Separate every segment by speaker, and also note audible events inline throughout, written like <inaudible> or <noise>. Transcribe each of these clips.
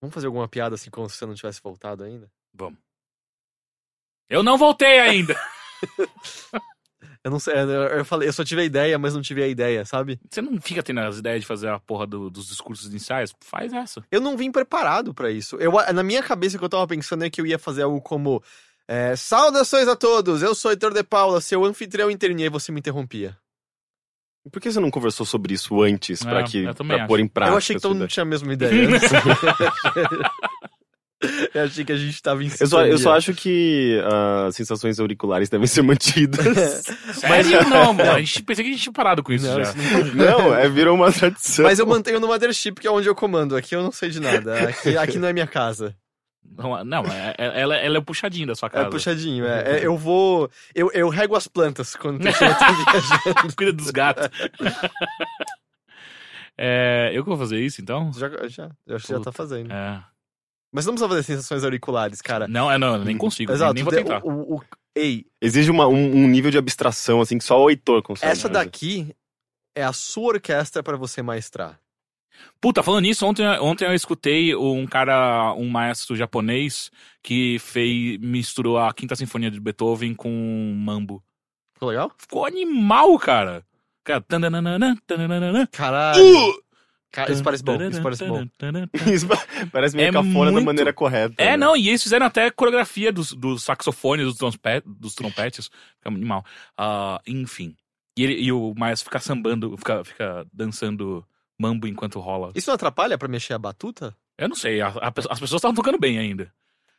Speaker 1: Vamos fazer alguma piada assim como se você não tivesse voltado ainda?
Speaker 2: Vamos. Eu não voltei ainda! <laughs>
Speaker 1: Eu não sei, eu, eu falei, eu só tive a ideia, mas não tive a ideia, sabe?
Speaker 2: Você não fica tendo as ideias de fazer a porra do- dos discursos de ensaios? Faz essa.
Speaker 1: Eu não vim preparado pra isso. Eu, na minha cabeça, o que eu tava pensando é que eu ia fazer algo como. é, Saudações a todos! Eu sou Heitor de Paula, seu anfitrião interninho, e você me interrompia.
Speaker 3: Por que você não conversou sobre isso antes, pra,
Speaker 2: É,
Speaker 3: que,
Speaker 2: eu também
Speaker 3: pra pôr em prática?
Speaker 1: eu achei que
Speaker 3: essa
Speaker 1: todo mundo
Speaker 3: ideia?
Speaker 1: tinha a mesma ideia. né?
Speaker 3: <laughs>
Speaker 1: <laughs> eu achei que a gente tava em
Speaker 3: eu só, eu só
Speaker 1: sintonia.
Speaker 3: acho que ah, as sensações auriculares devem ser
Speaker 1: <laughs>
Speaker 3: mantidas.
Speaker 2: Sério? Mas não, mano. A gente pensei que a gente tinha parado com isso
Speaker 1: Não,
Speaker 2: já.
Speaker 1: isso não-
Speaker 3: não, é, virou uma tradição.
Speaker 1: Mas eu mantenho no Mothership, que é onde eu comando. Aqui eu não sei de nada. Aqui, aqui não é minha casa.
Speaker 2: Não, não é- é- ela, ela é o puxadinho da sua
Speaker 1: É
Speaker 2: casa.
Speaker 1: puxadinho,
Speaker 2: <laughs>
Speaker 1: é. É, eu vou. Eu, eu rego as plantas quando tem gente viajando.
Speaker 2: <laughs> Cuida dos gatos. É, eu que vou fazer isso, então?
Speaker 1: Já, já, eu acho que já tá
Speaker 2: Puta.
Speaker 1: fazendo.
Speaker 2: É.
Speaker 1: Mas não precisa fazer sensações auriculares, cara. hum,
Speaker 2: Não, é, não, eu nem consigo.
Speaker 1: Exato.
Speaker 2: Nem vou
Speaker 1: de-
Speaker 2: tentar.
Speaker 1: o- o- o- ei,
Speaker 3: Exige uma- um, um nível de abstração, assim, que só o Heitor consegue.
Speaker 1: essa
Speaker 3: fazer.
Speaker 1: daqui é a sua orquestra pra você maestrar.
Speaker 2: Puta, falando nisso, ontem, ontem eu escutei um cara, um maestro japonês, que fez, misturou a Quinta Sinfonia de Beethoven com mambo.
Speaker 1: Ficou legal?
Speaker 2: Ficou animal, cara. Cara, tandananana, tandananana.
Speaker 1: Caralho.
Speaker 3: Uh!
Speaker 1: Cara, Ah, isso parece bom, isso parece bom.
Speaker 3: <laughs> Isso parece meio
Speaker 2: É
Speaker 3: cafona da
Speaker 2: muito-
Speaker 3: maneira correta.
Speaker 2: É,
Speaker 3: né?
Speaker 2: não, e eles fizeram até coreografia dos, dos saxofones, dos, trompe- dos trompetes. Fica animal. Ah, enfim. E, ele- e o Maestro fica sambando, fica, fica dançando mambo enquanto rola.
Speaker 1: Isso não atrapalha pra mexer a batuta?
Speaker 2: Eu não sei, a- a- as pessoas estavam tocando bem ainda.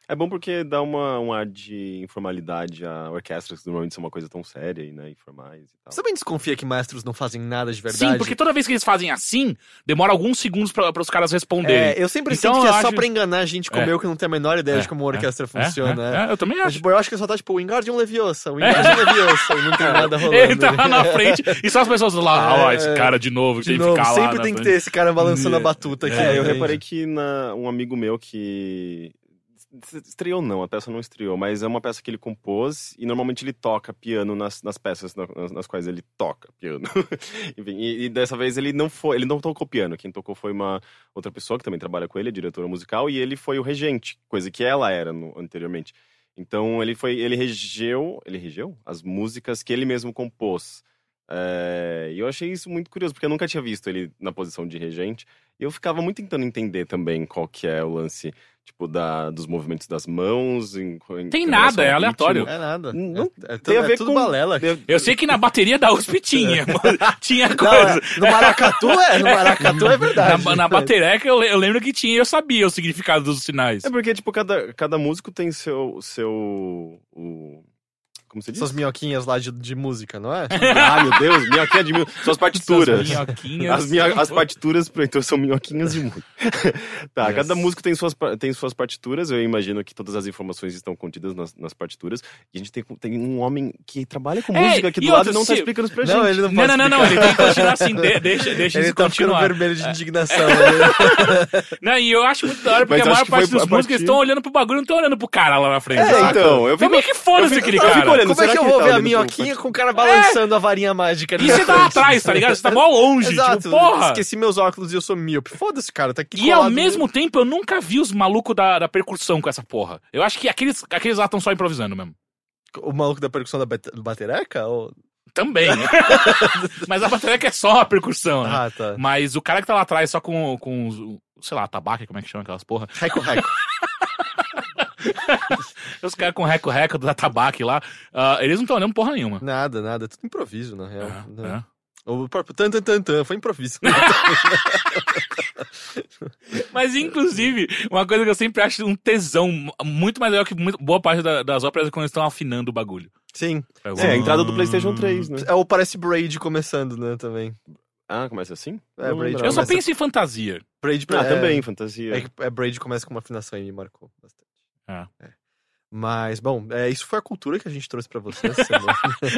Speaker 3: É bom porque dá uma, um ar de informalidade a orquestras, que normalmente são uma coisa tão séria e né, informais e tal.
Speaker 1: Você também desconfia que maestros não fazem nada de verdade?
Speaker 2: Sim, porque toda vez que eles fazem assim, demora alguns segundos para os caras responderem.
Speaker 1: É, eu sempre
Speaker 2: Então,
Speaker 1: sinto que
Speaker 2: eu
Speaker 1: é só
Speaker 2: acho-
Speaker 1: pra enganar gente como
Speaker 2: É.
Speaker 1: eu que não tem a menor ideia de
Speaker 2: É,
Speaker 1: como uma orquestra
Speaker 2: É,
Speaker 1: funciona. é.
Speaker 2: é, é, eu também
Speaker 1: Mas,
Speaker 2: acho.
Speaker 1: tipo, eu acho que só tá tipo Wingardium Leviosa, Wingardium Leviosa, e não tem nada rolando.
Speaker 2: <laughs> Ele tá lá na frente e só as pessoas lá,
Speaker 1: <laughs>
Speaker 2: ó,
Speaker 1: É,
Speaker 2: esse cara de novo, que
Speaker 1: De
Speaker 2: tem que
Speaker 1: novo,
Speaker 2: ficar lá.
Speaker 1: sempre
Speaker 2: na
Speaker 1: tem que
Speaker 2: frente.
Speaker 1: ter esse cara balançando a
Speaker 2: É,
Speaker 1: batuta aqui.
Speaker 3: É, eu
Speaker 1: né?
Speaker 3: reparei que na- um amigo meu que. Estreou não, a peça não estreou, mas é uma peça que ele compôs e normalmente ele toca piano nas, nas peças na- nas, nas quais ele toca piano. <laughs> Enfim, e, e dessa vez ele não foi, ele não tocou piano. Quem tocou foi uma outra pessoa que também trabalha com ele, é diretora musical, e ele foi o regente, coisa que ela era no- anteriormente. Então ele foi, ele regeu, ele regeu as músicas que ele mesmo compôs. É, E eu achei isso muito curioso, porque eu nunca tinha visto ele na posição de regente. E eu ficava muito tentando entender também qual que é o lance, tipo, da, dos movimentos das mãos. Em, em
Speaker 2: Tem
Speaker 3: relação
Speaker 2: nada, é
Speaker 3: ao ritmo. É,
Speaker 2: aleatório.
Speaker 1: É nada.
Speaker 3: Não-
Speaker 1: é, é, tudo-
Speaker 3: tem a
Speaker 1: é
Speaker 3: ver
Speaker 1: tudo
Speaker 3: com-
Speaker 1: <laughs> balela.
Speaker 3: Eu-
Speaker 2: Eu sei que na bateria da USP
Speaker 3: É.
Speaker 2: tinha, mano. tinha
Speaker 1: Não,
Speaker 2: coisa.
Speaker 1: é- no Maracatu é, no Maracatu é verdade.
Speaker 2: Na, na batereca eu, le- eu lembro que tinha e eu sabia o significado dos sinais.
Speaker 3: É porque, tipo, cada, cada músico tem seu. seu o, como você diz?
Speaker 1: <laughs> Essas minhoquinhas lá de, de música, não é?
Speaker 3: Ah, meu Deus, minhoquinha de mil. Suas partituras.
Speaker 2: Essas minhoquinhas.
Speaker 3: As, minha, as partituras pro Heitor são minhoquinhas de música. <laughs> tá,
Speaker 1: Yes.
Speaker 3: cada músico tem suas, pa- tem suas partituras. Eu imagino que todas as informações estão contidas nas, nas partituras. E a gente tem, tem um homem que trabalha com
Speaker 2: É,
Speaker 3: música aqui
Speaker 2: e
Speaker 3: do lado
Speaker 2: outra,
Speaker 3: e não tá
Speaker 2: se-
Speaker 3: explicando pra
Speaker 1: <laughs>
Speaker 3: gente.
Speaker 1: Não, ele não
Speaker 2: Não,
Speaker 1: pode
Speaker 2: não, não, não, ele
Speaker 1: explicar.
Speaker 2: tem que continuar assim, de- deixa, deixa
Speaker 1: Ele
Speaker 2: isso
Speaker 1: tá ficando
Speaker 2: continuar.
Speaker 1: vermelho de <laughs> indignação. né?
Speaker 2: Não, e eu acho muito da hora, porque
Speaker 3: Mas
Speaker 2: a
Speaker 3: eu
Speaker 2: maior
Speaker 3: acho que
Speaker 2: parte
Speaker 3: foi
Speaker 2: dos
Speaker 3: a
Speaker 2: músicos
Speaker 3: partir-
Speaker 2: estão olhando pro bagulho, não estão olhando pro cara lá na frente.
Speaker 3: É,
Speaker 2: saca?
Speaker 3: então, eu
Speaker 2: Então
Speaker 3: fico,
Speaker 2: meio que foda-se
Speaker 3: eu
Speaker 2: aquele
Speaker 3: fico- eu
Speaker 2: cara.
Speaker 3: fico olhando.
Speaker 1: Como é
Speaker 3: Será
Speaker 1: que eu
Speaker 3: que
Speaker 1: vou
Speaker 3: tá
Speaker 1: ver a
Speaker 3: olhando pro
Speaker 1: minhoquinha com o cara balançando a varinha mágica? ali
Speaker 2: E
Speaker 1: na
Speaker 2: você tá
Speaker 1: frente?
Speaker 2: atrás, tá ligado? Você tá mó longe,
Speaker 1: Exato.
Speaker 2: tipo, porra.
Speaker 1: Esqueci meus óculos e eu sou míope. Foda-se, cara. Tá aqui
Speaker 2: E ao
Speaker 1: colado
Speaker 2: mesmo tempo, eu nunca vi os malucos da, da percussão com essa porra. Eu acho que aqueles, aqueles lá estão só improvisando mesmo.
Speaker 1: no- O maluco da percussão da bate- batereca? Ou...
Speaker 2: Também. né? <laughs> Mas a bateria é só a percussão, né?
Speaker 1: Ah,
Speaker 3: <laughs>
Speaker 1: tá.
Speaker 2: Mas o cara que tá lá atrás só com, com os, sei lá, tabaco, como é que chama aquelas porra?
Speaker 1: Raico, raico.
Speaker 2: Os caras com reco-reco da tabaque lá, ah, eles não estão olhando porra nenhuma.
Speaker 1: Nada, nada. É Tudo improviso, na real.
Speaker 2: É,
Speaker 1: Não.
Speaker 2: é.
Speaker 1: O próprio tan, tan, tan, tan foi improviso.
Speaker 2: Mas, inclusive, uma coisa que eu sempre acho um tesão muito mais legal que muito- boa parte da- das óperas é quando eles estão afinando o bagulho.
Speaker 1: Sim.
Speaker 2: Tá
Speaker 3: É, a entrada do PlayStation 3, né?
Speaker 1: É o parece Braid começando, né, também.
Speaker 3: Ah, começa assim?
Speaker 1: É,
Speaker 3: Não
Speaker 1: Braid.
Speaker 3: lembrava.
Speaker 2: Eu só
Speaker 1: Começa-
Speaker 2: penso em fantasia.
Speaker 1: Braid
Speaker 3: Ah,
Speaker 1: é-
Speaker 3: também, fantasia.
Speaker 1: É, que- é Braid começa com uma afinação e me marcou bastante.
Speaker 2: Ah.
Speaker 1: É. Mas, bom, é, isso foi a cultura que a gente trouxe pra você essa semana.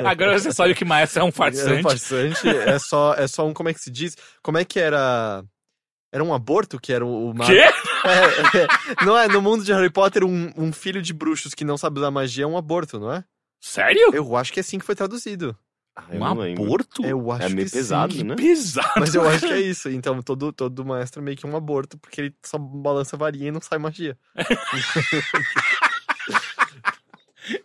Speaker 2: Agora você sabe que maestro é um
Speaker 1: É um
Speaker 2: farsante.
Speaker 1: farsante, é só, é só um, como é que se diz? Como é que era... Era um aborto que era o... o ma-
Speaker 2: Quê?
Speaker 1: <laughs> É, é. não é, no mundo de Harry Potter, um, um filho de bruxos que não sabe usar magia é um aborto, não é?
Speaker 2: Sério?
Speaker 1: Eu acho que é assim que foi traduzido.
Speaker 3: Ah, eu
Speaker 2: Um
Speaker 3: não lembro.
Speaker 2: aborto?
Speaker 1: Eu acho
Speaker 3: É meio
Speaker 1: que sim.
Speaker 3: pesado, né?
Speaker 2: Pesado.
Speaker 1: Mas eu acho que é isso. Então, todo, todo maestro é meio que um aborto, porque ele só balança a varinha e não sai magia.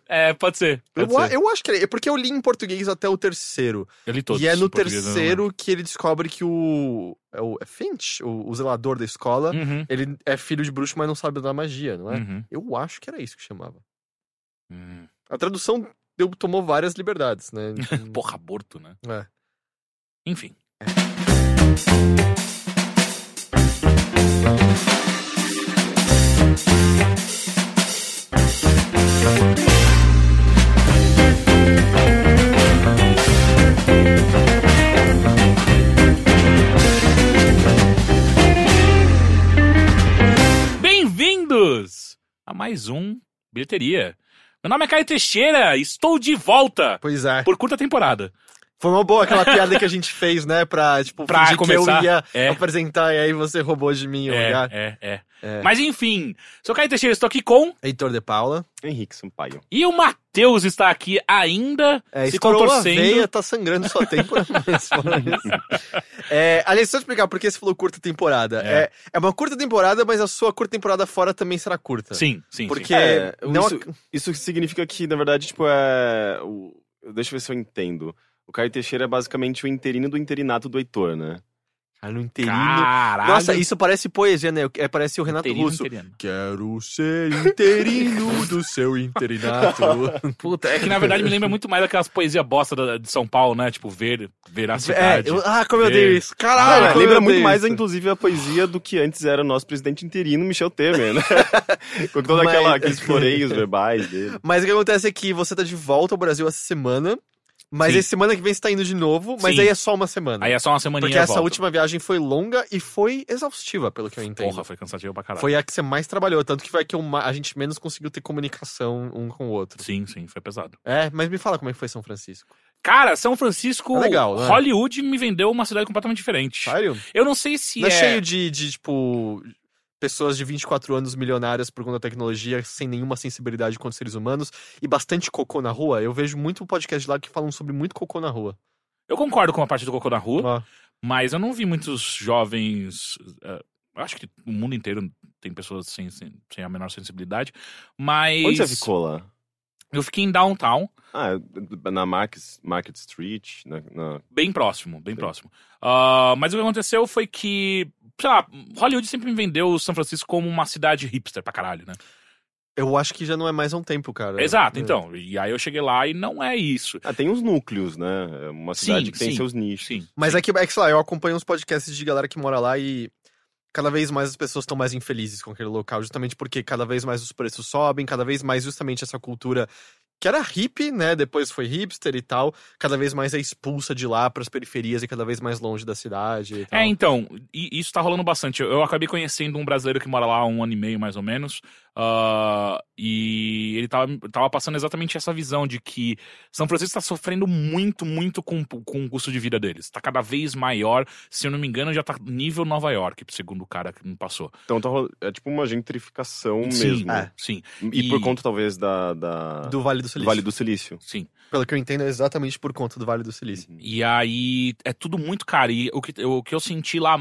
Speaker 2: É, pode ser. Pode
Speaker 1: Eu, a-
Speaker 2: ser.
Speaker 1: eu acho que é, porque eu li em português até o terceiro.
Speaker 2: Eu li todos.
Speaker 1: e é no
Speaker 2: em português, eu não
Speaker 1: terceiro que ele descobre que o. É, o, é Finch, o, o zelador da escola,
Speaker 2: lembro. Uhum,
Speaker 1: ele é filho de bruxo, mas não sabe usar magia, não é?
Speaker 2: uhum.
Speaker 1: Eu acho que era isso que chamava.
Speaker 2: Hum.
Speaker 1: A tradução deu, tomou várias liberdades,
Speaker 2: <laughs>
Speaker 1: né? Então,
Speaker 2: Porra, aborto, né?
Speaker 1: é.
Speaker 2: Enfim. Bem-vindos a mais um Bilheteria. Meu nome é Caio Teixeira, estou de volta
Speaker 1: Pois é.
Speaker 2: por curta temporada.
Speaker 1: Foi uma boa aquela piada que a gente fez, né? Pra, tipo,
Speaker 2: Pra
Speaker 1: fingir
Speaker 2: começar,
Speaker 1: que eu ia
Speaker 2: é.
Speaker 1: apresentar e aí você roubou de mim o lugar.
Speaker 2: É, é, é.
Speaker 1: É.
Speaker 2: Mas enfim, sou Caio Teixeira, estou aqui com.
Speaker 1: Heitor de Paula.
Speaker 3: Henrique Sampaio.
Speaker 2: E o Matheus está aqui ainda
Speaker 1: É,
Speaker 2: se
Speaker 1: estourou
Speaker 2: contorcendo.
Speaker 1: a veia, tá sangrando só tem por
Speaker 2: <laughs>
Speaker 1: mas fora isso. é, Aliás, deixa eu explicar por que você falou curta temporada.
Speaker 2: É.
Speaker 1: É. É, uma curta temporada, mas a sua curta temporada fora também será curta.
Speaker 2: Sim, sim.
Speaker 1: tá? Porque
Speaker 2: sim.
Speaker 3: É,
Speaker 1: não
Speaker 3: isso- Isso significa que, na verdade, tipo, é. o- Deixa eu ver se eu entendo. O Caio Teixeira é basicamente o interino do interinato do Heitor, né?
Speaker 1: Cara, no interino.
Speaker 2: Caralho.
Speaker 1: Ah, Nossa, isso parece poesia, né? É, parece o Renato
Speaker 2: Interino,
Speaker 1: Russo.
Speaker 2: interino.
Speaker 1: Quero ser interino do seu interinato.
Speaker 2: <laughs> Puta, é que na verdade me lembra muito mais daquelas poesias bosta da- de São Paulo, né? Tipo, ver,
Speaker 1: é,
Speaker 2: veracidade.
Speaker 1: eu- ah, como eu
Speaker 2: É.
Speaker 1: odeio isso.
Speaker 2: Ah,
Speaker 1: Caralho,
Speaker 3: Cara,
Speaker 1: como
Speaker 3: lembra
Speaker 1: eu
Speaker 3: muito
Speaker 1: odeio
Speaker 3: mais,
Speaker 1: isso.
Speaker 3: inclusive, a poesia do que antes era o nosso presidente interino, Michel
Speaker 1: <laughs>
Speaker 3: Temer, né? Com todos
Speaker 1: Mas- <laughs>
Speaker 3: aqueles floreios verbais dele.
Speaker 1: Mas o que acontece é que você tá de volta ao Brasil essa semana. Mas
Speaker 2: Sim.
Speaker 1: aí semana que vem você tá indo de novo, mas
Speaker 2: Sim.
Speaker 1: aí é só uma semana.
Speaker 2: Aí é só uma semaninha.
Speaker 1: Porque
Speaker 2: eu
Speaker 1: essa
Speaker 2: volto.
Speaker 1: última viagem foi longa e foi exaustiva, pelo que eu entendo.
Speaker 2: Porra, foi cansativo pra caralho.
Speaker 1: foi a que você mais trabalhou, tanto que foi a que eu ma- a gente menos conseguiu ter comunicação um com o outro.
Speaker 2: Sim, sim, foi pesado.
Speaker 1: É, mas me fala como é que foi São Francisco.
Speaker 2: Cara, São Francisco,
Speaker 1: É legal, né?
Speaker 2: Hollywood me vendeu uma cidade completamente diferente.
Speaker 1: Sério?
Speaker 2: Eu não sei se
Speaker 1: Não é
Speaker 2: é.
Speaker 1: cheio de, de, tipo, pessoas de 24 anos milionárias por conta da tecnologia, sem nenhuma sensibilidade contra os seres humanos, e bastante cocô na rua. Eu vejo muito podcast lá que falam sobre muito cocô na rua.
Speaker 2: Eu concordo com a parte do Cocô na Rua.
Speaker 1: Ó,
Speaker 2: Mas eu não vi muitos jovens. eh, acho que o mundo inteiro tem pessoas sem, sem, sem a menor sensibilidade. Mas.
Speaker 3: Onde você ficou lá?
Speaker 2: Eu fiquei em downtown,
Speaker 3: Ah, na Market, Market Street, na, na-
Speaker 2: bem próximo, bem
Speaker 3: Sim.
Speaker 2: próximo. Ah, mas o que aconteceu foi que. Sei lá, Hollywood sempre me vendeu São Francisco como uma cidade hipster pra caralho, né?
Speaker 1: eu acho que já não é mais há um tempo, cara.
Speaker 2: Exato,
Speaker 1: É.
Speaker 2: então. E aí eu cheguei lá e não é isso.
Speaker 3: Ah, tem uns núcleos, né? É Uma
Speaker 2: Sim,
Speaker 3: cidade que tem
Speaker 2: sim,
Speaker 3: seus nichos.
Speaker 2: Sim.
Speaker 1: Mas é que, é que, sei lá, eu acompanho uns podcasts de galera que mora lá e cada vez mais as pessoas estão mais infelizes com aquele local, justamente porque cada vez mais os preços sobem, cada vez mais justamente essa cultura que era hippie, né, depois foi hipster e tal, cada vez mais é expulsa de lá pras periferias e cada vez mais longe da cidade e tal.
Speaker 2: É, então, e- isso tá rolando bastante. Eu, eu acabei conhecendo um brasileiro que mora lá há um ano e meio, mais ou menos. ah, e ele tava, tava passando exatamente essa visão de que São Francisco tá sofrendo muito, muito com, com o custo de vida deles. Tá cada vez maior. Se eu não me engano, já tá nível Nova York, segundo o cara que me passou.
Speaker 3: Então tá ro- é tipo uma gentrificação
Speaker 2: Sim,
Speaker 3: mesmo.
Speaker 1: É.
Speaker 2: sim,
Speaker 3: E,
Speaker 2: E-
Speaker 3: por conta, talvez, da, da-
Speaker 2: então.
Speaker 1: Do Vale do
Speaker 3: do
Speaker 1: Silício.
Speaker 3: Vale do Silício.
Speaker 2: sim.
Speaker 1: Pelo que eu entendo, é exatamente por conta do Vale do Silício.
Speaker 3: Uhum.
Speaker 2: E aí é tudo muito caro. E o que, o que eu senti lá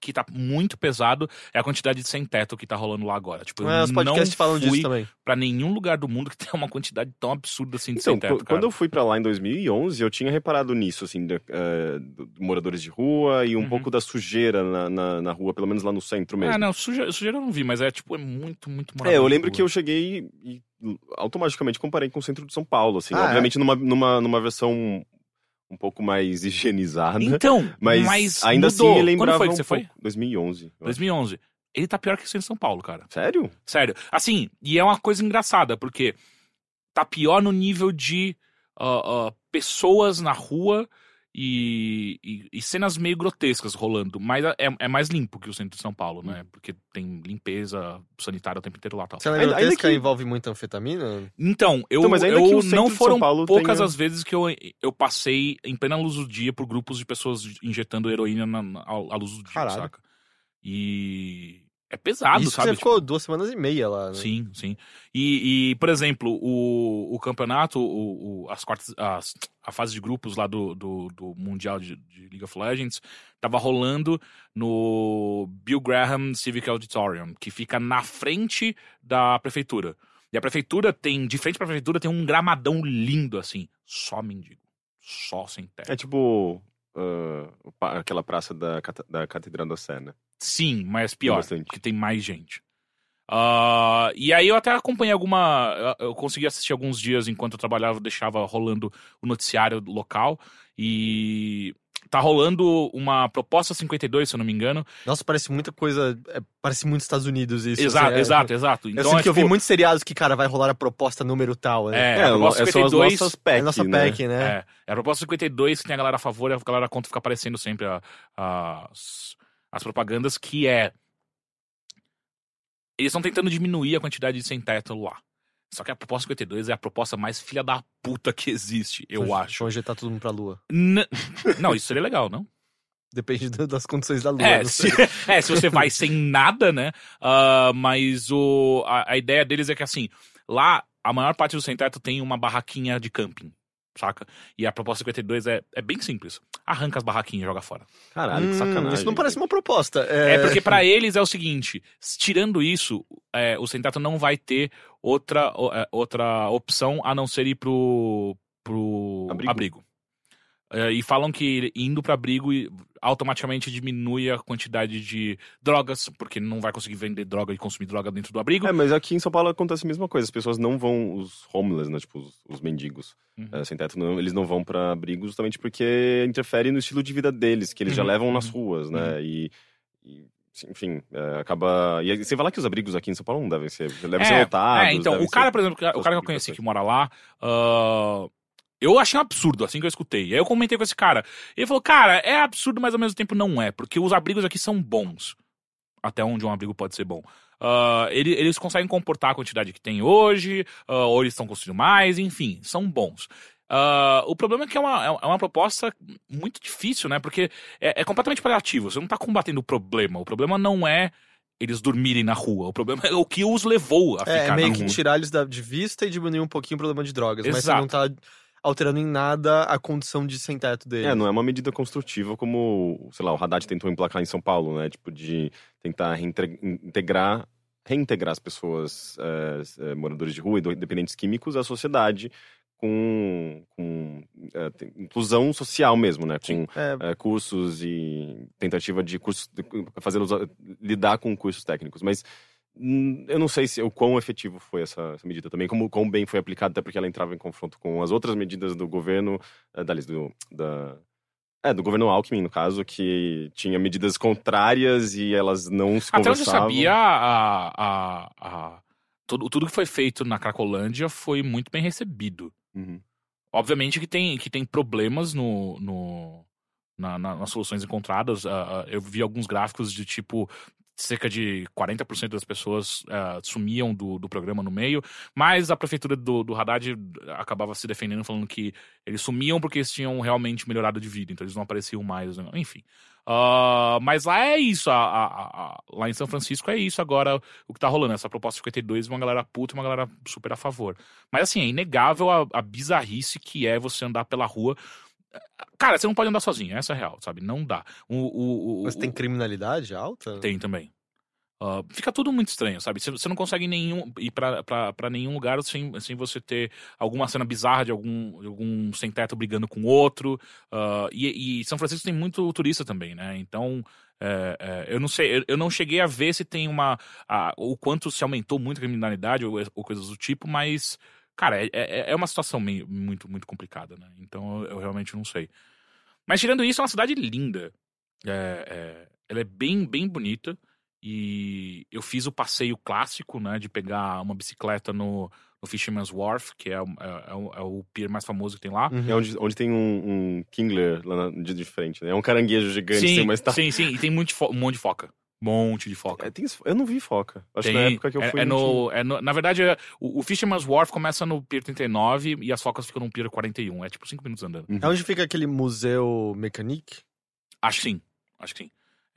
Speaker 2: que tá muito pesado é a quantidade de sem teto que tá rolando lá agora. Tipo, eu
Speaker 1: Ah, os podcasts
Speaker 2: não
Speaker 1: falam
Speaker 2: fui
Speaker 1: disso também.
Speaker 2: pra nenhum lugar do mundo que tem uma quantidade tão absurda assim de
Speaker 3: Então,
Speaker 2: sem teto,
Speaker 3: qu-
Speaker 2: cara.
Speaker 3: quando eu fui pra lá em 2011, eu tinha reparado nisso, assim, de, eh, do- de moradores de rua e um
Speaker 2: Uhum.
Speaker 3: pouco da sujeira na, na, na rua, pelo menos lá no centro mesmo.
Speaker 2: Ah, não, sujeira, sujeira eu não vi, mas é tipo, é muito, muito
Speaker 3: É, eu lembro que eu cheguei e automaticamente comparei com o centro de São Paulo, assim.
Speaker 1: Ah, é?
Speaker 3: obviamente numa, numa, numa versão um pouco mais <laughs> higienizada.
Speaker 2: Então, mas,
Speaker 3: mas, ainda
Speaker 2: mudou.
Speaker 3: assim me
Speaker 2: Quando
Speaker 3: lembrava
Speaker 2: foi que
Speaker 3: um
Speaker 2: você foi?
Speaker 3: pouco- 2011. eu acho.
Speaker 2: 2011. Ele tá pior que o em São Paulo, cara.
Speaker 3: Sério?
Speaker 2: Sério. Assim, e é uma coisa engraçada, porque tá pior no nível de ah, ah, pessoas na rua e, e- e cenas meio grotescas rolando. Mas é, é mais limpo que o centro de São Paulo, né?
Speaker 3: Hum.
Speaker 2: Porque tem limpeza sanitária o tempo inteiro lá e tal.
Speaker 1: Você não
Speaker 3: Ainda- ainda
Speaker 1: que...
Speaker 3: que-
Speaker 1: envolve muita anfetamina?
Speaker 2: Então, eu,
Speaker 3: Então, mas ainda que
Speaker 2: eu
Speaker 3: o centro
Speaker 2: não
Speaker 3: de São
Speaker 2: foram
Speaker 3: Paulo
Speaker 2: poucas
Speaker 3: tenha-
Speaker 2: as vezes que eu, eu passei em plena luz do dia por grupos de pessoas injetando heroína na, na- à luz do dia,
Speaker 1: Caralho.
Speaker 2: saca? E é pesado,
Speaker 1: Isso que
Speaker 2: sabe? tipo
Speaker 1: você ficou duas semanas e meia lá, né?
Speaker 2: Sim, sim. E, e, por exemplo, o, o campeonato, o, o- as quartas, as- a fase de grupos lá do, do, do Mundial de, de League of Legends tava rolando no Bill Graham Civic Auditorium, que fica na frente da prefeitura. E a prefeitura tem, de frente pra prefeitura, tem um gramadão lindo assim, só mendigo, só sem terra.
Speaker 3: É tipo ah, o pa- aquela praça da, cata- da Catedral da Sé, né?
Speaker 2: Sim, mas pior,
Speaker 3: Bastante.
Speaker 2: porque tem mais gente. Ah, e aí eu até acompanhei alguma. Eu eu consegui assistir alguns dias enquanto eu trabalhava, eu deixava rolando o noticiário do local. E tá rolando uma proposta 52, se eu não me engano.
Speaker 1: Nossa, parece muita coisa. é, parece muito Estados Unidos isso.
Speaker 2: exato,
Speaker 1: assim, é-
Speaker 2: exato, exato.
Speaker 1: Eu
Speaker 2: Então,
Speaker 1: sei
Speaker 2: é,
Speaker 1: que eu vi
Speaker 2: tipo,
Speaker 1: muitos seriados que, cara, vai rolar a proposta número tal. né?
Speaker 2: É,
Speaker 3: é,
Speaker 2: a proposta
Speaker 3: são as
Speaker 2: 52
Speaker 3: nossas
Speaker 1: É
Speaker 3: PEC,
Speaker 1: a nossa
Speaker 3: né?
Speaker 1: PEC, né?
Speaker 2: É, é a proposta 52 que tem a galera a favor e a galera contra fica aparecendo sempre a- as, as propagandas, que é. Eles estão tentando diminuir a quantidade de sem-teto lá. Só que a proposta 52 é a proposta mais filha da puta que existe, eu
Speaker 1: Vão-
Speaker 2: acho.
Speaker 1: Vão injetar todo mundo pra lua.
Speaker 2: N- não, isso seria legal, não?
Speaker 1: Depende do- das condições da lua.
Speaker 2: É
Speaker 1: não
Speaker 2: se,
Speaker 1: sei.
Speaker 2: <laughs> é, se você vai sem nada, né? Ah, mas o, a, a ideia deles é que, assim, lá a maior parte do sem-teto tem uma barraquinha de camping, saca? E a proposta 52 é, é bem simples. Arranca as barraquinhas e joga fora.
Speaker 3: Caralho, que
Speaker 1: Hum,
Speaker 3: sacanagem.
Speaker 1: Isso não parece uma proposta.
Speaker 2: É,
Speaker 1: É,
Speaker 2: porque pra eles é o seguinte: s- tirando isso, é, o Sentato não vai ter outra, o- é, outra opção a não ser ir pro, pro abrigo.
Speaker 3: Abrigo.
Speaker 2: É, e falam que indo pra abrigo e- automaticamente diminui a quantidade de drogas, porque não vai conseguir vender droga e consumir droga dentro do abrigo.
Speaker 3: É, mas aqui em São Paulo acontece a mesma coisa. As pessoas não vão, os homeless, né? Tipo, os, os mendigos
Speaker 2: Uhum.
Speaker 3: eh, sem teto, não, eles não vão pra abrigo justamente porque interfere no estilo de vida deles, que eles já
Speaker 2: Uhum,
Speaker 3: levam nas
Speaker 2: uhum,
Speaker 3: ruas, né? E, e, enfim, eh, acaba. E aí, sem falar que os abrigos aqui em São Paulo não devem ser. Devem ser lotados.
Speaker 2: É, então,
Speaker 3: devem
Speaker 2: o cara,
Speaker 3: ser-
Speaker 2: por exemplo, o cara que eu conheci que mora lá, ah, eu achei um absurdo, assim que eu escutei. E aí eu comentei com esse cara. Ele falou, cara, é absurdo, mas ao mesmo tempo não é, porque os abrigos aqui são bons. Até onde um abrigo pode ser bom. Ah, ele- eles conseguem comportar a quantidade que tem hoje, ah, ou eles estão construindo mais, enfim, são bons. Ah, o problema é que é uma, é uma proposta muito difícil, né? Porque é, é completamente paliativo. Você não tá combatendo o problema. O problema não é eles dormirem na rua. O problema é o que os levou a
Speaker 1: é,
Speaker 2: ficar
Speaker 1: é meio
Speaker 2: na
Speaker 1: que
Speaker 2: rua.
Speaker 1: tirar eles da- de vista e diminuir um pouquinho o problema de drogas. Mas você
Speaker 2: Exato.
Speaker 1: não tá alterando em nada a condição de sem teto dele.
Speaker 3: É, não é uma medida construtiva como, sei lá, o Haddad tentou emplacar em São Paulo, né? Tipo, de tentar reintre- integrar, reintegrar as pessoas eh, eh, moradores de rua e do- dependentes químicos à sociedade com, com, eh, tem- inclusão social mesmo, né? Com
Speaker 1: É,
Speaker 3: eh, cursos e tentativa de cursos, de- fazê-los ah, lidar com cursos técnicos. Mas hum, eu não sei se o quão efetivo foi essa, essa medida também, como quão bem foi aplicada, até porque ela entrava em confronto com as outras medidas do governo, eh, da, do, da, é, do governo Alckmin, no caso, que tinha medidas contrárias e elas não se
Speaker 2: Até onde eu
Speaker 3: conversavam.
Speaker 2: sabia, a, a- a- tudo, tudo que foi feito na Cracolândia foi muito bem recebido.
Speaker 3: Uhum.
Speaker 2: Obviamente que tem, que tem problemas no, no- na- na- nas soluções encontradas. Ah, ah, eu vi alguns gráficos de tipo. Cerca de 40% das pessoas ah, sumiam do, do programa no meio, mas a prefeitura do, do Haddad eh, acabava se defendendo, falando que eles sumiam porque eles tinham realmente melhorado de vida, então eles não apareciam mais, né? enfim. Ah, mas lá é isso, a- a- a- a- lá em São Francisco é isso agora o que tá rolando. Essa proposta 52, uma galera puta e uma galera super a favor. Mas assim, é inegável a, a bizarrice que é você andar pela rua. Cara, você não pode andar sozinho, essa é a real, sabe? Não dá. O, o- o-
Speaker 1: mas tem
Speaker 2: o-
Speaker 1: criminalidade alta?
Speaker 2: tem também. Ah, fica tudo muito estranho, sabe? Você- Você não consegue nenhum, ir pra, pra, pra nenhum lugar sem, sem você ter alguma cena bizarra de algum, de algum sem-teto brigando com outro. Ah, e, e São Francisco tem muito turista também, né? Então, é, é, eu não sei, eu, eu não cheguei a ver se tem uma. a- o quanto se aumentou muito a criminalidade ou, ou coisas do tipo, mas, cara, é, é, é uma situação meio, muito, muito complicada, né? Então eu, eu realmente não sei. Mas tirando isso, é uma cidade linda. É, é, ela é bem, bem bonita. E eu fiz o passeio clássico, né? De pegar uma bicicleta no, no Fisherman's Wharf, que é, o- é- é o- é o pier mais famoso que tem lá.
Speaker 1: Uhum.
Speaker 3: É onde, onde tem um, um Kingler lá na, de, de frente, né? É um caranguejo gigante, tem uma estátua.
Speaker 2: sim, sim. E tem muito fo- um monte de foca. Monte de foca.
Speaker 3: É, tem isso- eu não vi foca. Acho
Speaker 2: Tem-
Speaker 3: que na época que eu
Speaker 2: é-
Speaker 3: fui.
Speaker 2: é
Speaker 3: não tinha.
Speaker 2: no, é no- na verdade, é- o, o Fisherman's Wharf começa no Pier 39 e as focas ficam no Pier 41. É tipo 5 minutos andando.
Speaker 1: É onde fica aquele museu Mecanique?
Speaker 2: Acho que sim. Acho que sim.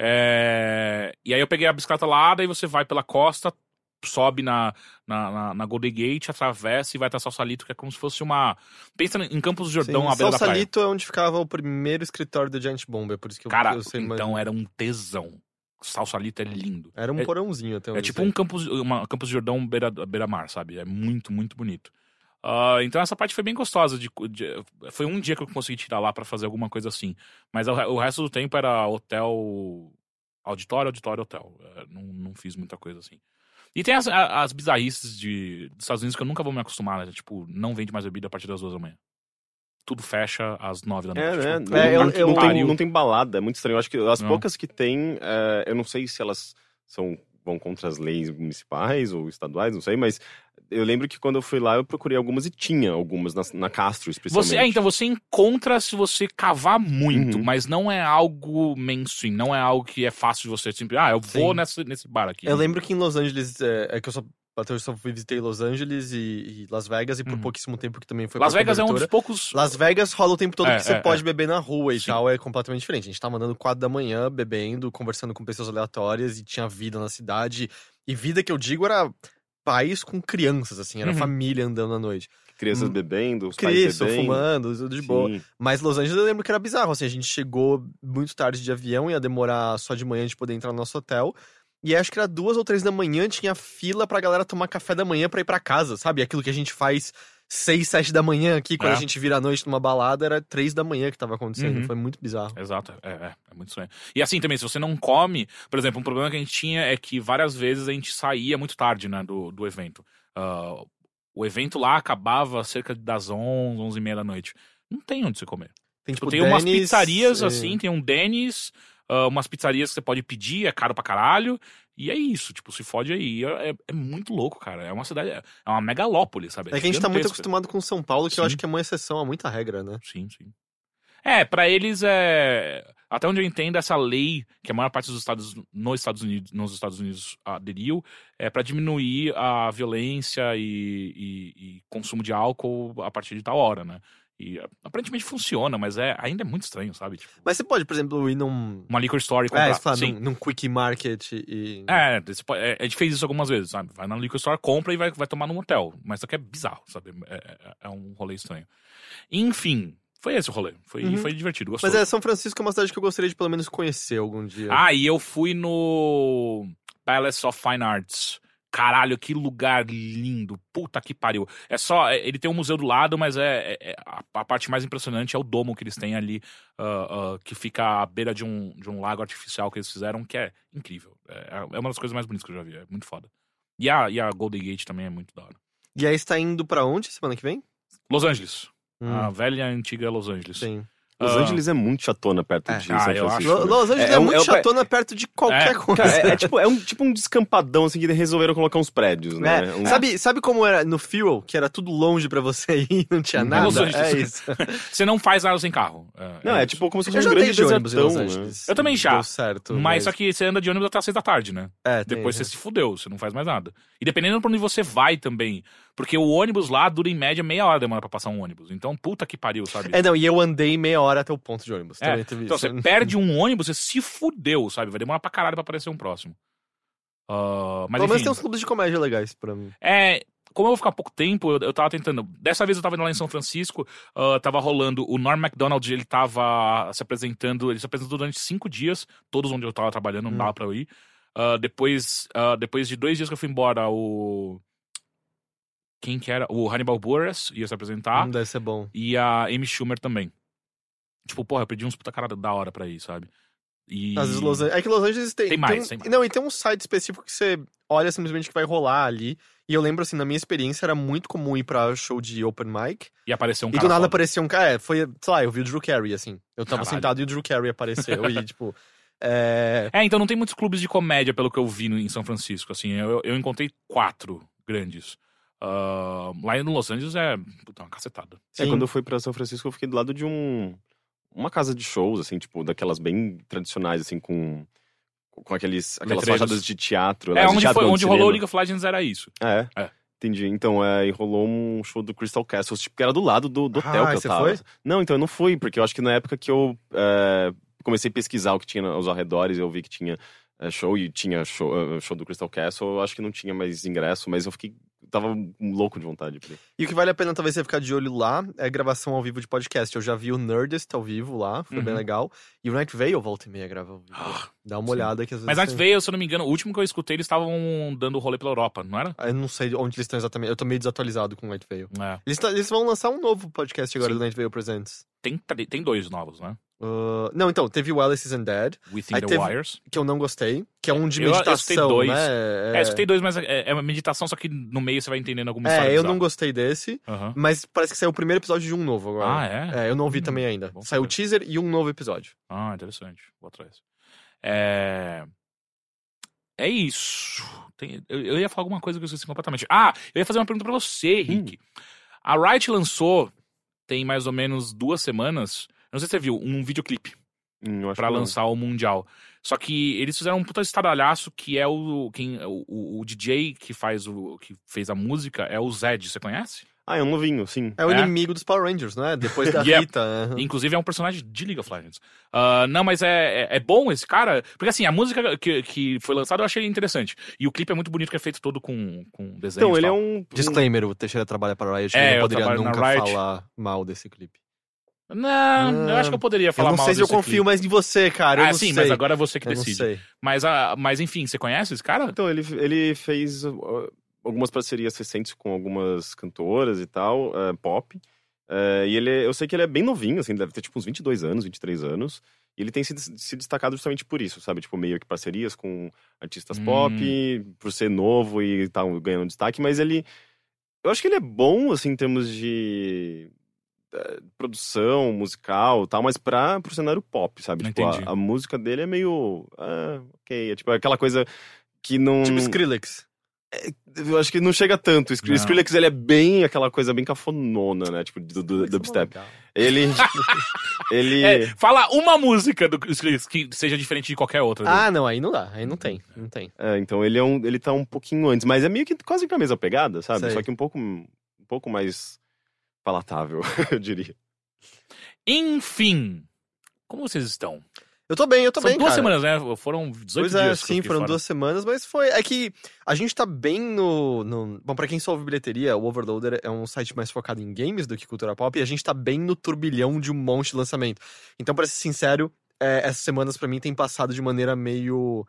Speaker 2: É, E aí eu peguei a bicicleta lá, daí você vai pela costa, sobe na, na, na, na Golden Gate, atravessa e vai até Salsalito, que é como se fosse uma. Pensa em Campos do Jordão, à beira da praia.
Speaker 1: Salsalito é onde ficava o primeiro escritório do Giant Bomb, é por isso que eu-
Speaker 2: Cara,
Speaker 1: eu, sei mais.
Speaker 2: então era um tesão. Salsalito é lindo.
Speaker 1: Era um
Speaker 2: é-
Speaker 1: porãozinho até onde
Speaker 2: É
Speaker 1: eu
Speaker 2: tipo
Speaker 1: sei.
Speaker 2: um Campos, uma Campos de Jordão beira- beira-mar, sabe? É muito, muito bonito. Ah, então essa parte foi bem gostosa. de- de- foi um dia que eu consegui tirar lá pra fazer alguma coisa assim. Mas o, re- o resto do tempo era hotel, auditório, auditório, hotel. Eh, Não, não fiz muita coisa assim. E tem as, a- as bizarrices de, dos Estados Unidos que eu nunca vou me acostumar, né? Tipo, não vende mais bebida a partir das duas da manhã. Tudo fecha às nove da noite.
Speaker 3: É, né?
Speaker 2: tipo,
Speaker 3: Não,
Speaker 1: É, eu-
Speaker 3: não,
Speaker 1: eu-
Speaker 3: não tem,
Speaker 2: pariu.
Speaker 3: não tem balada, é muito estranho. Eu acho que as
Speaker 2: Não.
Speaker 3: poucas que tem, é, eu não sei se elas são vão contra as leis municipais ou estaduais, não sei, mas eu lembro que quando eu fui lá eu procurei algumas e tinha algumas na, na Castro, especialmente.
Speaker 2: Você, é, então você encontra se você cavar muito,
Speaker 3: Uhum.
Speaker 2: mas não é algo mainstream, não é algo que é fácil de você sempre. Ah, eu vou
Speaker 1: Sim.
Speaker 2: nessa, nesse bar aqui.
Speaker 1: Eu lembro que em Los Angeles, é, é que eu só, até hoje só fui- visitei Los Angeles e, e Las Vegas, e por
Speaker 2: Uhum.
Speaker 1: pouquíssimo tempo que também foi
Speaker 2: Las
Speaker 1: pra
Speaker 2: Vegas é um dos
Speaker 1: cobertura.
Speaker 2: poucos.
Speaker 1: Las Vegas rola o tempo todo
Speaker 2: É,
Speaker 1: que você
Speaker 2: é,
Speaker 1: pode beber na rua e
Speaker 2: Sim.
Speaker 1: tal, é completamente diferente. A gente tava andando 4 da manhã, bebendo, conversando com pessoas aleatórias e tinha vida na cidade. E vida que eu digo era pais com crianças, assim, era
Speaker 2: Uhum.
Speaker 1: família andando à noite.
Speaker 3: Crianças
Speaker 1: Hum.
Speaker 3: bebendo, os pais
Speaker 1: Cristo,
Speaker 3: bebendo.
Speaker 1: fumando, tudo de boa.
Speaker 3: Sim.
Speaker 1: Mas Los Angeles eu lembro que era bizarro, assim, a gente chegou muito tarde de avião, ia demorar só de manhã de poder entrar no nosso hotel. E acho que era duas ou três da manhã, tinha fila pra galera tomar café da manhã pra ir pra casa, sabe? Aquilo que a gente faz seis, sete da manhã aqui, quando
Speaker 2: É.
Speaker 1: a gente vira à noite numa balada, era três da manhã que tava acontecendo.
Speaker 2: Uhum.
Speaker 1: Foi muito bizarro.
Speaker 2: Exato, é, é, é muito estranho. E assim também, se você não come, por exemplo, um problema que a gente tinha é que várias vezes a gente saía muito tarde, né, do, do evento. Ah, o evento lá acabava cerca das 11, 11 e meia da noite. Não tem onde você comer.
Speaker 1: Tem,
Speaker 2: Tipo, tem umas
Speaker 1: Denny's,
Speaker 2: pizzarias
Speaker 1: é,
Speaker 2: assim, tem um Dennis, ah, umas pizzarias que você pode pedir, é caro pra caralho. E é isso, tipo, se fode aí. É, é- é muito louco, cara. É uma cidade, é uma megalópole, sabe?
Speaker 1: É que a gente tá muito
Speaker 2: gigantesca.
Speaker 1: acostumado com São Paulo, que eu
Speaker 2: Sim.
Speaker 1: acho que é uma exceção a muita regra, né?
Speaker 2: Sim, sim. É, pra eles é. Até onde eu entendo, essa lei que a maior parte dos estados nos Estados Unidos, nos Estados Unidos aderiu é pra diminuir a violência e, e- e consumo de álcool a partir de tal hora, né? E é, aparentemente funciona, mas é, ainda é muito estranho, sabe? Tipo,
Speaker 1: Mas você pode, por exemplo, ir num.
Speaker 2: uma liquor store e comprar.
Speaker 1: É, você fala,
Speaker 2: Sim.
Speaker 1: num, num quick market e.
Speaker 2: É, você pode- é, a gente fez isso algumas vezes, sabe? Vai na liquor store, compra e vai, vai tomar num hotel. Mas só que é bizarro, sabe? É, é- é um rolê estranho. Enfim, foi esse o rolê. Foi,
Speaker 1: Uhum.
Speaker 2: foi divertido, gostou.
Speaker 1: Mas é, São Francisco é uma cidade que eu gostaria de pelo menos conhecer algum dia.
Speaker 2: Ah, e eu fui no Palace of Fine Arts. Caralho, que lugar lindo. Puta que pariu. É só. é- Ele tem um museu do lado, mas é, é- é- a, a parte mais impressionante é o domo que eles têm ali, ah, ah, que fica à beira de um, de um lago artificial que eles fizeram, que é incrível. É, é uma das coisas mais bonitas que eu já vi. É muito foda. E a, e a Golden Gate também é muito da hora.
Speaker 1: E aí está indo pra onde semana que vem?
Speaker 2: Los Angeles. A
Speaker 1: Hum,
Speaker 2: velha e antiga Los Angeles.
Speaker 1: sim.
Speaker 3: Los
Speaker 2: Ah,
Speaker 3: Angeles é muito chatona perto
Speaker 1: É.
Speaker 3: de
Speaker 2: Ah,
Speaker 3: São
Speaker 2: eu acho.
Speaker 3: Francisco.
Speaker 1: Lo-
Speaker 3: né?
Speaker 1: Los Angeles é,
Speaker 3: É um-
Speaker 1: muito
Speaker 3: é um-
Speaker 1: chatona perto de qualquer
Speaker 2: É,
Speaker 1: coisa.
Speaker 3: Cara, é, é tipo, é um, tipo um descampadão assim que resolveram colocar uns prédios, né?
Speaker 1: É,
Speaker 3: Um-
Speaker 1: Sabe, sabe como era no Fuel, que era tudo longe pra você <laughs> ir, não tinha
Speaker 3: Não,
Speaker 1: nada?
Speaker 2: Los Angeles.
Speaker 1: É isso.
Speaker 2: Você não faz nada sem carro. É,
Speaker 3: Não, é
Speaker 2: isso.
Speaker 3: tipo como se
Speaker 1: Eu
Speaker 3: fosse
Speaker 1: já
Speaker 3: um
Speaker 1: andei
Speaker 3: grande
Speaker 1: de ônibus em Los
Speaker 3: desertão. né?
Speaker 1: Angeles.
Speaker 2: Eu também já.
Speaker 1: Deu certo.
Speaker 2: Mas só que você anda de ônibus até as seis da tarde, né?
Speaker 1: É, tem-
Speaker 2: Depois você se fudeu, você não faz mais nada. E dependendo pra onde você vai também. Porque o ônibus lá dura em média meia hora demora pra passar um ônibus. Então, puta que pariu, sabe?
Speaker 1: É, não, e eu andei meia hora até o ponto de ônibus.
Speaker 2: É,
Speaker 1: Também teve
Speaker 2: então,
Speaker 1: isso. né?
Speaker 2: você perde um ônibus, você se fudeu, sabe? Vai demorar pra caralho pra aparecer um próximo. Ah, mas
Speaker 1: Pelo menos
Speaker 2: enfim,
Speaker 1: tem uns clubes de comédia legais pra mim.
Speaker 2: é, como eu vou ficar pouco tempo, eu, eu tava tentando. Dessa vez eu tava indo lá em São Francisco, ah, tava rolando. O Norm MacDonald, ele tava se apresentando, ele se apresentou durante cinco dias, todos onde eu tava trabalhando, não
Speaker 1: Hum.
Speaker 2: dava pra eu ir. Ah, depois, ah, depois de dois dias que eu fui embora, o. Quem que era? O Hannibal Buress ia se apresentar.
Speaker 1: Não deve ser bom.
Speaker 2: E a Amy Schumer também. Tipo, porra, eu pedi uns puta cara da hora pra ir, sabe? E...
Speaker 1: Às vezes Los Angeles. É que Los Angeles tem.
Speaker 2: Tem mais, tem mais.
Speaker 1: Não, e tem um site específico que você olha simplesmente que vai rolar ali. E eu lembro, assim, na minha experiência, era muito comum ir pra show de open mic.
Speaker 2: E apareceu um
Speaker 1: e
Speaker 2: cara.
Speaker 1: do nada
Speaker 2: foda.
Speaker 1: aparecia um cara. É, foi, sei lá, eu vi o Drew Carey, assim. Eu tava
Speaker 2: Caralho.
Speaker 1: sentado e o Drew Carey apareceu.
Speaker 2: <laughs>
Speaker 1: e, tipo. É.
Speaker 2: É, então não tem muitos clubes de comédia, pelo que eu vi no- em São Francisco, assim. Eu, eu encontrei quatro grandes. Ah, lá em Los Angeles é puta, uma cacetada.
Speaker 3: É,
Speaker 1: sim.
Speaker 3: quando eu fui pra São Francisco, eu fiquei do lado de um uma casa de shows, assim, tipo, daquelas bem tradicionais, assim, com com aqueles, aquelas
Speaker 2: Letreiros.
Speaker 3: fachadas de teatro. né?
Speaker 2: é,
Speaker 3: De
Speaker 2: onde,
Speaker 3: teatro,
Speaker 2: foi,
Speaker 3: não, de
Speaker 2: onde rolou o
Speaker 3: cinema.
Speaker 2: League of Legends era
Speaker 1: <gasps>
Speaker 2: isso.
Speaker 3: Ah, É.
Speaker 2: É.
Speaker 3: Entendi. Então, é, e rolou um show do Crystal Castles, tipo, que era do lado do, do
Speaker 1: Ah,
Speaker 3: hotel que eu
Speaker 1: você
Speaker 3: tava.
Speaker 1: foi?
Speaker 3: Não, então eu não fui, porque eu acho que na época que eu é, comecei a pesquisar o que tinha aos arredores, eu vi que tinha eh, show e tinha show, eh, show do Crystal Castle. Eu acho que não tinha mais ingresso, mas eu fiquei. Tava louco de vontade. pra ir.
Speaker 1: E o que vale a pena talvez você ficar de olho lá é gravação ao vivo de podcast. Eu já vi o Nerdist ao vivo lá, foi bem
Speaker 2: Uhum.
Speaker 1: legal. E o Night Vale volta e meia grava ao vivo. Dá uma
Speaker 2: Sim.
Speaker 1: olhada que às vezes.
Speaker 2: Mas antes
Speaker 1: tem-
Speaker 2: veio, se eu não me engano, o último que eu escutei, eles estavam dando rolê pela Europa, não era?
Speaker 1: Ah, Eu não sei onde eles estão exatamente. Eu tô meio desatualizado com o Night Vale.
Speaker 2: É.
Speaker 1: Eles, tá- eles vão lançar um novo podcast agora
Speaker 2: Sim.
Speaker 1: do Night Vale Presents.
Speaker 2: Tem, tre- tem dois novos, né?
Speaker 1: Ah, não, então, teve o Alice is Undead,
Speaker 2: Within
Speaker 1: Aí
Speaker 2: the
Speaker 1: teve-
Speaker 2: Wires.
Speaker 1: que eu não gostei, que é um de
Speaker 2: Eu- eu
Speaker 1: meditação,
Speaker 2: escutei dois.
Speaker 1: né?
Speaker 2: É, eu escutei dois, mas é, é uma meditação, só que no meio você vai entendendo alguma
Speaker 1: É,
Speaker 2: história.
Speaker 1: eu não
Speaker 2: bizarra.
Speaker 1: gostei desse,
Speaker 2: Aham.
Speaker 1: mas parece que saiu o primeiro episódio de um novo agora.
Speaker 2: Ah, é?
Speaker 1: É, eu não vi
Speaker 2: Hum,
Speaker 1: também ainda.
Speaker 2: bom
Speaker 1: Saiu o
Speaker 2: saber.
Speaker 1: teaser e um novo episódio.
Speaker 2: Ah, interessante. Vou atrás. É. É isso. Tem- Eu, eu ia falar alguma coisa que eu esqueci completamente. Ah, eu ia fazer uma pergunta pra você, Henrique.
Speaker 3: Hum.
Speaker 2: A Riot lançou, tem mais ou menos duas semanas, eu não sei se você viu, um videoclipe
Speaker 3: Hum, eu acho
Speaker 2: pra
Speaker 3: que não.
Speaker 2: lançar o Mundial. Só que eles fizeram um puta estardalhaço que é o, quem, o, o- o DJ que faz o que fez a música é o Zed, você conhece?
Speaker 3: Ah, é um novinho, sim.
Speaker 1: É o
Speaker 2: É?
Speaker 1: inimigo dos Power Rangers, né? Depois da
Speaker 2: <laughs> Yep.
Speaker 1: Rita. né?
Speaker 2: Inclusive é um personagem de League of Legends. Ah, não, mas é, é, é bom esse cara. Porque assim, a música que, que foi lançada eu achei interessante. E o clipe é muito bonito, que é feito todo com, com desenho.
Speaker 3: Então,
Speaker 2: e
Speaker 3: ele é
Speaker 2: tal.
Speaker 3: um.
Speaker 1: Disclaimer, o Teixeira trabalha para a Riot, eu
Speaker 2: É, eu
Speaker 1: não poderia
Speaker 2: trabalho na
Speaker 1: nunca
Speaker 2: Riot.
Speaker 1: falar mal desse clipe.
Speaker 2: Não, eu acho que eu poderia falar
Speaker 1: um- eu não
Speaker 2: mal
Speaker 1: sei se eu
Speaker 2: desse
Speaker 1: confio
Speaker 2: clipe.
Speaker 1: mais em você, cara. Eu
Speaker 2: Ah,
Speaker 1: não
Speaker 2: sim,
Speaker 1: sei.
Speaker 2: mas agora é você que
Speaker 1: eu não
Speaker 2: decide.
Speaker 1: sei.
Speaker 2: Mas, ah, mas enfim, você conhece esse cara?
Speaker 3: Então, ele, ele fez ó, algumas parcerias recentes com algumas cantoras e tal, é, pop. É, e ele, é- eu sei que ele é bem novinho, assim, deve ter tipo uns 22 anos, 23 anos. E ele tem se, des- se destacado justamente por isso, sabe? Tipo, meio que parcerias com artistas
Speaker 2: Hum.
Speaker 3: pop, por ser novo e tá ganhando destaque. Mas ele. Eu acho que ele é bom, assim, em termos de eh, produção musical e tal, mas pra, pro cenário pop, sabe? Tipo,
Speaker 2: Entendi.
Speaker 3: a, a música dele é meio. Ah, ok. É tipo aquela coisa que
Speaker 2: Um
Speaker 3: não.
Speaker 1: Tipo Skrillex.
Speaker 3: Eu acho que não chega tanto. O Skri-
Speaker 2: Não.
Speaker 3: Skrillex, ele é bem aquela coisa bem cafonona, né? Tipo, do, do- dubstep.
Speaker 1: <laughs>
Speaker 3: Ele. ele.
Speaker 2: É, fala uma música do Skrillex que seja diferente de qualquer outra.
Speaker 1: Ah, não, aí não dá. Aí não tem. Não tem.
Speaker 3: é, então, ele, é um, ele tá um pouquinho antes, mas é meio que quase que a mesma pegada, sabe?
Speaker 1: Sei.
Speaker 3: Só que um pouco, um pouco mais palatável, <laughs> eu diria.
Speaker 2: Enfim. Como vocês estão?
Speaker 1: Eu tô bem, eu tô
Speaker 2: São
Speaker 1: bem,
Speaker 2: duas
Speaker 1: cara.
Speaker 2: semanas, né? Foram 18
Speaker 1: Pois
Speaker 2: dias.
Speaker 1: é,
Speaker 2: que eu
Speaker 1: sim,
Speaker 2: fiquei
Speaker 1: foram
Speaker 2: fora.
Speaker 1: duas semanas, mas foi. É que a gente tá bem no, no- Bom, pra quem só ouve bilheteria, o Overloader é um site mais focado em games do que cultura pop, e a gente tá bem no turbilhão de um monte de lançamento. Então, pra ser sincero, é, essas semanas pra mim têm passado de maneira meio.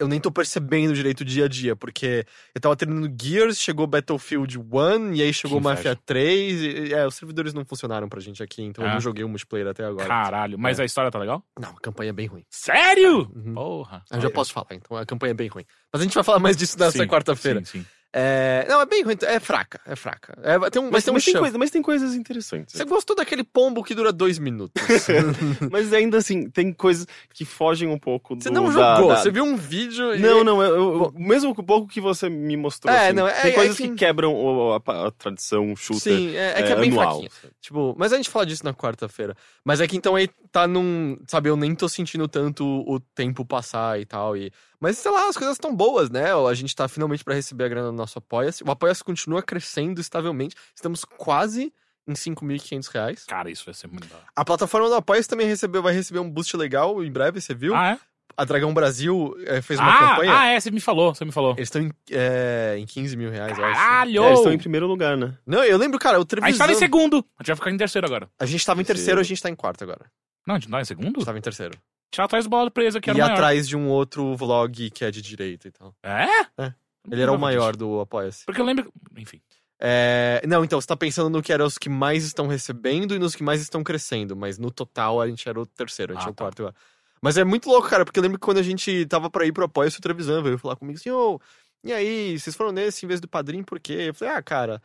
Speaker 1: Eu nem tô percebendo direito o dia a dia, porque eu tava treinando Gears, chegou Battlefield 1, e aí chegou
Speaker 2: Que
Speaker 1: Mafia
Speaker 2: inveja.
Speaker 1: 3. E, é, os servidores não funcionaram pra gente aqui, então eu
Speaker 2: Ah.
Speaker 1: não joguei o multiplayer até agora.
Speaker 2: Caralho, mas
Speaker 1: É.
Speaker 2: a história tá legal?
Speaker 1: Não, a campanha é bem ruim.
Speaker 2: Sério?
Speaker 1: Uhum.
Speaker 2: Porra.
Speaker 1: Eu já posso falar, então a campanha é bem ruim. Mas a gente vai falar mais disso nessa
Speaker 2: Sim,
Speaker 1: quarta-feira.
Speaker 2: Sim, sim.
Speaker 1: É, Não, é bem ruim, é fraca, é fraca. É, tem um, mas, tem um chão.
Speaker 3: coisa, mas tem coisas interessantes.
Speaker 1: Você gostou daquele pombo que dura dois minutos?
Speaker 3: <laughs> Mas ainda assim, tem coisas que fogem um pouco
Speaker 1: <laughs>
Speaker 3: do.
Speaker 1: Você não
Speaker 3: da-
Speaker 1: jogou,
Speaker 3: da-
Speaker 1: você viu um vídeo e...
Speaker 3: Não, não, eu, eu- mesmo com o pouco que você me mostrou.
Speaker 1: É,
Speaker 3: assim,
Speaker 1: não, é-
Speaker 3: tem
Speaker 1: é
Speaker 3: coisas
Speaker 1: que-
Speaker 3: que... quebram o- a, a tradição shooter
Speaker 1: Sim, é, é que é, bem
Speaker 3: anual.
Speaker 1: fraquinha. Tipo, mas a gente fala disso na quarta-feira. Mas é que então aí tá num. Sabe, eu nem tô sentindo tanto o tempo passar e tal. E... Mas sei lá, as coisas estão boas, né? A gente tá finalmente pra receber a grana do nosso Apoia-se. O Apoia-se continua crescendo estavelmente. Estamos quase em 5.500 reais.
Speaker 2: Cara, isso vai ser muito da hora.
Speaker 1: A plataforma do Apoia-se também recebeu, vai receber um boost legal em breve, você viu?
Speaker 2: Ah, é?
Speaker 1: A Dragão Brasil eh, fez uma
Speaker 2: Ah,
Speaker 1: campanha.
Speaker 2: ah, é, você me falou, você me falou.
Speaker 1: Eles estão em, eh, em 15 mil reais, eu acho.
Speaker 2: Caralho!
Speaker 3: É, eles estão em primeiro lugar, né?
Speaker 1: Não, eu lembro, cara, o
Speaker 2: a gente tava
Speaker 1: Trevisan...
Speaker 2: em segundo. A gente vai ficar em terceiro agora.
Speaker 1: A gente tava em terceiro, a gente tá em quarto agora.
Speaker 2: Não, a gente não tava em
Speaker 1: A
Speaker 2: segundo?
Speaker 1: gente tava em terceiro.
Speaker 2: Tirar atrás do bola presa,
Speaker 1: E
Speaker 2: que era o maior.
Speaker 1: atrás de um outro vlog que é de direita e tal.
Speaker 2: É?
Speaker 1: É.
Speaker 2: Não
Speaker 1: Ele era o
Speaker 2: lembrava
Speaker 1: maior
Speaker 2: disso.
Speaker 1: do Apoia-se.
Speaker 2: Porque eu lembro. Enfim. Ah,
Speaker 1: É, Não, então, você tá pensando no que eram os que mais estão recebendo e nos que mais estão crescendo, mas no total a gente era o terceiro, a gente
Speaker 2: Ah,
Speaker 1: era o
Speaker 2: tá.
Speaker 1: quarto. eu acho. Mas é muito louco, cara, porque eu lembro que quando a gente tava pra ir pro Apoia, o Trevisan veio falar comigo assim, ô, e aí, vocês foram nesse em vez do padrinho, por quê? Eu falei, ah, cara,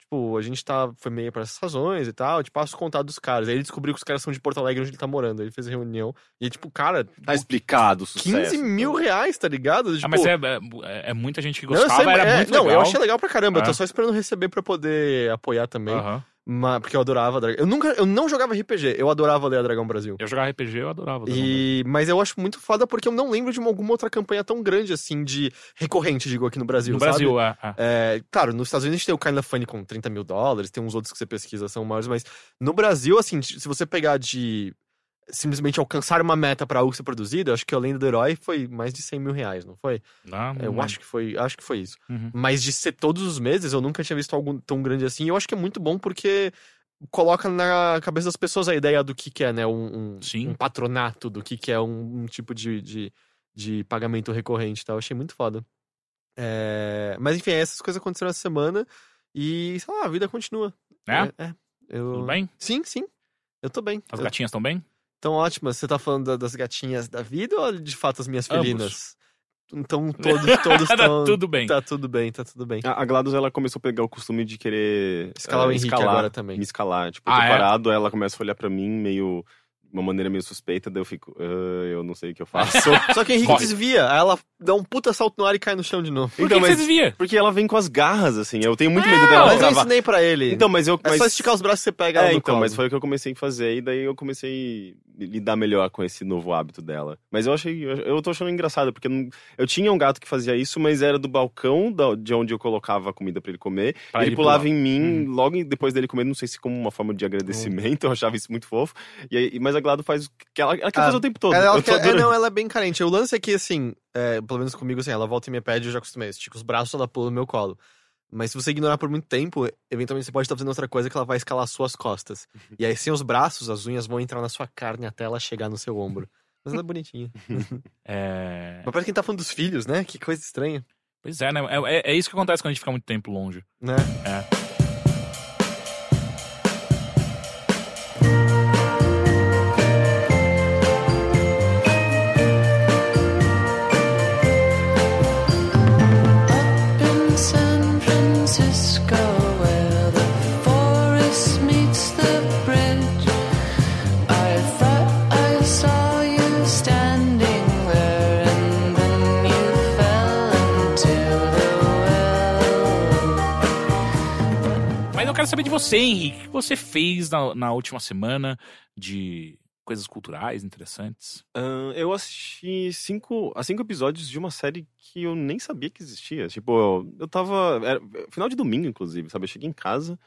Speaker 1: tipo, a gente tá, foi meio pra essas razões e tal, te passo o contato dos caras. Aí ele descobriu que os caras são de Porto Alegre, onde ele tá morando. Aí Ele fez reunião e, tipo, cara,
Speaker 3: Tá explicado o
Speaker 1: 15 mil reais, tá ligado?
Speaker 2: então. ah,
Speaker 1: Tipo,
Speaker 2: mas é, é, é muita gente que
Speaker 1: não, eu
Speaker 2: gostava,
Speaker 1: sei, mas
Speaker 2: era
Speaker 1: é,
Speaker 2: muito
Speaker 1: não,
Speaker 2: legal.
Speaker 1: eu achei legal pra caramba. Eu tô
Speaker 2: É.
Speaker 1: só esperando receber pra poder apoiar também.
Speaker 2: Aham.
Speaker 1: Mas- porque eu adorava Dragão. Eu nunca, eu não jogava RPG, eu adorava ler a Dragão Brasil.
Speaker 2: Eu jogava RPG, eu adorava.
Speaker 1: E, mas eu acho muito foda porque eu não lembro de uma- alguma outra campanha tão grande assim de recorrente, digo, aqui no Brasil.
Speaker 2: no
Speaker 1: sabe?
Speaker 2: Brasil, é, é.
Speaker 1: É, claro, nos Estados Unidos a gente tem o Kind of Funny com 30 mil dólares, tem uns outros que você pesquisa são maiores, mas no Brasil, assim, se você pegar de simplesmente alcançar uma meta para algo ser produzido, eu acho que a Lenda do Herói foi mais de 100 mil reais, não foi?
Speaker 2: Dá,
Speaker 1: É, Eu acho que foi, acho que foi isso.
Speaker 2: Uhum.
Speaker 1: Mas de ser todos os meses, eu nunca tinha visto algo tão grande assim. E eu acho que é muito bom porque coloca na cabeça das pessoas a ideia do que, que é, né? Um, um,
Speaker 2: Sim.
Speaker 1: um patronato, do que, que é um, um tipo de, de, de pagamento recorrente e tal. Eu achei muito foda. É, Mas enfim, essas coisas aconteceram essa semana e, sei lá, a vida continua.
Speaker 2: É?
Speaker 1: É, é. Eu-
Speaker 2: Tudo bem? Tá
Speaker 1: Sim, sim. Eu tô bem.
Speaker 2: As
Speaker 1: Eu
Speaker 2: gatinhas estão bem?
Speaker 1: então, ótimo. Você tá falando da- das gatinhas da vida ou de fato as minhas
Speaker 2: Ambos.
Speaker 1: felinas?
Speaker 2: <laughs>
Speaker 1: Então, todos, todos
Speaker 2: tá
Speaker 1: estão.
Speaker 2: tudo bem.
Speaker 1: Tá tudo bem, tá tudo bem.
Speaker 3: A a GLaDOS, ela começou a pegar o costume de querer...
Speaker 1: Escalar o
Speaker 3: eh,
Speaker 1: Henrique
Speaker 3: escalar,
Speaker 1: agora também.
Speaker 3: Me escalar. Tipo, eu
Speaker 2: Ah,
Speaker 3: tô
Speaker 2: é?
Speaker 3: parado, ela começa a olhar pra mim meio... De uma maneira meio suspeita, daí eu fico... "Ah, eu não sei o que eu faço.
Speaker 1: <laughs> Só que o Henrique
Speaker 2: Corre.
Speaker 1: desvia, aí ela dá um puta salto no ar e cai no chão de novo.
Speaker 2: Por que,
Speaker 3: Então,
Speaker 2: que
Speaker 3: mas-
Speaker 2: você desvia?
Speaker 3: Porque ela vem com as garras, assim. Eu tenho muito medo dela
Speaker 1: mas eu
Speaker 3: travar.
Speaker 1: ensinei pra ele.
Speaker 3: Então, mas eu...
Speaker 1: é
Speaker 3: mas...
Speaker 1: só esticar os braços e você pega ela
Speaker 3: É,
Speaker 1: no
Speaker 3: então,
Speaker 1: colo.
Speaker 3: mas foi o que eu comecei a fazer e daí eu comecei a lidar melhor com esse novo hábito dela. Mas eu achei, eu- eu tô achando engraçado, porque eu não- eu tinha um gato que fazia isso, mas era do balcão da- de onde eu colocava a comida pra ele comer.
Speaker 2: Pra
Speaker 3: ele,
Speaker 2: ele
Speaker 3: pulava
Speaker 2: pular.
Speaker 3: em mim logo depois dele comer, não sei se como uma forma de agradecimento, <laughs> eu achava isso muito fofo. E aí- mas a Glado faz o que ela, ela quer
Speaker 1: Ah,
Speaker 3: fazer o tempo todo.
Speaker 1: Ela, ela
Speaker 3: Eu tô
Speaker 1: quer- é,
Speaker 3: adorando.
Speaker 1: não, ela é bem carente. O lance é que, assim, é, pelo menos comigo, assim, ela volta e me pede, eu já acostumei. Eu Estico os braços, ela pula no meu colo. Mas se você ignorar por muito tempo, eventualmente você pode estar fazendo outra coisa que ela vai escalar as suas costas. E aí, sem os braços, as unhas vão entrar na sua carne até ela chegar no seu ombro. Mas ela é
Speaker 3: <laughs>
Speaker 1: bonitinha.
Speaker 2: É...
Speaker 1: Mas parece que a gente tá falando dos filhos, né? Que coisa estranha.
Speaker 2: Pois é, né? É, é- é isso que acontece quando a gente fica muito tempo longe.
Speaker 1: Né?
Speaker 4: Up in San Francisco, where the forest meets the bridge, I thought I saw you standing there, and then you fell into the well.
Speaker 2: Mas eu quero saber de você, Henrique. O que você fez na, na última semana de coisas culturais interessantes?
Speaker 3: Ahn, Ah, eu assisti cinco, a cinco episódios de uma série que eu nem sabia que existia. Tipo, eu, eu tava. Era, final de domingo, inclusive, sabe? Eu cheguei em casa,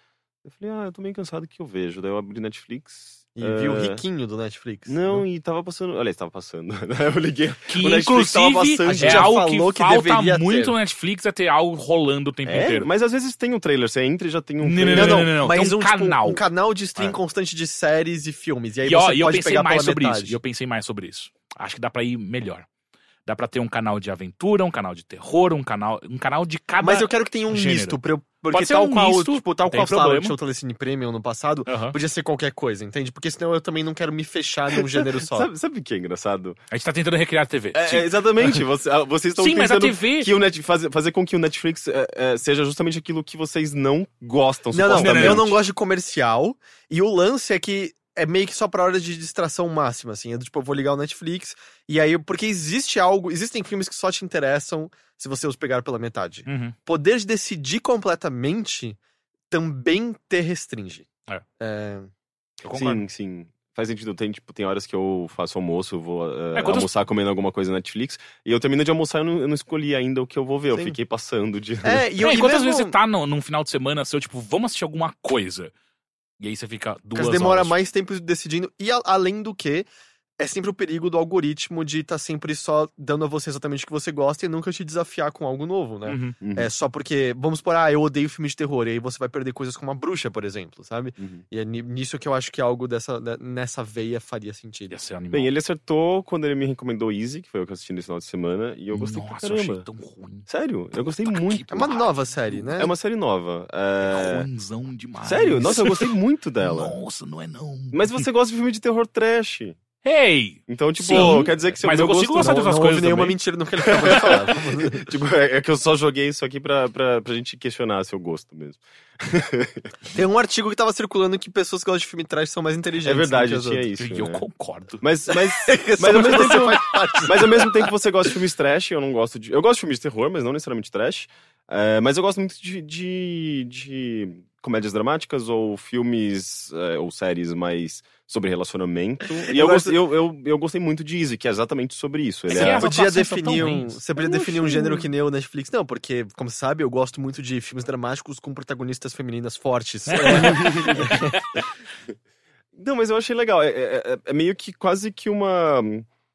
Speaker 3: eu falei, ah, eu tô meio cansado do que eu vejo. Daí eu abri Netflix.
Speaker 1: E
Speaker 3: eh,
Speaker 1: viu né? o riquinho do Netflix.
Speaker 3: Não, e tava passando. Aliás, tava passando. <laughs> né? eu liguei.
Speaker 2: Que,
Speaker 3: O Netflix tava
Speaker 1: passando, a
Speaker 2: inclusive,
Speaker 1: gente
Speaker 2: é
Speaker 1: já
Speaker 2: algo
Speaker 1: falou
Speaker 2: que,
Speaker 1: que deveria
Speaker 2: falta
Speaker 1: ter.
Speaker 2: muito no Netflix é ter algo rolando o tempo
Speaker 3: É,
Speaker 2: inteiro.
Speaker 3: mas às vezes tem um trailer, você entra e já tem um
Speaker 2: Não,
Speaker 3: trailer.
Speaker 1: Não, não,
Speaker 2: não, não.
Speaker 1: Mas
Speaker 2: Tem um
Speaker 1: um, tipo,
Speaker 2: canal.
Speaker 1: um canal de stream
Speaker 2: É.
Speaker 1: constante de séries e filmes. E aí
Speaker 2: E, ó,
Speaker 1: você
Speaker 2: e eu
Speaker 1: pode
Speaker 2: pensei
Speaker 1: pegar
Speaker 2: mais
Speaker 1: pela
Speaker 2: sobre
Speaker 1: metade.
Speaker 2: isso. E eu pensei mais sobre isso. Acho que dá pra ir melhor. Dá pra ter um canal de aventura, um canal de terror, um canal, um canal de cada.
Speaker 1: Mas eu quero que tenha um
Speaker 2: gênero.
Speaker 1: misto, pra eu, porque
Speaker 2: Pode ser
Speaker 1: tal
Speaker 2: um
Speaker 1: qual,
Speaker 2: misto,
Speaker 1: tipo, tal
Speaker 2: tem
Speaker 1: qual Flower
Speaker 2: problema.
Speaker 1: tinha o Telecine Premium no passado,
Speaker 2: Aham.
Speaker 1: podia ser qualquer coisa, entende? Porque senão eu também não quero me fechar <laughs> num gênero só.
Speaker 3: Sabe, sabe o que é engraçado?
Speaker 2: A gente tá tentando recriar a TV.
Speaker 3: É,
Speaker 2: Sim.
Speaker 3: é,
Speaker 2: <laughs>
Speaker 3: exatamente. você- ah, vocês estão
Speaker 2: Tipo, Sim, mas a
Speaker 3: tentando
Speaker 2: TV.
Speaker 3: que o Net, fazer, fazer com que o Netflix eh, eh, seja justamente aquilo que vocês não gostam.
Speaker 1: Não, não,
Speaker 3: supostamente.
Speaker 1: eu não gosto de comercial. E o lance é que é meio que só pra hora de distração máxima, assim. É do tipo, eu vou ligar o Netflix. E aí, porque existe algo. Existem filmes que só te interessam se você os pegar pela metade.
Speaker 2: Uhum.
Speaker 1: Poder de decidir completamente também te restringe.
Speaker 2: É.
Speaker 1: É,
Speaker 2: Eu concordo.
Speaker 3: Sim, sim. Faz sentido. Tem, tipo, tem horas que eu faço almoço, vou eh,
Speaker 2: É, quantas-
Speaker 3: almoçar comendo alguma coisa na Netflix. E eu termino de almoçar e eu não, eu não escolhi ainda o que eu vou ver. Eu
Speaker 1: Sim.
Speaker 3: fiquei passando de.
Speaker 1: É, e, eu,
Speaker 2: É,
Speaker 1: e
Speaker 2: e quantas
Speaker 1: mesmo-
Speaker 2: vezes você tá no, num final de semana, seu tipo, vamos assistir alguma coisa? E aí você fica duas
Speaker 1: Porque demora
Speaker 2: horas.
Speaker 1: mais tempo decidindo. E a- além do que, é sempre o perigo do algoritmo de estar sempre só dando a você exatamente o que você gosta e nunca te desafiar com algo novo, né?
Speaker 2: Uhum.
Speaker 3: Uhum,
Speaker 1: É só porque, vamos por, ah, eu odeio filme de terror, e aí você vai perder coisas como a bruxa, por exemplo, sabe?
Speaker 3: uhum.
Speaker 1: E é ni- nisso que eu acho que algo dessa, da- nessa veia faria sentido.
Speaker 2: Ia ser animal.
Speaker 3: Bem, ele acertou quando ele me recomendou Easy, que foi o que eu assisti nesse final de semana, e eu gostei
Speaker 2: Nossa,
Speaker 3: pra
Speaker 2: eu
Speaker 3: caramba.
Speaker 2: achei tão ruim.
Speaker 3: Sério, eu gostei
Speaker 2: Puta que
Speaker 3: muito.
Speaker 1: É uma
Speaker 2: pariu.
Speaker 1: nova série, né?
Speaker 3: É uma série nova. É...
Speaker 2: Ruinzão demais.
Speaker 3: Sério? Nossa, eu gostei muito dela.
Speaker 2: Nossa, não é não.
Speaker 3: Mas você gosta de filme de terror trash.
Speaker 2: Ei!
Speaker 3: Então, tipo,
Speaker 2: Sim,
Speaker 3: quer dizer que seu
Speaker 2: mas
Speaker 3: meu
Speaker 2: eu consigo
Speaker 3: gosto...
Speaker 2: gostar
Speaker 1: não,
Speaker 2: dessas
Speaker 1: não
Speaker 2: coisas
Speaker 1: houve nenhuma
Speaker 2: também.
Speaker 1: mentira no que ele acabou de
Speaker 2: <laughs>
Speaker 1: falar.
Speaker 3: <laughs> Tipo, é, é que eu só joguei isso aqui pra, pra, pra gente questionar seu gosto mesmo.
Speaker 1: Tem um artigo que tava circulando que pessoas que gostam de filme trash são mais inteligentes.
Speaker 3: É verdade,
Speaker 1: do que as
Speaker 3: tinha
Speaker 1: <laughs> outras.
Speaker 3: isso.
Speaker 2: eu
Speaker 3: né?
Speaker 2: concordo. <laughs>
Speaker 3: Mas, mas,
Speaker 1: Mas ao mesmo
Speaker 3: tempo-
Speaker 1: tempo faz parte.
Speaker 3: mas ao mesmo tempo você gosta de filmes trash, eu não gosto de. Eu gosto de filmes de terror, mas não necessariamente trash. É, mas eu gosto muito de, de, de comédias dramáticas ou filmes é, ou séries mais sobre relacionamento.
Speaker 2: É,
Speaker 3: E
Speaker 1: Eu
Speaker 3: eu,
Speaker 1: gosto-
Speaker 3: gostei, eu, eu, eu gostei muito de Easy, que é exatamente sobre isso. Ele
Speaker 2: É que
Speaker 3: é-
Speaker 2: as
Speaker 1: podia
Speaker 2: atuações são
Speaker 1: definir
Speaker 2: tão
Speaker 1: um,
Speaker 2: ruins.
Speaker 1: você podia
Speaker 3: Eu
Speaker 1: definir um
Speaker 3: acho-
Speaker 1: gênero que nem o Netflix. Não, porque, como você sabe, eu gosto muito de
Speaker 3: <laughs>
Speaker 1: filmes dramáticos com protagonistas femininas fortes. É,
Speaker 3: Não, mas eu achei legal. É, é- é- é meio que quase que uma.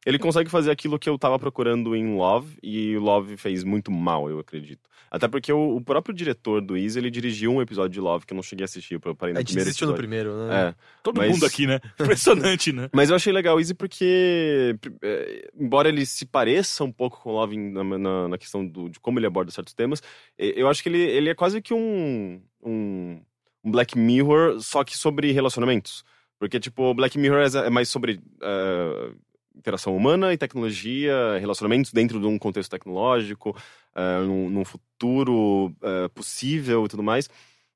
Speaker 3: Ele consegue fazer aquilo que eu tava procurando em Love, e Love fez muito mal, eu acredito. Até porque o, o próprio diretor do Easy, ele dirigiu um episódio de Love que eu não cheguei a assistir, eu parei
Speaker 1: A
Speaker 3: no
Speaker 1: gente
Speaker 3: primeiro
Speaker 1: desistiu
Speaker 3: episódio.
Speaker 1: no primeiro, né?
Speaker 3: É.
Speaker 2: Todo
Speaker 3: Mas-
Speaker 2: mundo aqui, né? Impressionante,
Speaker 3: <laughs>
Speaker 2: né?
Speaker 3: Mas eu achei legal o Easy porque, eh, embora ele se pareça um pouco com o Love em- na, na- na questão do- de como ele aborda certos temas, eh, eu acho que ele, ele é quase que um, um, um Black Mirror, só que sobre relacionamentos. Porque, tipo, o Black Mirror é é mais sobre eh, interação humana e tecnologia, relacionamentos dentro de um contexto tecnológico, eh, num, num futuro eh, possível e tudo mais.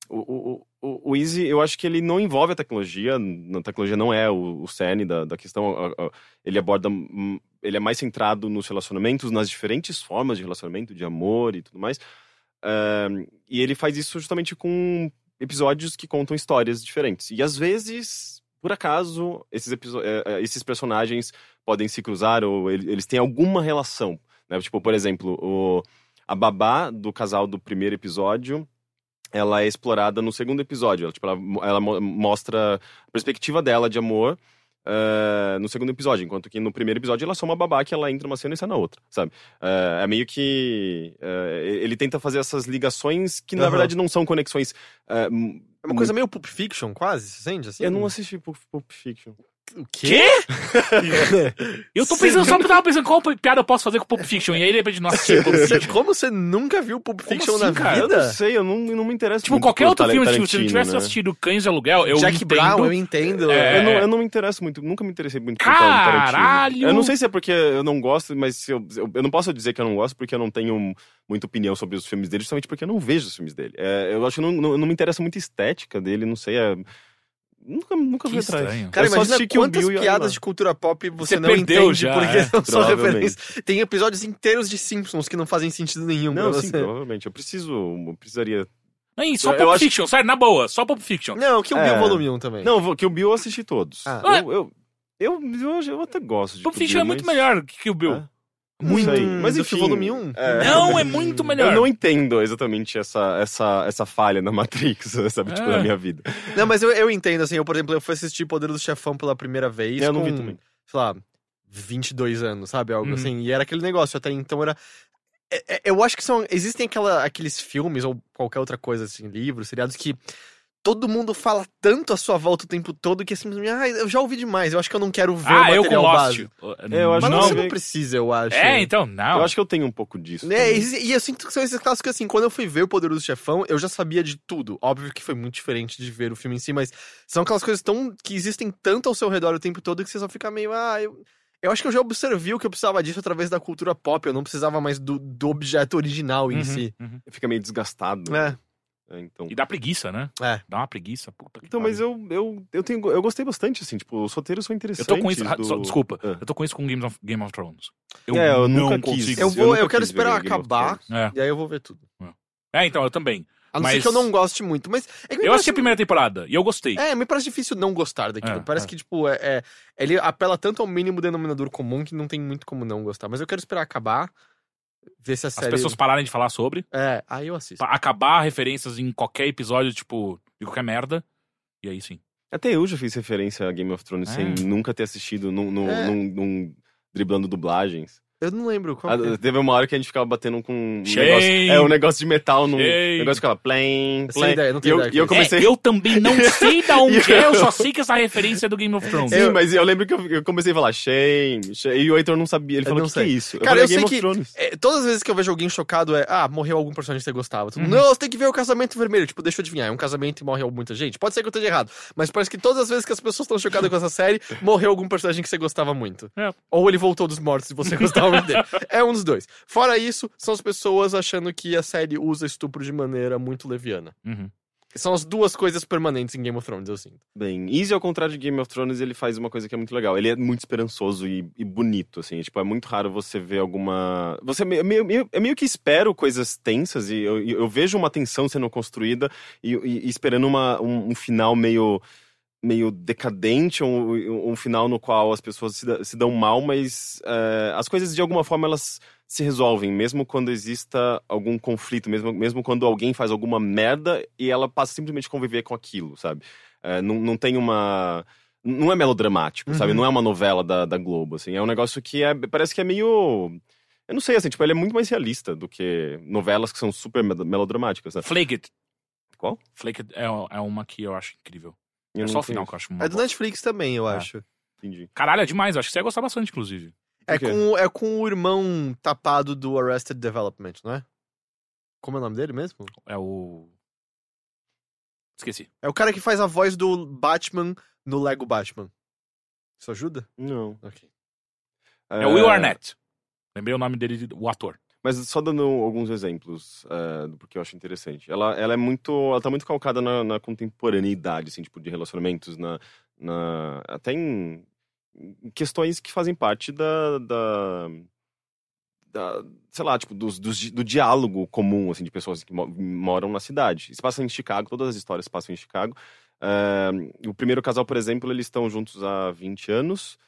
Speaker 3: O, o, o, o Easy, eu acho que ele não envolve a tecnologia, n- a tecnologia não é o, o cerne da, da questão. a- a- Ele aborda. hum, Ele é mais centrado nos relacionamentos, nas diferentes formas de relacionamento, de amor e tudo mais. Ahn, e ele faz isso justamente com episódios que contam histórias diferentes. E às vezes, por acaso, esses, episo- eh, eh, esses personagens podem se cruzar ou ele- eles têm alguma relação. né? Tipo, por exemplo, o, a babá do casal do primeiro episódio ela é explorada no segundo episódio. Ela, tipo, ela, mo- ela mo- mostra a perspectiva dela de amor eh, no segundo episódio, enquanto que no primeiro episódio ela é só uma babá que ela entra numa cena e sai na outra, sabe? Eh, é meio que. eh, ele tenta fazer essas ligações que na
Speaker 1: Aham.
Speaker 3: verdade não são conexões. eh, m-
Speaker 1: É uma coisa meio Pulp Fiction, quase, você sente assim?
Speaker 3: eu não assisti Pulp, Pulp Fiction.
Speaker 1: O quê?
Speaker 2: Quê? Eu tô pensando, só tava tá pensando qual piada eu posso fazer com Pulp Fiction. E aí, de repente, nossa, tinha
Speaker 3: <laughs>
Speaker 2: Pulp Fiction.
Speaker 1: <laughs> Você- Como você nunca viu Pulp
Speaker 2: Como
Speaker 1: Fiction
Speaker 2: assim,
Speaker 1: na
Speaker 2: cara?
Speaker 3: Eu
Speaker 1: vida?
Speaker 3: não sei, eu não, eu não me interesso.
Speaker 2: Tipo,
Speaker 3: muito
Speaker 2: qualquer
Speaker 3: por
Speaker 2: outro filme,
Speaker 3: Tarantino,
Speaker 2: tipo, se eu tivesse
Speaker 3: né?
Speaker 2: assistido Cães de Aluguel, eu
Speaker 1: Jack
Speaker 2: entendo.
Speaker 1: Brown, eu entendo.
Speaker 2: É.
Speaker 3: Eu, não, eu não me interesso muito, nunca me interessei muito por Tarantino.
Speaker 2: Caralho!
Speaker 3: Eu não sei se é porque eu não gosto, mas se eu, eu, eu não posso dizer que eu não gosto porque eu não tenho muita opinião sobre os filmes dele, justamente porque eu não vejo os filmes dele. É, eu acho que não, não, não me interessa muito a estética dele, não sei, é... Nunca, nunca
Speaker 2: Que
Speaker 3: vi atrás.
Speaker 2: estranho.
Speaker 1: Cara,
Speaker 3: Eu só
Speaker 1: imagina
Speaker 3: assisti Kill
Speaker 1: quantas
Speaker 3: Bill e olha lá.
Speaker 1: piadas de cultura pop você,
Speaker 2: Você
Speaker 1: não
Speaker 2: perdeu
Speaker 1: entende
Speaker 2: já,
Speaker 1: porque
Speaker 2: é.
Speaker 1: <laughs> são <laughs> só
Speaker 3: Provavelmente.
Speaker 1: referências. Tem episódios inteiros de Simpsons que não fazem sentido nenhum pra
Speaker 3: Não, sim,
Speaker 1: você.
Speaker 3: provavelmente. Eu preciso, eu precisaria...
Speaker 2: Aí, só
Speaker 3: Eu
Speaker 2: Pulp
Speaker 3: acho-
Speaker 2: Fiction, sério, na boa, só Pulp Fiction.
Speaker 1: Não, que o Bill
Speaker 3: É.
Speaker 1: Volume 1 também.
Speaker 3: Não, que o Bill eu assisti todos.
Speaker 1: Ah.
Speaker 3: Eu, eu, eu, eu, eu até gosto de
Speaker 2: Pulp
Speaker 3: Kill Bill,
Speaker 2: Fiction é muito
Speaker 3: mas-
Speaker 2: melhor que Kill Bill.
Speaker 3: É? Muito.
Speaker 1: Hum,
Speaker 3: Mas
Speaker 1: do
Speaker 3: enfim...
Speaker 1: que o volume um?
Speaker 3: é.
Speaker 2: Não, é muito melhor.
Speaker 3: Eu não entendo exatamente essa, essa, essa falha na Matrix, <laughs> sabe? Tipo,
Speaker 2: É.
Speaker 3: na minha vida.
Speaker 1: Não, mas eu, eu entendo, assim, eu, por exemplo, eu fui assistir Poder do Chefão pela primeira vez
Speaker 3: eu
Speaker 1: com,
Speaker 3: não vi também.
Speaker 1: sei lá, 22 anos, sabe? Algo
Speaker 2: Uhum.
Speaker 1: assim. E era aquele negócio, até então era... é- é- Eu acho que são... Existem aquela, aqueles filmes ou qualquer outra coisa, assim, livros, seriados, que todo mundo fala tanto à sua volta o tempo todo que, assim, ah, eu já ouvi demais, eu acho que eu não quero ver o
Speaker 2: Ah, eu com
Speaker 1: material
Speaker 2: Lost.
Speaker 1: base.
Speaker 3: É, eu acho
Speaker 1: Mas
Speaker 3: que
Speaker 1: não,
Speaker 3: não
Speaker 1: você não
Speaker 3: vi.
Speaker 1: precisa, eu acho.
Speaker 2: É, então, não.
Speaker 3: Eu acho que eu tenho um pouco disso.
Speaker 1: É,
Speaker 3: também.
Speaker 1: e, e eu sinto que são esses clássicos assim, quando eu fui ver o Poderoso Chefão, eu já sabia de tudo. Óbvio que foi muito diferente de ver o filme em si, mas são aquelas coisas tão que existem tanto ao seu redor o tempo todo que você só fica meio, ah, eu. Eu acho que eu já observei o que eu precisava disso através da cultura pop, eu não precisava mais do, do objeto original em
Speaker 2: Uhum,
Speaker 1: si.
Speaker 2: uhum.
Speaker 3: Fica meio desgastado. né?
Speaker 1: É.
Speaker 3: É, então.
Speaker 2: E dá preguiça, né?
Speaker 1: É.
Speaker 2: Dá uma preguiça, puta que
Speaker 3: Então,
Speaker 2: pariu.
Speaker 3: mas eu, eu, eu, tenho, eu gostei bastante, assim, tipo, os roteiros são
Speaker 2: Eu
Speaker 3: interessantes.
Speaker 2: tô com isso. ah,
Speaker 3: do-
Speaker 2: só- desculpa,
Speaker 3: Ah.
Speaker 2: eu tô com isso com Game of, Game of Thrones.
Speaker 3: É, eu
Speaker 2: não
Speaker 3: nunca quis.
Speaker 2: consigo.
Speaker 1: Eu
Speaker 3: Eu
Speaker 1: vou,
Speaker 3: nunca
Speaker 1: eu quero
Speaker 3: quis ver
Speaker 1: esperar
Speaker 3: Game of
Speaker 1: acabar,
Speaker 2: É.
Speaker 1: e aí eu vou ver tudo.
Speaker 2: É, então, eu também.
Speaker 1: A não ser
Speaker 2: Mas-
Speaker 1: que eu não goste muito, mas. É que me
Speaker 2: Eu assisti a
Speaker 1: parece-
Speaker 2: primeira temporada e eu gostei.
Speaker 1: É, me parece difícil não gostar daquilo.
Speaker 2: É,
Speaker 1: parece
Speaker 2: é.
Speaker 1: que, tipo, é, é- ele apela tanto ao mínimo denominador comum que não tem muito como não gostar. Mas eu quero esperar acabar, ver se a
Speaker 2: As
Speaker 1: série.
Speaker 2: pessoas pararem de falar sobre,
Speaker 1: É, aí eu assisto.
Speaker 2: pra acabar referências em qualquer episódio, tipo, de qualquer merda. E aí sim.
Speaker 3: Até eu já fiz referência a Game of Thrones
Speaker 2: É.
Speaker 3: sem nunca ter assistido num, num,
Speaker 1: É.
Speaker 3: num- num- driblando dublagens.
Speaker 1: Eu não lembro qual.
Speaker 3: Ah,
Speaker 1: que é.
Speaker 3: teve uma hora que a gente ficava batendo com um
Speaker 2: Shame.
Speaker 3: negócio, é, um negócio de metal num
Speaker 2: Shame.
Speaker 3: negócio que ela plim,
Speaker 1: Sem
Speaker 3: plim.
Speaker 1: ideia, não
Speaker 3: E
Speaker 1: tenho
Speaker 3: eu,
Speaker 1: ideia
Speaker 3: e eu
Speaker 1: que é
Speaker 3: comecei
Speaker 2: É, eu também
Speaker 3: <laughs>
Speaker 2: não sei da onde é, eu só sei que essa referência é do Game of Thrones.
Speaker 3: Sim, mas eu lembro que eu, eu comecei a falar shame, shame, e o Heitor não sabia. Ele
Speaker 1: Eu
Speaker 3: falou,
Speaker 1: não
Speaker 3: o que, que é
Speaker 1: sei.
Speaker 3: isso?
Speaker 1: Cara,
Speaker 3: falei,
Speaker 1: eu sei
Speaker 3: Game
Speaker 1: que-
Speaker 3: of Thrones.
Speaker 1: É, todas as vezes que eu vejo alguém chocado é, ah, morreu algum personagem que você gostava. Todo mundo,
Speaker 2: Uhum.
Speaker 1: Não, você tem que ver o casamento vermelho. Tipo, deixa eu adivinhar, é um casamento e morreu muita gente. Pode ser que eu esteja errado, mas parece que todas as vezes que as pessoas estão chocadas com essa
Speaker 3: <laughs>
Speaker 1: série, morreu algum personagem que você gostava muito.
Speaker 2: É.
Speaker 1: Ou ele voltou dos mortos e
Speaker 3: <laughs>
Speaker 1: você gostava muito dele. É um dos dois. Fora isso, são as pessoas achando que a série usa estupro de maneira muito leviana.
Speaker 2: Uhum.
Speaker 1: São as duas coisas permanentes em Game of Thrones, eu sinto.
Speaker 3: Bem, Easy, ao contrário de Game of Thrones, ele faz uma coisa que é muito legal. Ele é muito esperançoso e, e bonito, assim. Tipo, é muito raro você ver alguma... Você me- meio, meio, eu meio que espero coisas tensas e eu, eu vejo uma tensão sendo construída e, e- e esperando uma, um, um final meio... Meio decadente, um, um final no qual as pessoas se, da- se dão mal, mas eh, as coisas de alguma forma elas se resolvem, mesmo quando exista algum conflito, mesmo, mesmo quando alguém faz Eh, alguma merda e ela passa simplesmente a conviver com aquilo, sabe? É, não, não tem uma. Não é melodramático,
Speaker 1: Uhum.
Speaker 3: sabe? Não é uma novela da, da Globo, assim. É um negócio que é, parece que é meio. Eu não sei, assim, tipo, ele é muito mais realista do que novelas que são super mel- melodramáticas, né?
Speaker 2: Flake It.
Speaker 3: Qual?
Speaker 2: Flake It é, é uma que eu acho incrível.
Speaker 3: Eu
Speaker 2: é
Speaker 3: não
Speaker 2: só o
Speaker 3: tenho-
Speaker 2: final que eu acho.
Speaker 1: É
Speaker 2: uma
Speaker 1: do
Speaker 2: boa.
Speaker 1: Netflix também, eu
Speaker 2: É.
Speaker 1: acho.
Speaker 3: Entendi.
Speaker 2: Caralho, é demais. Eu acho que você ia gostar bastante, inclusive.
Speaker 1: É
Speaker 3: Por quê?
Speaker 1: com, é com o irmão tapado do Arrested Development, não é? Como é o nome dele mesmo?
Speaker 2: É o. Esqueci.
Speaker 1: É o cara que faz a voz do Batman no Lego Batman. Isso ajuda?
Speaker 3: Não.
Speaker 1: Ok.
Speaker 2: É, o Will Arnett. Lembrei o nome dele, o ator.
Speaker 3: Mas só dando alguns exemplos é, do porque eu acho interessante. Ela, ela é muito. Ela tá muito calcada na, na contemporaneidade, assim, tipo, de relacionamentos, na. na- até em, em questões que fazem parte da. da, da- sei lá, tipo, dos, dos di- do diálogo comum, assim, de pessoas que mo- moram na cidade. Se passa em Chicago, todas as histórias se passam em Chicago. É, o primeiro casal, por exemplo, eles estão juntos há 20 anos.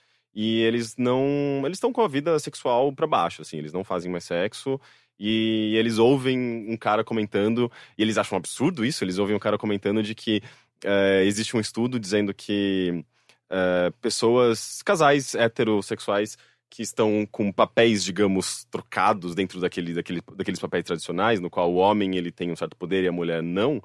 Speaker 3: E eles não. Eles estão com a vida sexual pra baixo, assim, eles não fazem mais sexo. E eles ouvem um cara comentando, e eles acham um absurdo isso, eles ouvem um cara comentando de que eh, existe um estudo dizendo que eh, pessoas, casais heterossexuais que estão com papéis, digamos, trocados dentro daquele, daquele, daqueles papéis tradicionais, no qual o homem ele tem um certo poder e a mulher não,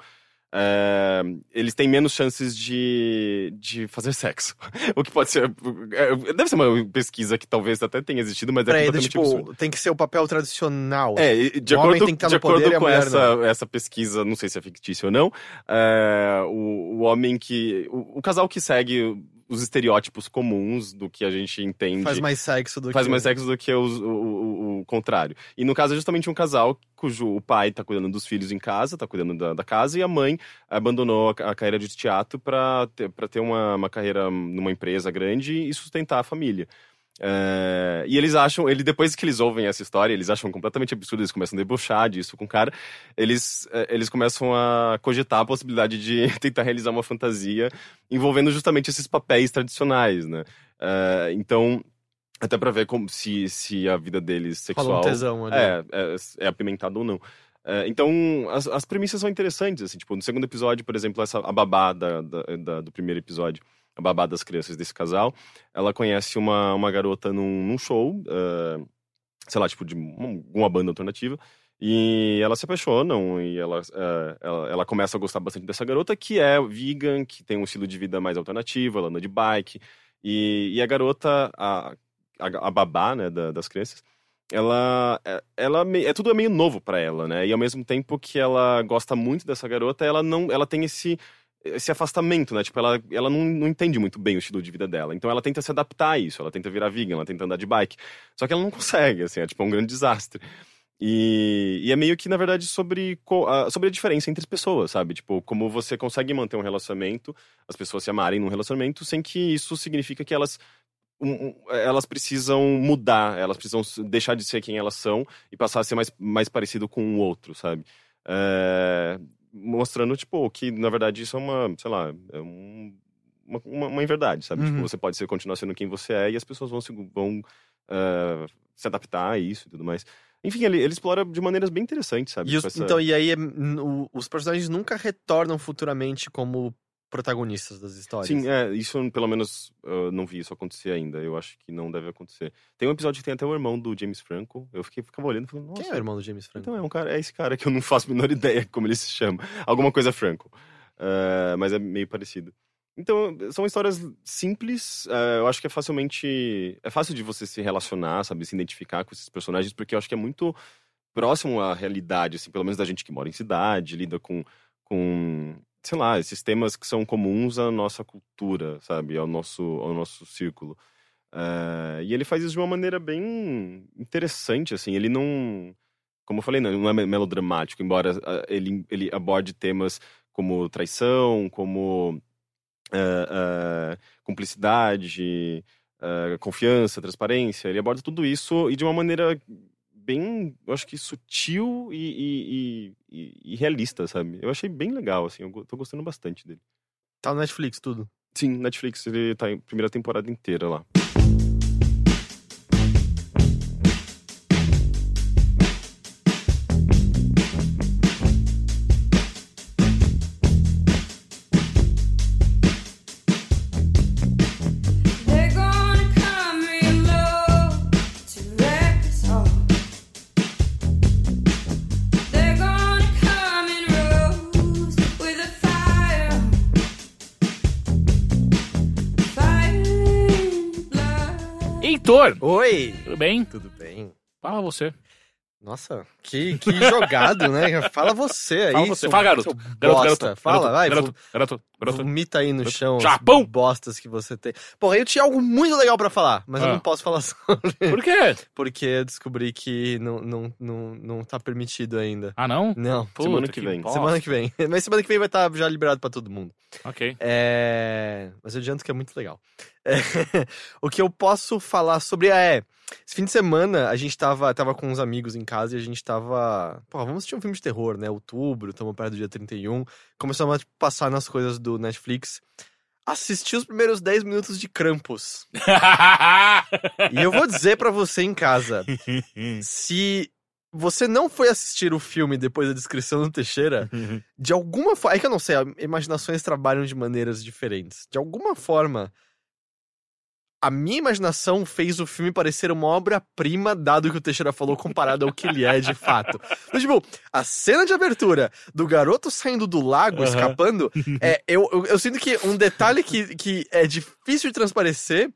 Speaker 3: eh, eles têm menos chances de, de fazer sexo. <laughs> o que pode ser. eh, Deve ser uma pesquisa que talvez até tenha existido, mas é
Speaker 1: Peraí,
Speaker 3: completamente
Speaker 1: tipo,
Speaker 3: absurda.
Speaker 1: tem que ser o papel tradicional.
Speaker 3: É, e de
Speaker 1: O homem
Speaker 3: acordo,
Speaker 1: tem que estar
Speaker 3: de
Speaker 1: no poder
Speaker 3: acordo
Speaker 1: e a
Speaker 3: com
Speaker 1: mulher
Speaker 3: essa, essa pesquisa, não sei se é fictícia ou não, é, o, o homem que. O, o casal que segue os estereótipos comuns do que a gente entende
Speaker 1: Faz mais sexo do
Speaker 3: faz
Speaker 1: que.
Speaker 3: mais sexo do que os- o, o- o contrário. E no caso é justamente um casal cujo o pai tá cuidando dos filhos em casa, tá cuidando da, da casa, e a mãe abandonou a, ca- a carreira de teatro para ter, pra ter uma, uma carreira numa empresa grande e sustentar a família. É, e eles acham, ele depois que eles ouvem essa história, eles acham completamente absurdo, eles começam a debochar disso com o cara. Eles, é, eles começam a cogitar a possibilidade de <laughs> tentar realizar uma fantasia envolvendo justamente esses papéis tradicionais, né? É, então, até pra ver como se, se a vida deles
Speaker 1: Rola um
Speaker 3: sexual
Speaker 1: tesão ali.
Speaker 3: é, é, é apimentado ou não. É, então, as, as premissas são interessantes, assim, tipo, no segundo episódio, por exemplo, essa, a babá da- da- da- do primeiro episódio, a babá das crianças desse casal, ela conhece uma, uma garota num, num show, é, sei lá, tipo, de um- uma banda alternativa, e elas se apaixonam, e ela, é, ela, ela começa a gostar bastante dessa garota, que é vegan, que tem um estilo de vida mais alternativo, ela anda de bike, e, e a garota, a, a, a babá, né, da- das crianças, ela, é- ela me- é tudo é meio novo pra ela, né? E ao mesmo tempo que ela gosta muito dessa garota, ela não, ela tem esse esse afastamento, né? Tipo, ela, ela não, não entende muito bem o estilo de vida dela. Então ela tenta se adaptar a isso, ela tenta virar vegan, ela tenta andar de bike. Só que ela não consegue, assim, é tipo um grande desastre. E, e é meio que, na verdade, sobre, co- a- sobre a diferença entre as pessoas, sabe? Tipo, como você consegue manter um relacionamento, as pessoas se amarem num relacionamento, sem que isso significa que elas um- um- elas precisam mudar, elas precisam s- deixar de ser quem elas são e passar a ser mais, mais parecido com o outro, sabe? É, mostrando, tipo, que na verdade isso é uma, sei lá, é um- uma, uma, uma inverdade, sabe?
Speaker 1: Uhum.
Speaker 3: Tipo, você pode ser, continuar sendo quem você é e as pessoas vão se, vão, é, se adaptar a isso e tudo mais. Enfim, ele, ele explora de maneiras bem interessantes, sabe?
Speaker 1: E os-
Speaker 3: Tipo, essa-
Speaker 1: Então, e aí é- n- o- os personagens nunca retornam futuramente como protagonistas das histórias.
Speaker 3: Sim, é, isso pelo menos eu não vi isso acontecer ainda. Eu acho que não deve acontecer. Tem um episódio que tem até o irmão do James Franco. Eu fiquei, ficava olhando e falando, nossa.
Speaker 1: Quem é o irmão do James Franco?
Speaker 3: Então é um cara, é esse cara que eu não faço a menor ideia como ele se chama. Alguma coisa Franco. É, mas é meio parecido. Então, são histórias simples, é, eu acho que é facilmente. É fácil de você se relacionar, sabe, se identificar com esses personagens, porque eu acho que é muito próximo à realidade, assim, pelo menos da gente que mora em cidade, lida com, com sei lá, esses temas que são comuns à nossa cultura, sabe, ao nosso, ao nosso círculo. É, e ele faz isso de uma maneira bem interessante, assim, ele não como eu falei, não, não é me- melodramático, embora ah, ele, ele aborde temas como traição, como ah, ah, cumplicidade, ah, confiança, transparência. Ele aborda tudo isso e de uma maneira bem, eu acho que sutil e, e- e- e- e realista, sabe? Eu achei bem legal, assim, eu go- tô gostando bastante dele.
Speaker 1: Tá no Netflix tudo.
Speaker 3: Sim, Netflix, ele tá em primeira temporada inteira lá.
Speaker 2: Vitor,
Speaker 1: Oi!
Speaker 2: tudo bem?
Speaker 1: Tudo bem?
Speaker 2: Fala você.
Speaker 1: Nossa, que, que jogado, né? <laughs> Fala você aí.
Speaker 2: Fala você.
Speaker 1: seu-
Speaker 2: Fala, garoto.
Speaker 1: seu
Speaker 2: Garoto,
Speaker 1: bosta.
Speaker 2: garoto.
Speaker 1: Fala,
Speaker 2: garoto,
Speaker 1: vai.
Speaker 2: Garoto, garoto, garoto.
Speaker 1: Vomita aí no chão. as
Speaker 2: Japão!
Speaker 1: Bostas que você tem. Porra, eu tinha algo muito legal pra falar, mas eu
Speaker 2: Ah.
Speaker 1: não posso falar só. <laughs>
Speaker 2: Por quê?
Speaker 1: Porque eu descobri que não, não, não, não tá permitido ainda.
Speaker 2: Ah, não?
Speaker 1: Não.
Speaker 3: Semana
Speaker 2: Puta,
Speaker 3: que vem.
Speaker 1: <laughs>
Speaker 2: bosta.
Speaker 1: Semana que vem. <laughs> Mas semana que vem vai estar já liberado pra todo mundo. <laughs>
Speaker 2: Ok. <laughs>
Speaker 1: É, Mas eu adianto que é muito legal. É, <laughs> o que eu posso falar sobre é. Esse fim de semana a gente tava, tava com uns amigos em casa e a gente tava. Pô, vamos assistir um filme de terror, né? Outubro, estamos perto do dia 31. Começamos a tipo, passar nas coisas do Netflix. Assisti os primeiros 10 minutos de Krampus. E eu vou dizer pra você em casa: se você não foi assistir o filme depois da descrição do Teixeira, de alguma forma. É que eu não sei, imaginações trabalham de maneiras diferentes. De alguma forma, a minha imaginação fez o filme parecer uma obra-prima, dado o que o Teixeira falou, comparado ao que ele é de fato. Então, tipo, a cena de abertura do garoto saindo do lago,
Speaker 2: Aham.
Speaker 1: escapando, é, eu, eu, eu sinto que um detalhe que, que é difícil de transparecer.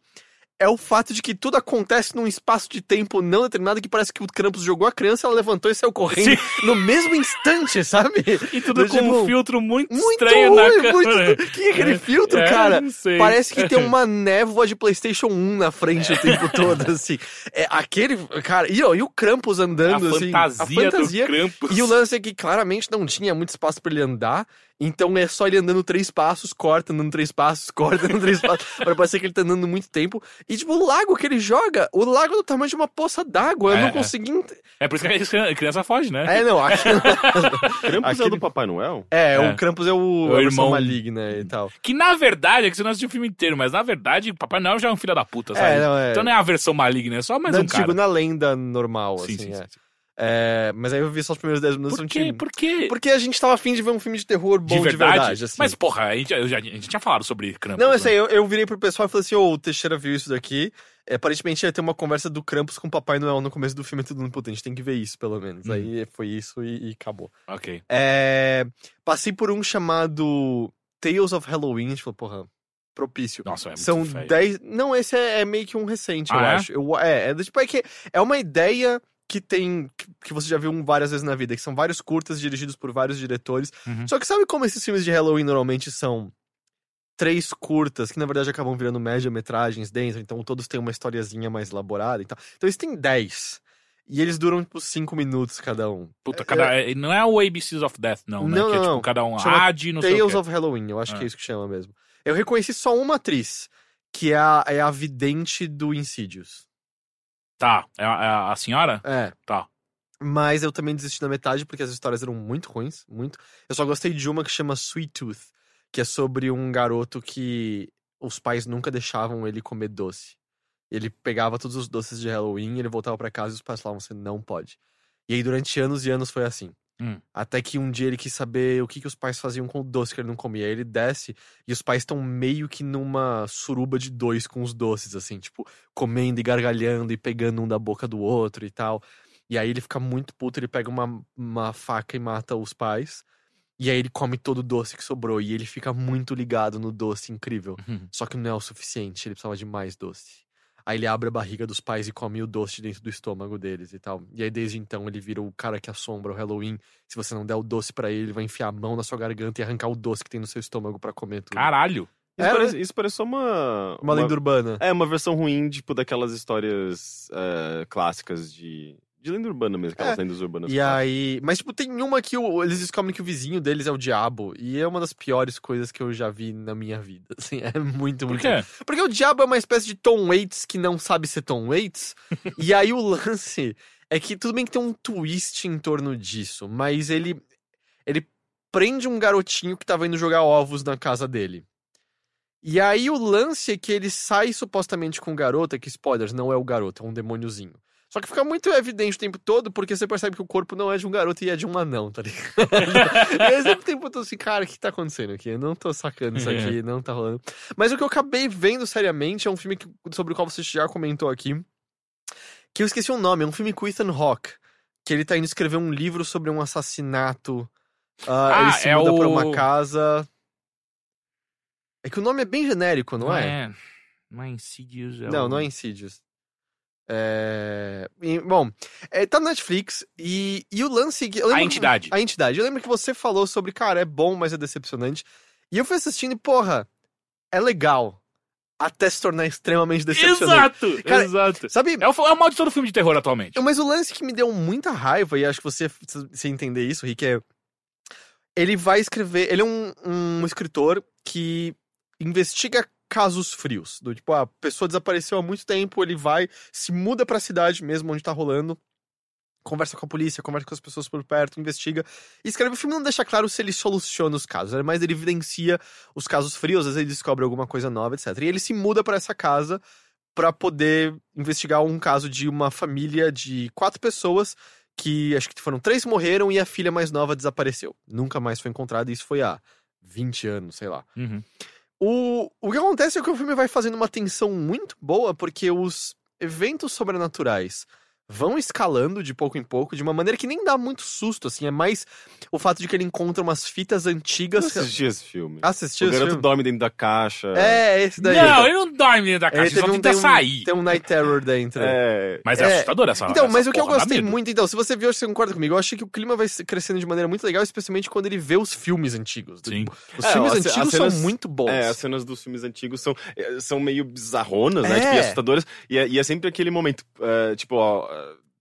Speaker 1: É o fato de que tudo acontece num espaço de tempo não determinado que parece que o Krampus jogou a criança, ela levantou e saiu correndo no mesmo instante, sabe?
Speaker 2: E tudo
Speaker 1: Eu
Speaker 2: com um
Speaker 1: digo,
Speaker 2: filtro muito,
Speaker 1: Muito
Speaker 2: estranho na
Speaker 1: ruim,
Speaker 2: câmera.
Speaker 1: muito. Que é aquele filtro,
Speaker 2: É,
Speaker 1: cara?
Speaker 2: não sei.
Speaker 1: Parece que
Speaker 2: <laughs>
Speaker 1: tem um uma névoa de PlayStation 1 na frente o tempo todo, assim. É, aquele. Cara, e, ó, e o Krampus andando,
Speaker 2: a
Speaker 1: assim.
Speaker 2: fantasia
Speaker 1: a fantasia.
Speaker 2: do Krampus.
Speaker 1: E o lance é que claramente não tinha muito espaço pra ele andar, então é só ele andando três passos, corta, andando três passos, <laughs> corta, andando três passos, pra parecer que ele tá andando muito tempo. E tipo, o lago que ele joga, o lago é do tamanho de uma poça d'água, eu
Speaker 2: É,
Speaker 1: não
Speaker 2: é.
Speaker 1: consegui. ent-
Speaker 2: É por isso que a criança foge, né?
Speaker 1: É, não,
Speaker 2: <laughs>
Speaker 1: aquilo...
Speaker 3: Krampus é o
Speaker 1: Aquele-
Speaker 3: do Papai Noel?
Speaker 1: é,
Speaker 2: É.
Speaker 1: o Krampus é o,
Speaker 2: O
Speaker 1: a versão
Speaker 2: irmão.
Speaker 1: maligna e tal.
Speaker 2: Que na verdade, é que você não assistiu o filme inteiro, mas na verdade, Papai Noel já é um filho da puta, sabe?
Speaker 1: É, não, é.
Speaker 2: Então não é a versão maligna, é só mais
Speaker 1: não,
Speaker 2: um
Speaker 1: digo
Speaker 2: cara.
Speaker 1: na lenda normal,
Speaker 2: Sim,
Speaker 1: assim,
Speaker 2: sim,
Speaker 1: é.
Speaker 2: sim, sim.
Speaker 1: É, Mas aí eu vi só os primeiros 10 minutos
Speaker 2: Por
Speaker 1: não
Speaker 2: quê?
Speaker 1: tinha-
Speaker 2: Por quê?
Speaker 1: Porque a gente tava afim de ver um filme de terror bom de verdade, assim.
Speaker 2: Mas, porra, a gente, eu já- a gente tinha falado sobre Krampus.
Speaker 1: Não, eu
Speaker 2: né?
Speaker 1: sei, eu, eu virei pro pessoal e falei assim, ô, o Teixeira viu isso daqui. É, aparentemente ia ter uma conversa do Krampus com o Papai Noel no começo do filme, é todo mundo, puta, a gente tem que ver isso, pelo menos.
Speaker 2: Uhum.
Speaker 1: Aí foi isso e, e acabou.
Speaker 2: Ok.
Speaker 1: É, passei por um chamado Tales of Halloween, a gente falou, porra, propício.
Speaker 2: Nossa, é muito
Speaker 1: São
Speaker 2: feio.
Speaker 1: 10. Não, esse é, é meio que um recente, eu
Speaker 2: Ah, é?
Speaker 1: acho. Eu, é, é do tipo, é que é uma ideia que tem. Que, que você já viu um várias vezes na vida, que são vários curtas dirigidos por vários diretores.
Speaker 2: Uhum.
Speaker 1: Só que sabe como esses filmes de Halloween normalmente são três curtas, que na verdade acabam virando média-metragens dentro, então todos têm uma historiazinha mais elaborada e tal. Então eles têm 10. E eles duram, tipo, cinco minutos cada um.
Speaker 2: Puta, cada, é, não é o ABCs of Death, não, né?
Speaker 1: Não,
Speaker 2: que é
Speaker 1: não,
Speaker 2: tipo
Speaker 1: não.
Speaker 2: cada um
Speaker 1: Chama
Speaker 2: ad, não sei o
Speaker 1: Tales
Speaker 2: quê.
Speaker 1: of Halloween, eu acho que
Speaker 2: Ah.
Speaker 1: é isso que chama mesmo. Eu reconheci só uma atriz, que é a, é a vidente do Insidious.
Speaker 2: Tá, é a, é a- a senhora?
Speaker 1: É.
Speaker 2: Tá.
Speaker 1: Mas eu também desisti na metade porque as histórias eram muito ruins, muito. Eu só gostei de uma que chama Sweet Tooth, que é sobre um garoto que os pais nunca deixavam ele comer doce. Ele pegava todos os doces de Halloween, ele voltava pra casa e os pais falavam: "Você não pode". E aí durante anos e anos foi assim.
Speaker 2: Hum.
Speaker 1: Até que um dia ele quis saber o que, que os pais faziam com o doce que ele não comia. Aí ele desce e os pais estão meio que numa suruba de dois com os doces, assim, tipo, comendo e gargalhando e pegando um da boca do outro e tal. E aí ele fica muito puto, ele pega uma, uma faca e mata os pais. E aí ele come todo o doce que sobrou. E ele fica muito ligado no doce incrível.
Speaker 2: Uhum.
Speaker 1: Só que não é o suficiente, ele precisava de mais doce. Aí ele abre a barriga dos pais e come o doce dentro do estômago deles e tal. E aí desde então ele vira o cara que assombra o Halloween. Se você não der o doce pra ele, ele vai enfiar a mão na sua garganta e arrancar o doce que tem no seu estômago pra comer tudo.
Speaker 2: Caralho.
Speaker 3: Isso,
Speaker 1: É,
Speaker 3: parece, isso parece só né? uma...
Speaker 1: Uma lenda urbana.
Speaker 3: É, uma versão ruim, tipo, daquelas histórias é, clássicas de... De lenda urbana mesmo, aquelas lendas urbanas.
Speaker 1: É. E
Speaker 3: clássicas.
Speaker 1: aí. Mas, tipo, tem uma que o- eles descobrem que o vizinho deles é o diabo. E é uma das piores coisas que eu já vi na minha vida. <laughs> Assim, é muito,
Speaker 2: Por
Speaker 1: muito.
Speaker 2: quê?
Speaker 1: Porque o diabo é uma espécie de Tom Waits que não sabe ser Tom Waits. <laughs> e aí o lance é que tudo bem que tem um twist em torno disso, mas ele ele prende um garotinho que tava indo jogar ovos na casa dele. E aí o lance é que ele sai supostamente com o garoto, é que spoilers, não é o garoto, é um demôniozinho. Só que fica muito evidente o tempo todo, porque você percebe que o corpo não é de um garoto e é de um anão, tá ligado? <laughs> e aí, sempre o tempo todo assim, cara, o que tá acontecendo aqui? Eu não tô sacando isso aqui, não tá rolando. Mas o que eu acabei vendo seriamente é um filme que- sobre o qual você já comentou aqui. Que eu esqueci o nome, é um filme com Ethan Hawke. Que ele tá indo escrever um livro sobre um assassinato. ah,
Speaker 2: Ah,
Speaker 1: ele se
Speaker 2: é
Speaker 1: muda pra
Speaker 2: o-
Speaker 1: uma casa. É que o nome é bem genérico, não, é?
Speaker 2: Não é Insidious. é
Speaker 1: Não,
Speaker 2: o-
Speaker 1: não é Insidious. É, e, bom, é, tá na Netflix e, e o lance. que- Eu lembro
Speaker 2: A
Speaker 1: que-
Speaker 2: entidade.
Speaker 1: a entidade. Eu lembro que você falou sobre, cara, é bom, mas é decepcionante. E eu fui assistindo e, porra, é legal. Até se tornar extremamente decepcionante.
Speaker 2: Exato!
Speaker 1: Cara,
Speaker 2: exato.
Speaker 1: Sabe?
Speaker 2: É o, é o mal de todo filme de terror atualmente.
Speaker 1: Mas o lance que me deu muita raiva, e acho que você, você entender isso, Rick, é. Ele vai escrever. Ele é um, um escritor que investiga casos frios. Do tipo, ah, a pessoa desapareceu há muito tempo, ele vai, se muda pra cidade mesmo onde tá rolando, conversa com a polícia, conversa com as pessoas por perto, investiga. E escreve o filme não deixa claro se ele soluciona os casos, né? mas ele evidencia os casos frios, às vezes ele descobre alguma coisa nova, etc. E ele se muda pra essa casa pra poder investigar um caso de uma família de quatro pessoas que acho que foram três morreram e a filha mais nova desapareceu. Nunca mais foi encontrada, e isso foi há 20 anos, sei lá.
Speaker 2: Uhum.
Speaker 1: O, o que acontece é que o filme vai fazendo uma tensão muito boa, porque os eventos sobrenaturais vão escalando de pouco em pouco, de uma maneira que nem dá muito susto, assim. É mais o fato de que ele encontra umas fitas
Speaker 3: Eu
Speaker 1: antigas.
Speaker 3: não assisti esse filme.
Speaker 1: Ah, Assistiu
Speaker 3: o
Speaker 1: esse
Speaker 3: garoto
Speaker 1: filme?
Speaker 3: dorme dentro da caixa.
Speaker 1: É, esse daí.
Speaker 2: Não, ele não dorme dentro da caixa, ele
Speaker 1: teve
Speaker 2: só
Speaker 1: um-
Speaker 2: tenta
Speaker 1: tem um-
Speaker 2: sair.
Speaker 1: Tem um Night Terror dentro.
Speaker 3: É,
Speaker 2: Mas é,
Speaker 1: É.
Speaker 2: assustador essa
Speaker 1: Então,
Speaker 2: essa
Speaker 1: mas o que eu
Speaker 2: porra dá
Speaker 1: gostei
Speaker 2: medo.
Speaker 1: muito, então, se você viu, acho que você concorda comigo, eu achei que o clima vai se- crescendo de maneira muito legal, especialmente quando ele vê os filmes antigos.
Speaker 2: Sim.
Speaker 1: Os
Speaker 3: É,
Speaker 1: filmes
Speaker 3: as- as
Speaker 1: antigos
Speaker 3: cenas-
Speaker 1: são muito bons.
Speaker 3: É, as cenas dos filmes antigos são, eh, são meio bizarronas, né?
Speaker 1: É.
Speaker 3: Tipo, e assustadoras. E é, e é sempre aquele momento, eh, tipo, ó. eh,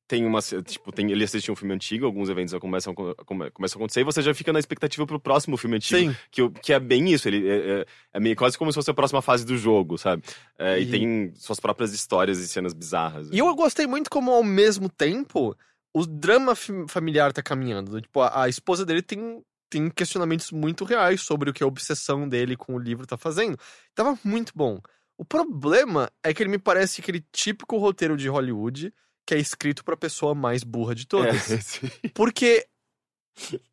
Speaker 3: Tem uma. ce- Tipo, tem, ele assiste um filme antigo, alguns eventos começam, a- come- começam a acontecer, e você já fica na expectativa pro próximo filme antigo.
Speaker 1: Sim.
Speaker 3: Que, o- que é bem isso, ele é, é- é meio, quase como se fosse a próxima fase do jogo, sabe? Eh,
Speaker 1: E-
Speaker 3: E tem suas próprias histórias e cenas bizarras.
Speaker 1: Uhum.
Speaker 3: né?
Speaker 1: E eu gostei muito como, ao mesmo tempo, o drama fi- familiar tá caminhando. né? Tipo, a, a esposa dele tem, tem questionamentos muito reais sobre o que a obsessão dele com o livro tá fazendo. Tava muito bom. O problema é que ele me parece aquele típico roteiro de Hollywood que é escrito pra pessoa mais burra de
Speaker 3: É,
Speaker 1: todas.
Speaker 3: sim.
Speaker 1: Porque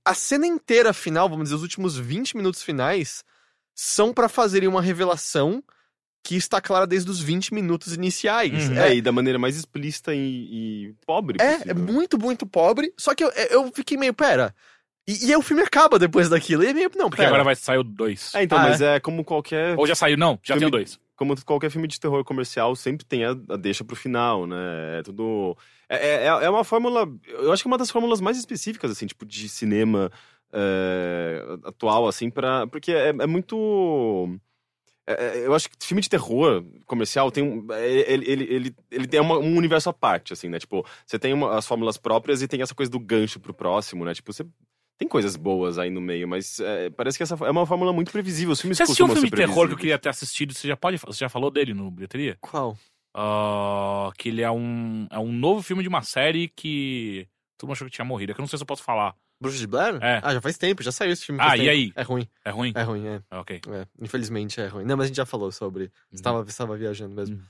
Speaker 1: a cena inteira final, vamos dizer, os últimos 20 minutos finais, são pra fazerem uma revelação que está clara desde os 20 minutos iniciais.
Speaker 2: Uhum.
Speaker 1: É,
Speaker 3: <laughs> É, e da maneira mais explícita e, e pobre.
Speaker 1: é, é
Speaker 2: né?
Speaker 3: possível.
Speaker 1: muito, muito pobre. Só que eu, é, eu fiquei meio, pera. E, e aí o filme acaba depois daquilo. E é meio, não,
Speaker 2: Porque
Speaker 1: pera.
Speaker 2: agora vai sair o 2.
Speaker 3: É, então,
Speaker 1: Ah,
Speaker 3: mas é como qualquer
Speaker 2: Ou já saiu? Não, já
Speaker 3: Filme-
Speaker 2: tem o 2.
Speaker 3: como qualquer filme de terror comercial, sempre tem a, a deixa pro final, né? É tudo. É, é, é uma fórmula. Eu acho que é uma das fórmulas mais específicas, assim, tipo, de cinema é, atual, assim, para Porque é, é muito. é- é- eu acho que filme de terror comercial tem um. é- Ele, ele, ele, ele tem uma- um universo à parte, assim, né? Tipo, você tem uma- as fórmulas próprias e tem essa coisa do gancho pro próximo, né? Tipo, você. Tem coisas boas aí no meio, mas é, parece que essa é uma fórmula muito previsível. Os filmes
Speaker 2: Você assistiu um
Speaker 3: costumam
Speaker 2: filme
Speaker 3: ser
Speaker 2: de terror que eu
Speaker 3: previsíveis.
Speaker 2: queria ter assistido? Você já, pode, você já falou dele no Bilheteria?
Speaker 1: Qual?
Speaker 2: Ah, que ele é um, é um novo filme de uma série que todo mundo achou que tinha morrido. É que eu não sei se eu posso falar.
Speaker 1: Bruxa de Blair?
Speaker 2: É.
Speaker 1: Ah, já faz tempo, já saiu esse filme.
Speaker 2: Ah,
Speaker 1: faz
Speaker 2: e
Speaker 1: tempo.
Speaker 2: aí?
Speaker 1: É ruim,
Speaker 2: É ruim?
Speaker 1: é ruim, é.
Speaker 2: Ah, Ok.
Speaker 1: É, infelizmente é ruim. Não, mas a gente já falou sobre. Estava, estava viajando mesmo.
Speaker 2: Uhum.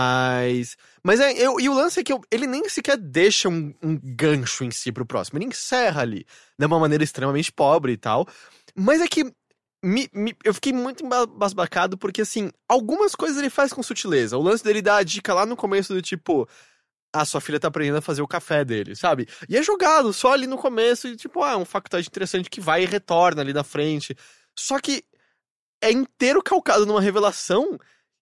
Speaker 1: Mas. Mas é, eu, e o lance é que eu- ele nem sequer deixa um, um gancho em si pro próximo. Ele encerra ali. De uma maneira extremamente pobre e tal. Mas é que. me- me- eu fiquei muito embasbacado porque, assim, algumas coisas ele faz com sutileza. O lance dele dá a dica lá no começo do tipo. Ah, sua filha tá aprendendo a fazer o café dele, sabe? E é jogado só ali no começo e, tipo, ah, é um faculdade interessante que vai e retorna ali na frente. Só que é inteiro calcado numa revelação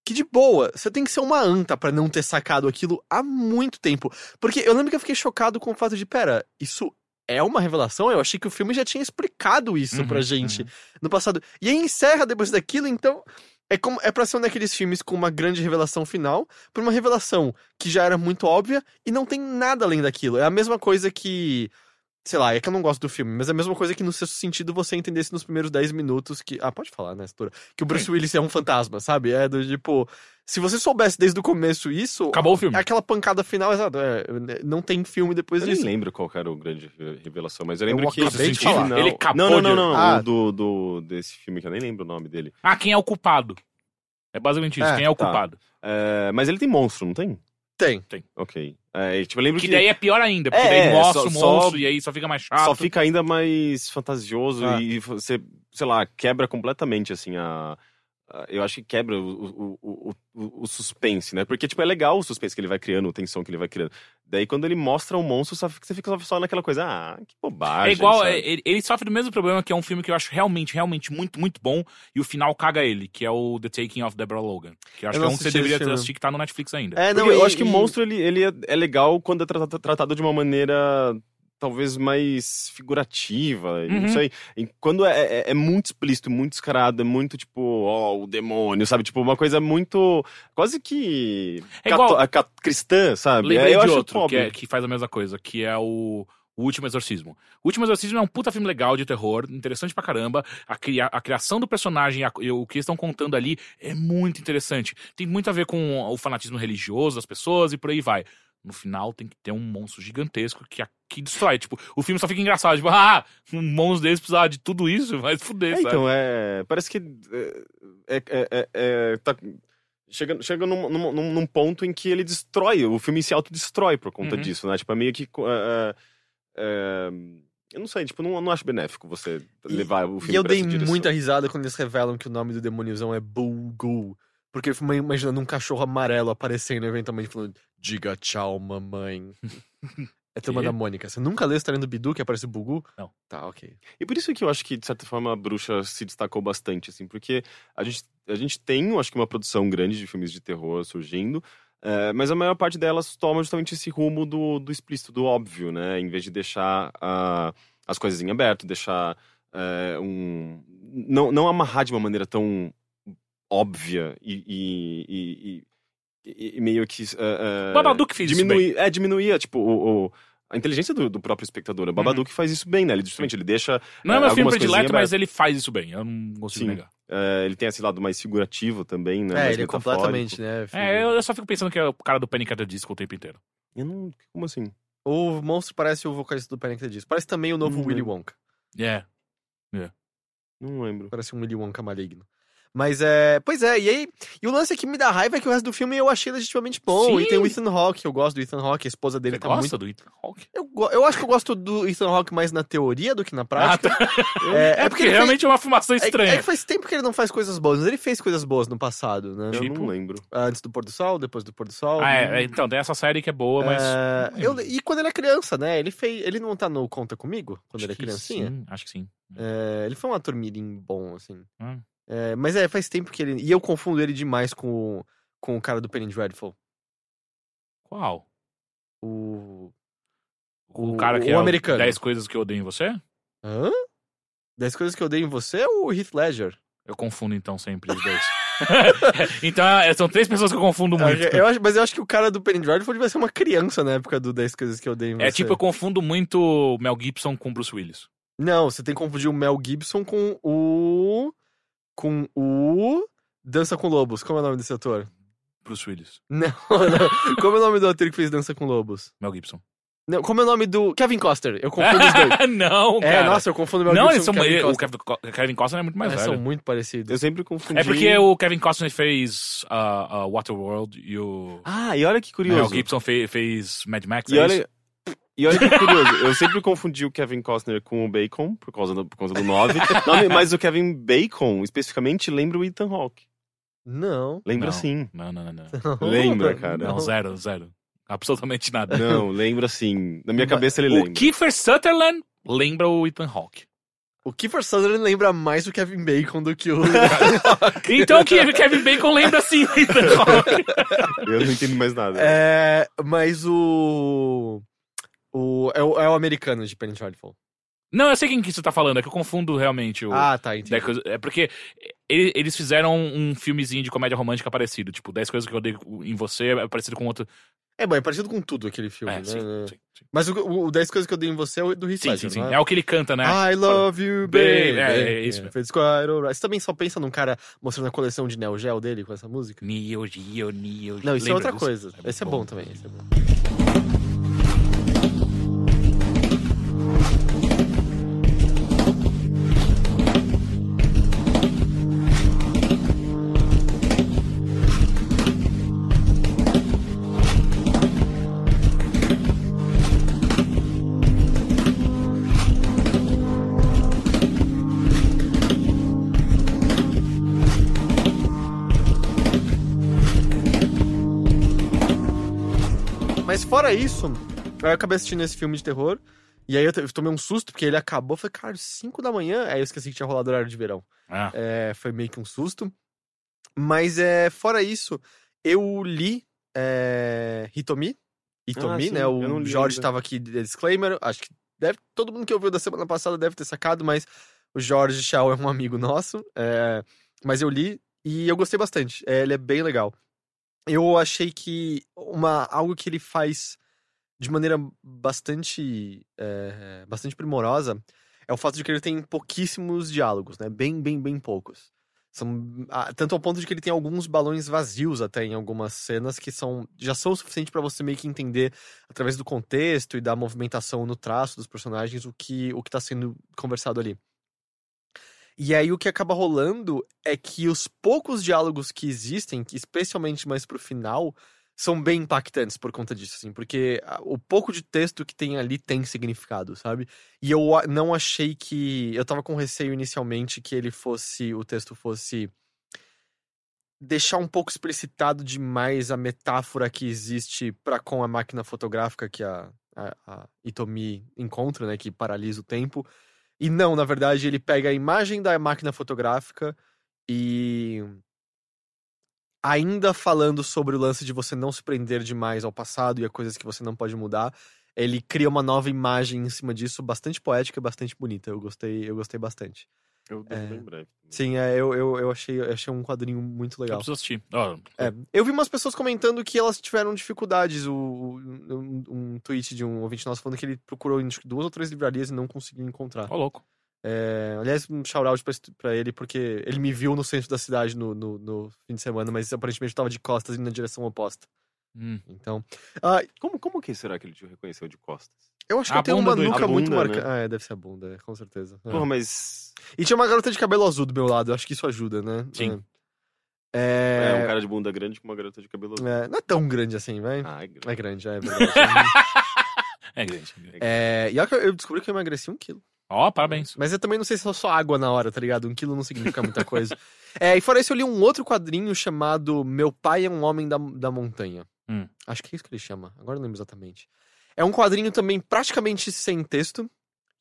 Speaker 1: que, de boa, você tem que ser uma anta pra não ter sacado aquilo há muito tempo. Porque eu lembro que eu fiquei chocado com o fato de, pera, isso é uma revelação? Eu achei que o filme já tinha explicado isso
Speaker 2: Uhum,
Speaker 1: pra gente no passado. E aí encerra depois daquilo, então. É, como, é pra ser um daqueles filmes com uma grande revelação final, por uma revelação que já era muito óbvia e não tem nada além daquilo. É a mesma coisa que. Sei lá, é que eu não gosto do filme, mas é a mesma coisa que no sexto sentido você entendesse nos primeiros 10 minutos que. Ah, pode falar, né, Stora? Que o Bruce Willis é um fantasma, sabe? É do tipo. Se você soubesse desde o começo isso, é
Speaker 2: Acabou o filme.
Speaker 1: aquela pancada final, exato. é, não tem filme depois
Speaker 3: Eu nem
Speaker 1: disso.
Speaker 3: lembro qual que era o grande re- revelação, mas eu lembro
Speaker 1: Eu
Speaker 3: que
Speaker 1: acabei
Speaker 2: de falar.
Speaker 3: Não,
Speaker 2: Ele acabou
Speaker 3: não, não, não,
Speaker 2: de-
Speaker 3: não,
Speaker 1: Ah.
Speaker 3: o do, do desse filme que eu nem lembro o nome dele.
Speaker 2: Ah, quem é o culpado? É basicamente isso.
Speaker 1: É,
Speaker 2: quem é o
Speaker 3: tá.
Speaker 2: culpado?
Speaker 3: É, mas ele tem monstro, não tem?
Speaker 1: Tem.
Speaker 3: Ok. É, e, tipo, eu lembro
Speaker 2: Que
Speaker 3: que,
Speaker 2: daí é pior ainda, porque
Speaker 3: É,
Speaker 2: daí
Speaker 3: é,
Speaker 2: mostra
Speaker 3: só-
Speaker 2: o
Speaker 3: só-
Speaker 2: monstro e aí só fica mais chato.
Speaker 3: só fica ainda mais fantasioso
Speaker 1: Ah.
Speaker 3: e você, sei lá, quebra completamente assim a ah, eu acho que quebra o, o, o, o, o suspense, né? Porque, tipo, é legal o suspense que ele vai criando, a tensão que ele vai criando. Daí, quando ele mostra o monstro, só fica- você fica só- só naquela coisa, ah, que bobagem.
Speaker 2: É igual,
Speaker 3: sabe?
Speaker 2: é- ele, ele sofre do mesmo problema que é um filme que eu acho realmente, realmente muito, muito bom e o final caga ele, que é o The Taking of Deborah Logan. Que eu acho
Speaker 1: Eu não
Speaker 2: que é um que você
Speaker 1: assisti esse
Speaker 2: deveria
Speaker 1: filme.
Speaker 2: assistir que tá no Netflix ainda.
Speaker 1: É,
Speaker 3: Porque eu
Speaker 1: e-
Speaker 3: acho que
Speaker 1: e-
Speaker 3: o monstro ele, ele é, é legal quando é tratado, tratado de uma maneira talvez mais figurativa, e
Speaker 2: Uhum.
Speaker 3: não sei. E quando é, é- é muito explícito, muito descarado, é muito tipo, ó, o demônio, sabe? Tipo, uma coisa muito. quase que.
Speaker 2: É igual-
Speaker 3: cató- ca- cristã, sabe?
Speaker 2: Lembrei
Speaker 3: eu
Speaker 2: de
Speaker 3: acho
Speaker 2: outro que,
Speaker 3: pobre.
Speaker 2: é- que faz a mesma coisa, que é o, o Último Exorcismo. O Último Exorcismo é um puta filme legal de terror, interessante pra caramba. A, cria- a criação do personagem a- e o que eles estão contando ali é muito interessante. Tem muito a ver com o fanatismo religioso das pessoas e por aí vai. No final tem que ter um monstro gigantesco que, a- que destrói. Tipo, o filme só fica engraçado. Tipo, <laughs> ah, um monstro desse precisava de tudo isso, vai se
Speaker 3: É,
Speaker 2: fuder, sabe?
Speaker 3: então, é. Parece que. É, é, é- é- é- tá- chega chega num, num- num- num ponto em que ele destrói, o filme se autodestrói por conta
Speaker 2: Uhum.
Speaker 3: disso, né? Tipo, é meio que. co- é, é, é, eu não sei, tipo, não, não acho benéfico você
Speaker 1: E-
Speaker 3: levar o filme
Speaker 1: E eu
Speaker 3: pra
Speaker 1: dei
Speaker 3: essa direção.
Speaker 1: muita risada quando eles revelam que o nome do demôniozão é Bulgul. Porque eu fico imaginando um cachorro amarelo aparecendo eventualmente falando: Diga tchau, mamãe.
Speaker 3: <laughs>
Speaker 1: é turma
Speaker 2: Quê?
Speaker 1: da Mônica. Você nunca leu a história do Bidu que aparece o Bulgul?
Speaker 2: Não.
Speaker 1: Tá, ok.
Speaker 3: E por isso que eu acho que, de certa forma, a bruxa se destacou bastante, assim, porque a gente, a gente tem, eu acho que, uma produção grande de filmes de terror surgindo, eh, mas a maior parte delas toma justamente esse rumo do, do explícito, do óbvio, né? Em vez de deixar ah, as coisas em aberto, deixar eh, um. Não, não amarrar de uma maneira tão óbvia e. e- e- e- e meio que. eh, eh,
Speaker 2: Babadook fez isso bem.
Speaker 3: diminuir, é, diminuir tipo, o, o- a inteligência do, do próprio espectador. O
Speaker 2: Uhum.
Speaker 3: Babadook faz isso bem, né? Ele justamente ele deixa.
Speaker 2: Não é meu filme
Speaker 3: algumas
Speaker 2: predileto,
Speaker 3: coisinhas,
Speaker 2: mas ele faz isso bem. Eu não consigo
Speaker 3: Sim.
Speaker 2: negar.
Speaker 3: eh, ele tem esse lado mais figurativo também, né?
Speaker 1: é,
Speaker 3: Mais
Speaker 1: ele é
Speaker 3: metafórico.
Speaker 1: completamente, né? filho?
Speaker 2: É, eu, eu só fico pensando que é o cara do Panic! At the Disco o tempo inteiro.
Speaker 3: Eu não. Como assim?
Speaker 1: O monstro parece o vocalista do Panic! At the Disco. Parece também o novo
Speaker 3: Hum,
Speaker 1: Willy
Speaker 3: é.
Speaker 1: Wonka.
Speaker 2: É.
Speaker 3: Não lembro.
Speaker 1: Parece um Willy Wonka maligno. Mas é. Pois é, e aí. E o lance que me dá raiva é que o resto do filme eu achei legitimamente bom. E tem o
Speaker 2: Sim.
Speaker 1: Ethan Hawke, eu gosto do Ethan Hawke, a esposa dele
Speaker 2: Você
Speaker 1: tá
Speaker 2: gosta
Speaker 1: muito.
Speaker 2: do Ethan Hawke?
Speaker 1: Eu, go- eu acho que eu gosto do Ethan Hawke mais na teoria do que na prática.
Speaker 2: Ah, tá.
Speaker 1: É,
Speaker 2: É, porque
Speaker 1: ele fez-
Speaker 2: realmente é uma fumação
Speaker 1: é- É,
Speaker 2: estranha.
Speaker 1: que faz tempo que ele não faz coisas boas, mas ele fez coisas boas no passado, né?
Speaker 3: Eu
Speaker 2: Tipo?
Speaker 3: não lembro.
Speaker 1: Antes do pôr do sol, depois do pôr do sol.
Speaker 2: Ah, é, é, então, tem essa série que é boa, mas.
Speaker 1: né? É,
Speaker 2: não
Speaker 1: eu-
Speaker 2: lembro.
Speaker 1: e quando ele é criança, né? Ele fez, ele não tá no Conta Comigo, quando ele é
Speaker 2: Acho que
Speaker 1: criancinha.
Speaker 2: Sim, acho que sim.
Speaker 1: É, ele foi um ator mirim bom, assim.
Speaker 2: Hum.
Speaker 1: É, mas é, faz tempo que ele... E eu confundo ele demais com, o- com o cara do Penny Dreadful.
Speaker 2: Qual?
Speaker 1: O...
Speaker 2: O,
Speaker 1: O-
Speaker 2: cara que
Speaker 1: o
Speaker 2: é
Speaker 1: americano.
Speaker 2: 10 coisas que eu odeio em você?
Speaker 1: Hã? Das coisas que eu odeio em você é o Heath Ledger.
Speaker 2: Eu confundo então sempre os dois. <laughs> então, é, são três pessoas que eu
Speaker 1: É,
Speaker 2: confundo muito.
Speaker 1: Eu acho- mas eu acho que o cara do Penny Dreadful devia ser uma criança na época do 10 coisas que eu odeio em você.
Speaker 2: É tipo, eu confundo muito Mel Gibson com Bruce Willis.
Speaker 1: Não, você tem que confundir o Mel Gibson com o. Com o. Dança com Lobos. Como é o nome desse
Speaker 2: <laughs>
Speaker 1: ator?
Speaker 2: Bruce Willis.
Speaker 1: Não, não. Como é o nome do ator que fez Dança com Lobos?
Speaker 2: Mel Gibson.
Speaker 1: Não, como é o nome do. Kevin Costner. Eu confundo os
Speaker 2: <laughs>
Speaker 1: dois.
Speaker 2: não,
Speaker 1: É,
Speaker 2: cara.
Speaker 1: nossa, eu confundo o Mel
Speaker 2: não, eles
Speaker 1: Gibson
Speaker 2: são.
Speaker 1: com o Kevin
Speaker 2: ele- O
Speaker 1: Costner.
Speaker 2: Kevin, Co- Kevin Costner é muito mais
Speaker 1: Eles
Speaker 2: velho.
Speaker 1: são muito
Speaker 3: Eu
Speaker 1: parecidos.
Speaker 3: sempre confundi.
Speaker 2: É porque o Kevin Costner fez uh, uh, Waterworld e Né, o
Speaker 3: Ah, e olha que
Speaker 2: Mel
Speaker 3: curioso.
Speaker 2: Gibson fe- fez Mad Max.
Speaker 3: E
Speaker 2: é
Speaker 3: olha.
Speaker 2: isso?
Speaker 3: E olha que curioso, eu sempre confundi o Kevin Costner com o Bacon, por causa do, por causa
Speaker 2: <laughs>
Speaker 3: do 9. Não, mas o Kevin Bacon, especificamente, lembra o Ethan Hawke.
Speaker 2: <laughs>
Speaker 1: Não.
Speaker 3: Lembra
Speaker 2: Não.
Speaker 3: sim.
Speaker 2: Não, não, não.
Speaker 1: <laughs>
Speaker 2: não.
Speaker 3: Lembra, cara.
Speaker 2: Não, zero, zero. Absolutamente nada.
Speaker 3: Não, lembra sim. Na minha
Speaker 1: Mas
Speaker 3: cabeça ele
Speaker 2: o
Speaker 3: lembra.
Speaker 2: Kiefer Sutherland lembra o Ethan Hawke.
Speaker 1: O Kiefer Sutherland lembra mais o Kevin Bacon do que o.
Speaker 2: <laughs> Então o Ke- Kevin Bacon lembra sim o
Speaker 1: <laughs>
Speaker 2: Ethan Hawke.
Speaker 3: Eu não entendo mais nada.
Speaker 1: é. Mas o. O, é, o, é o americano de Penny Dreadful.
Speaker 2: Não, eu sei quem que você tá falando, é que eu confundo realmente o...
Speaker 1: Ah, tá, entendi.
Speaker 2: Dez Coisas- É porque ele- eles fizeram um filmezinho de comédia romântica parecido. Tipo, 10 coisas que eu odeio em você é parecido com outro.
Speaker 1: É, bom, é parecido com tudo aquele filme,
Speaker 2: É,
Speaker 1: né?
Speaker 2: sim, sim, sim.
Speaker 1: Mas o, o, o 10 coisas que eu dei em você é Ah, o do Heath
Speaker 2: Sim, sim,
Speaker 1: Ledger,
Speaker 2: sim.
Speaker 1: não
Speaker 2: É o que ele canta, né?
Speaker 1: I love you, baby.
Speaker 2: Baby, é, é isso mesmo.
Speaker 1: It's quite alright. Você também só pensa num cara mostrando a coleção de Neo Geo dele com essa música?
Speaker 2: Neo Geo, Neo Geo.
Speaker 1: é. Não, isso é
Speaker 2: Lembra
Speaker 1: outra
Speaker 2: disso?
Speaker 1: coisa. Esse é bom também. esse é bom. fora isso, eu acabei assistindo esse filme de terror. E aí eu, te- eu tomei um susto, porque ele acabou. Eu falei, cara, 5 da manhã. Aí eu esqueci que tinha rolado horário de verão.
Speaker 2: Ah,
Speaker 1: É, foi meio que um susto. Mas é, fora isso, eu li é, Hitomi. Hitomi,
Speaker 3: Ah, sim,
Speaker 1: né?
Speaker 3: eu não
Speaker 1: O
Speaker 3: li
Speaker 1: Jorge
Speaker 3: ainda.
Speaker 1: estava aqui de disclaimer. Acho que deve, todo mundo que ouviu da semana passada deve ter sacado, mas o Jorge Chao é um amigo nosso. é, mas eu li e eu gostei bastante. É, ele é bem legal. Eu achei que uma, algo que ele faz de maneira bastante, é, bastante primorosa é o fato de que ele tem pouquíssimos diálogos, né? Bem, bem, bem poucos. São, ah, tanto ao ponto de que ele tem alguns balões vazios até em algumas cenas que são já são o suficiente para você meio que entender através do contexto e da movimentação no traço dos personagens o que o que está sendo conversado ali. E aí o que acaba rolando é que os poucos diálogos que existem, que especialmente mais pro final, são bem impactantes por conta disso, assim, porque ah, o pouco de texto que tem ali tem significado, sabe? E eu a- não achei que. Eu tava com receio inicialmente que ele fosse. O texto fosse. Deixar um pouco explicitado demais a metáfora que existe para com a máquina fotográfica que a, a, a Itomi encontra, né? Que paralisa o tempo. E não, na verdade, ele pega a imagem da máquina fotográfica e. Ainda falando sobre o lance de você não se prender demais ao passado e a coisas que você não pode mudar, ele cria uma nova imagem em cima disso, bastante poética e bastante bonita. Eu gostei, eu gostei bastante.
Speaker 3: Eu devo
Speaker 1: É.
Speaker 3: lembrar.
Speaker 1: Sim, é, eu, eu, eu achei, eu achei um quadrinho muito
Speaker 2: eu
Speaker 1: legal.
Speaker 2: preciso assistir. Ó,
Speaker 1: É, eu vi umas pessoas comentando que elas tiveram dificuldades. O, o- um, um tweet de um ouvinte nosso falando que ele procurou em acho que duas ou três livrarias e não conseguiu encontrar.
Speaker 2: ó louco.
Speaker 1: É, aliás, um shout-out pra, esse- pra ele, porque ele me viu no centro da cidade no, no, no fim de semana, mas aparentemente eu tava de costas indo na direção oposta.
Speaker 2: Hum.
Speaker 1: Então. ah,
Speaker 3: Como, como que será que ele te reconheceu de costas?
Speaker 1: eu acho que
Speaker 2: A
Speaker 1: eu tenho
Speaker 2: bunda
Speaker 1: uma
Speaker 2: do- a
Speaker 1: nuca muito
Speaker 3: bunda, né?
Speaker 1: marcada. Ah, é, deve ser a bunda, é, com certeza. É.
Speaker 3: Porra, mas.
Speaker 1: E tinha uma garota de cabelo azul do meu lado, eu acho que isso ajuda, né?
Speaker 2: Sim.
Speaker 3: É... um
Speaker 1: É,
Speaker 3: cara de bunda grande com uma garota de cabelo. azul.
Speaker 1: é, não é tão grande assim, vai.
Speaker 3: um Ah, é
Speaker 1: É
Speaker 3: grande.
Speaker 1: grande, é verdade. <laughs>
Speaker 2: É grande. é grande.
Speaker 1: É, e olha que eu- eu descobri que eu emagreci um quilo.
Speaker 2: Ó, parabéns.
Speaker 1: Mas eu também não sei se é só água na hora, tá ligado? Um quilo não significa muita coisa. <laughs> É, e fora isso, eu li um outro quadrinho chamado Meu Pai é um Homem da, da Montanha.
Speaker 2: Hum.
Speaker 1: Acho que é isso que ele chama, agora eu não lembro exatamente. É um quadrinho também praticamente sem texto.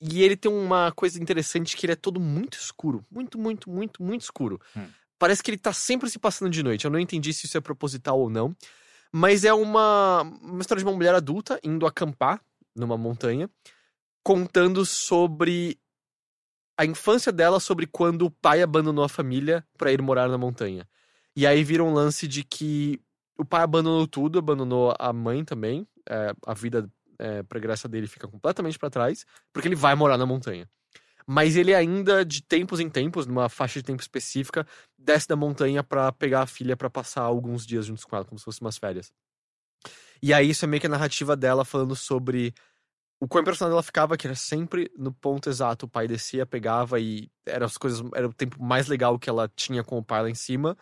Speaker 1: E ele tem uma coisa interessante que ele é todo muito escuro. Muito, muito, muito, muito escuro.
Speaker 2: Hum.
Speaker 1: Parece que ele tá sempre se passando de noite. Eu não entendi se isso é proposital ou não. Mas é uma, uma história de uma mulher adulta indo acampar numa montanha, contando sobre a infância dela, sobre quando o pai abandonou a família pra ir morar na montanha. E aí vira um lance de que o pai abandonou tudo, abandonou a mãe também. é, a vida é, pregressa dele fica completamente pra trás, porque ele vai morar na montanha. Mas ele ainda, de tempos em tempos, numa faixa de tempo específica, desce da montanha pra pegar a filha pra passar alguns dias juntos com ela, como se fossem umas férias. E aí isso é meio que a narrativa dela falando sobre o quão impressionada ela ficava, que era sempre no ponto exato. O pai descia, pegava e eram as coisas, era o tempo mais legal que ela tinha com o pai lá em cima.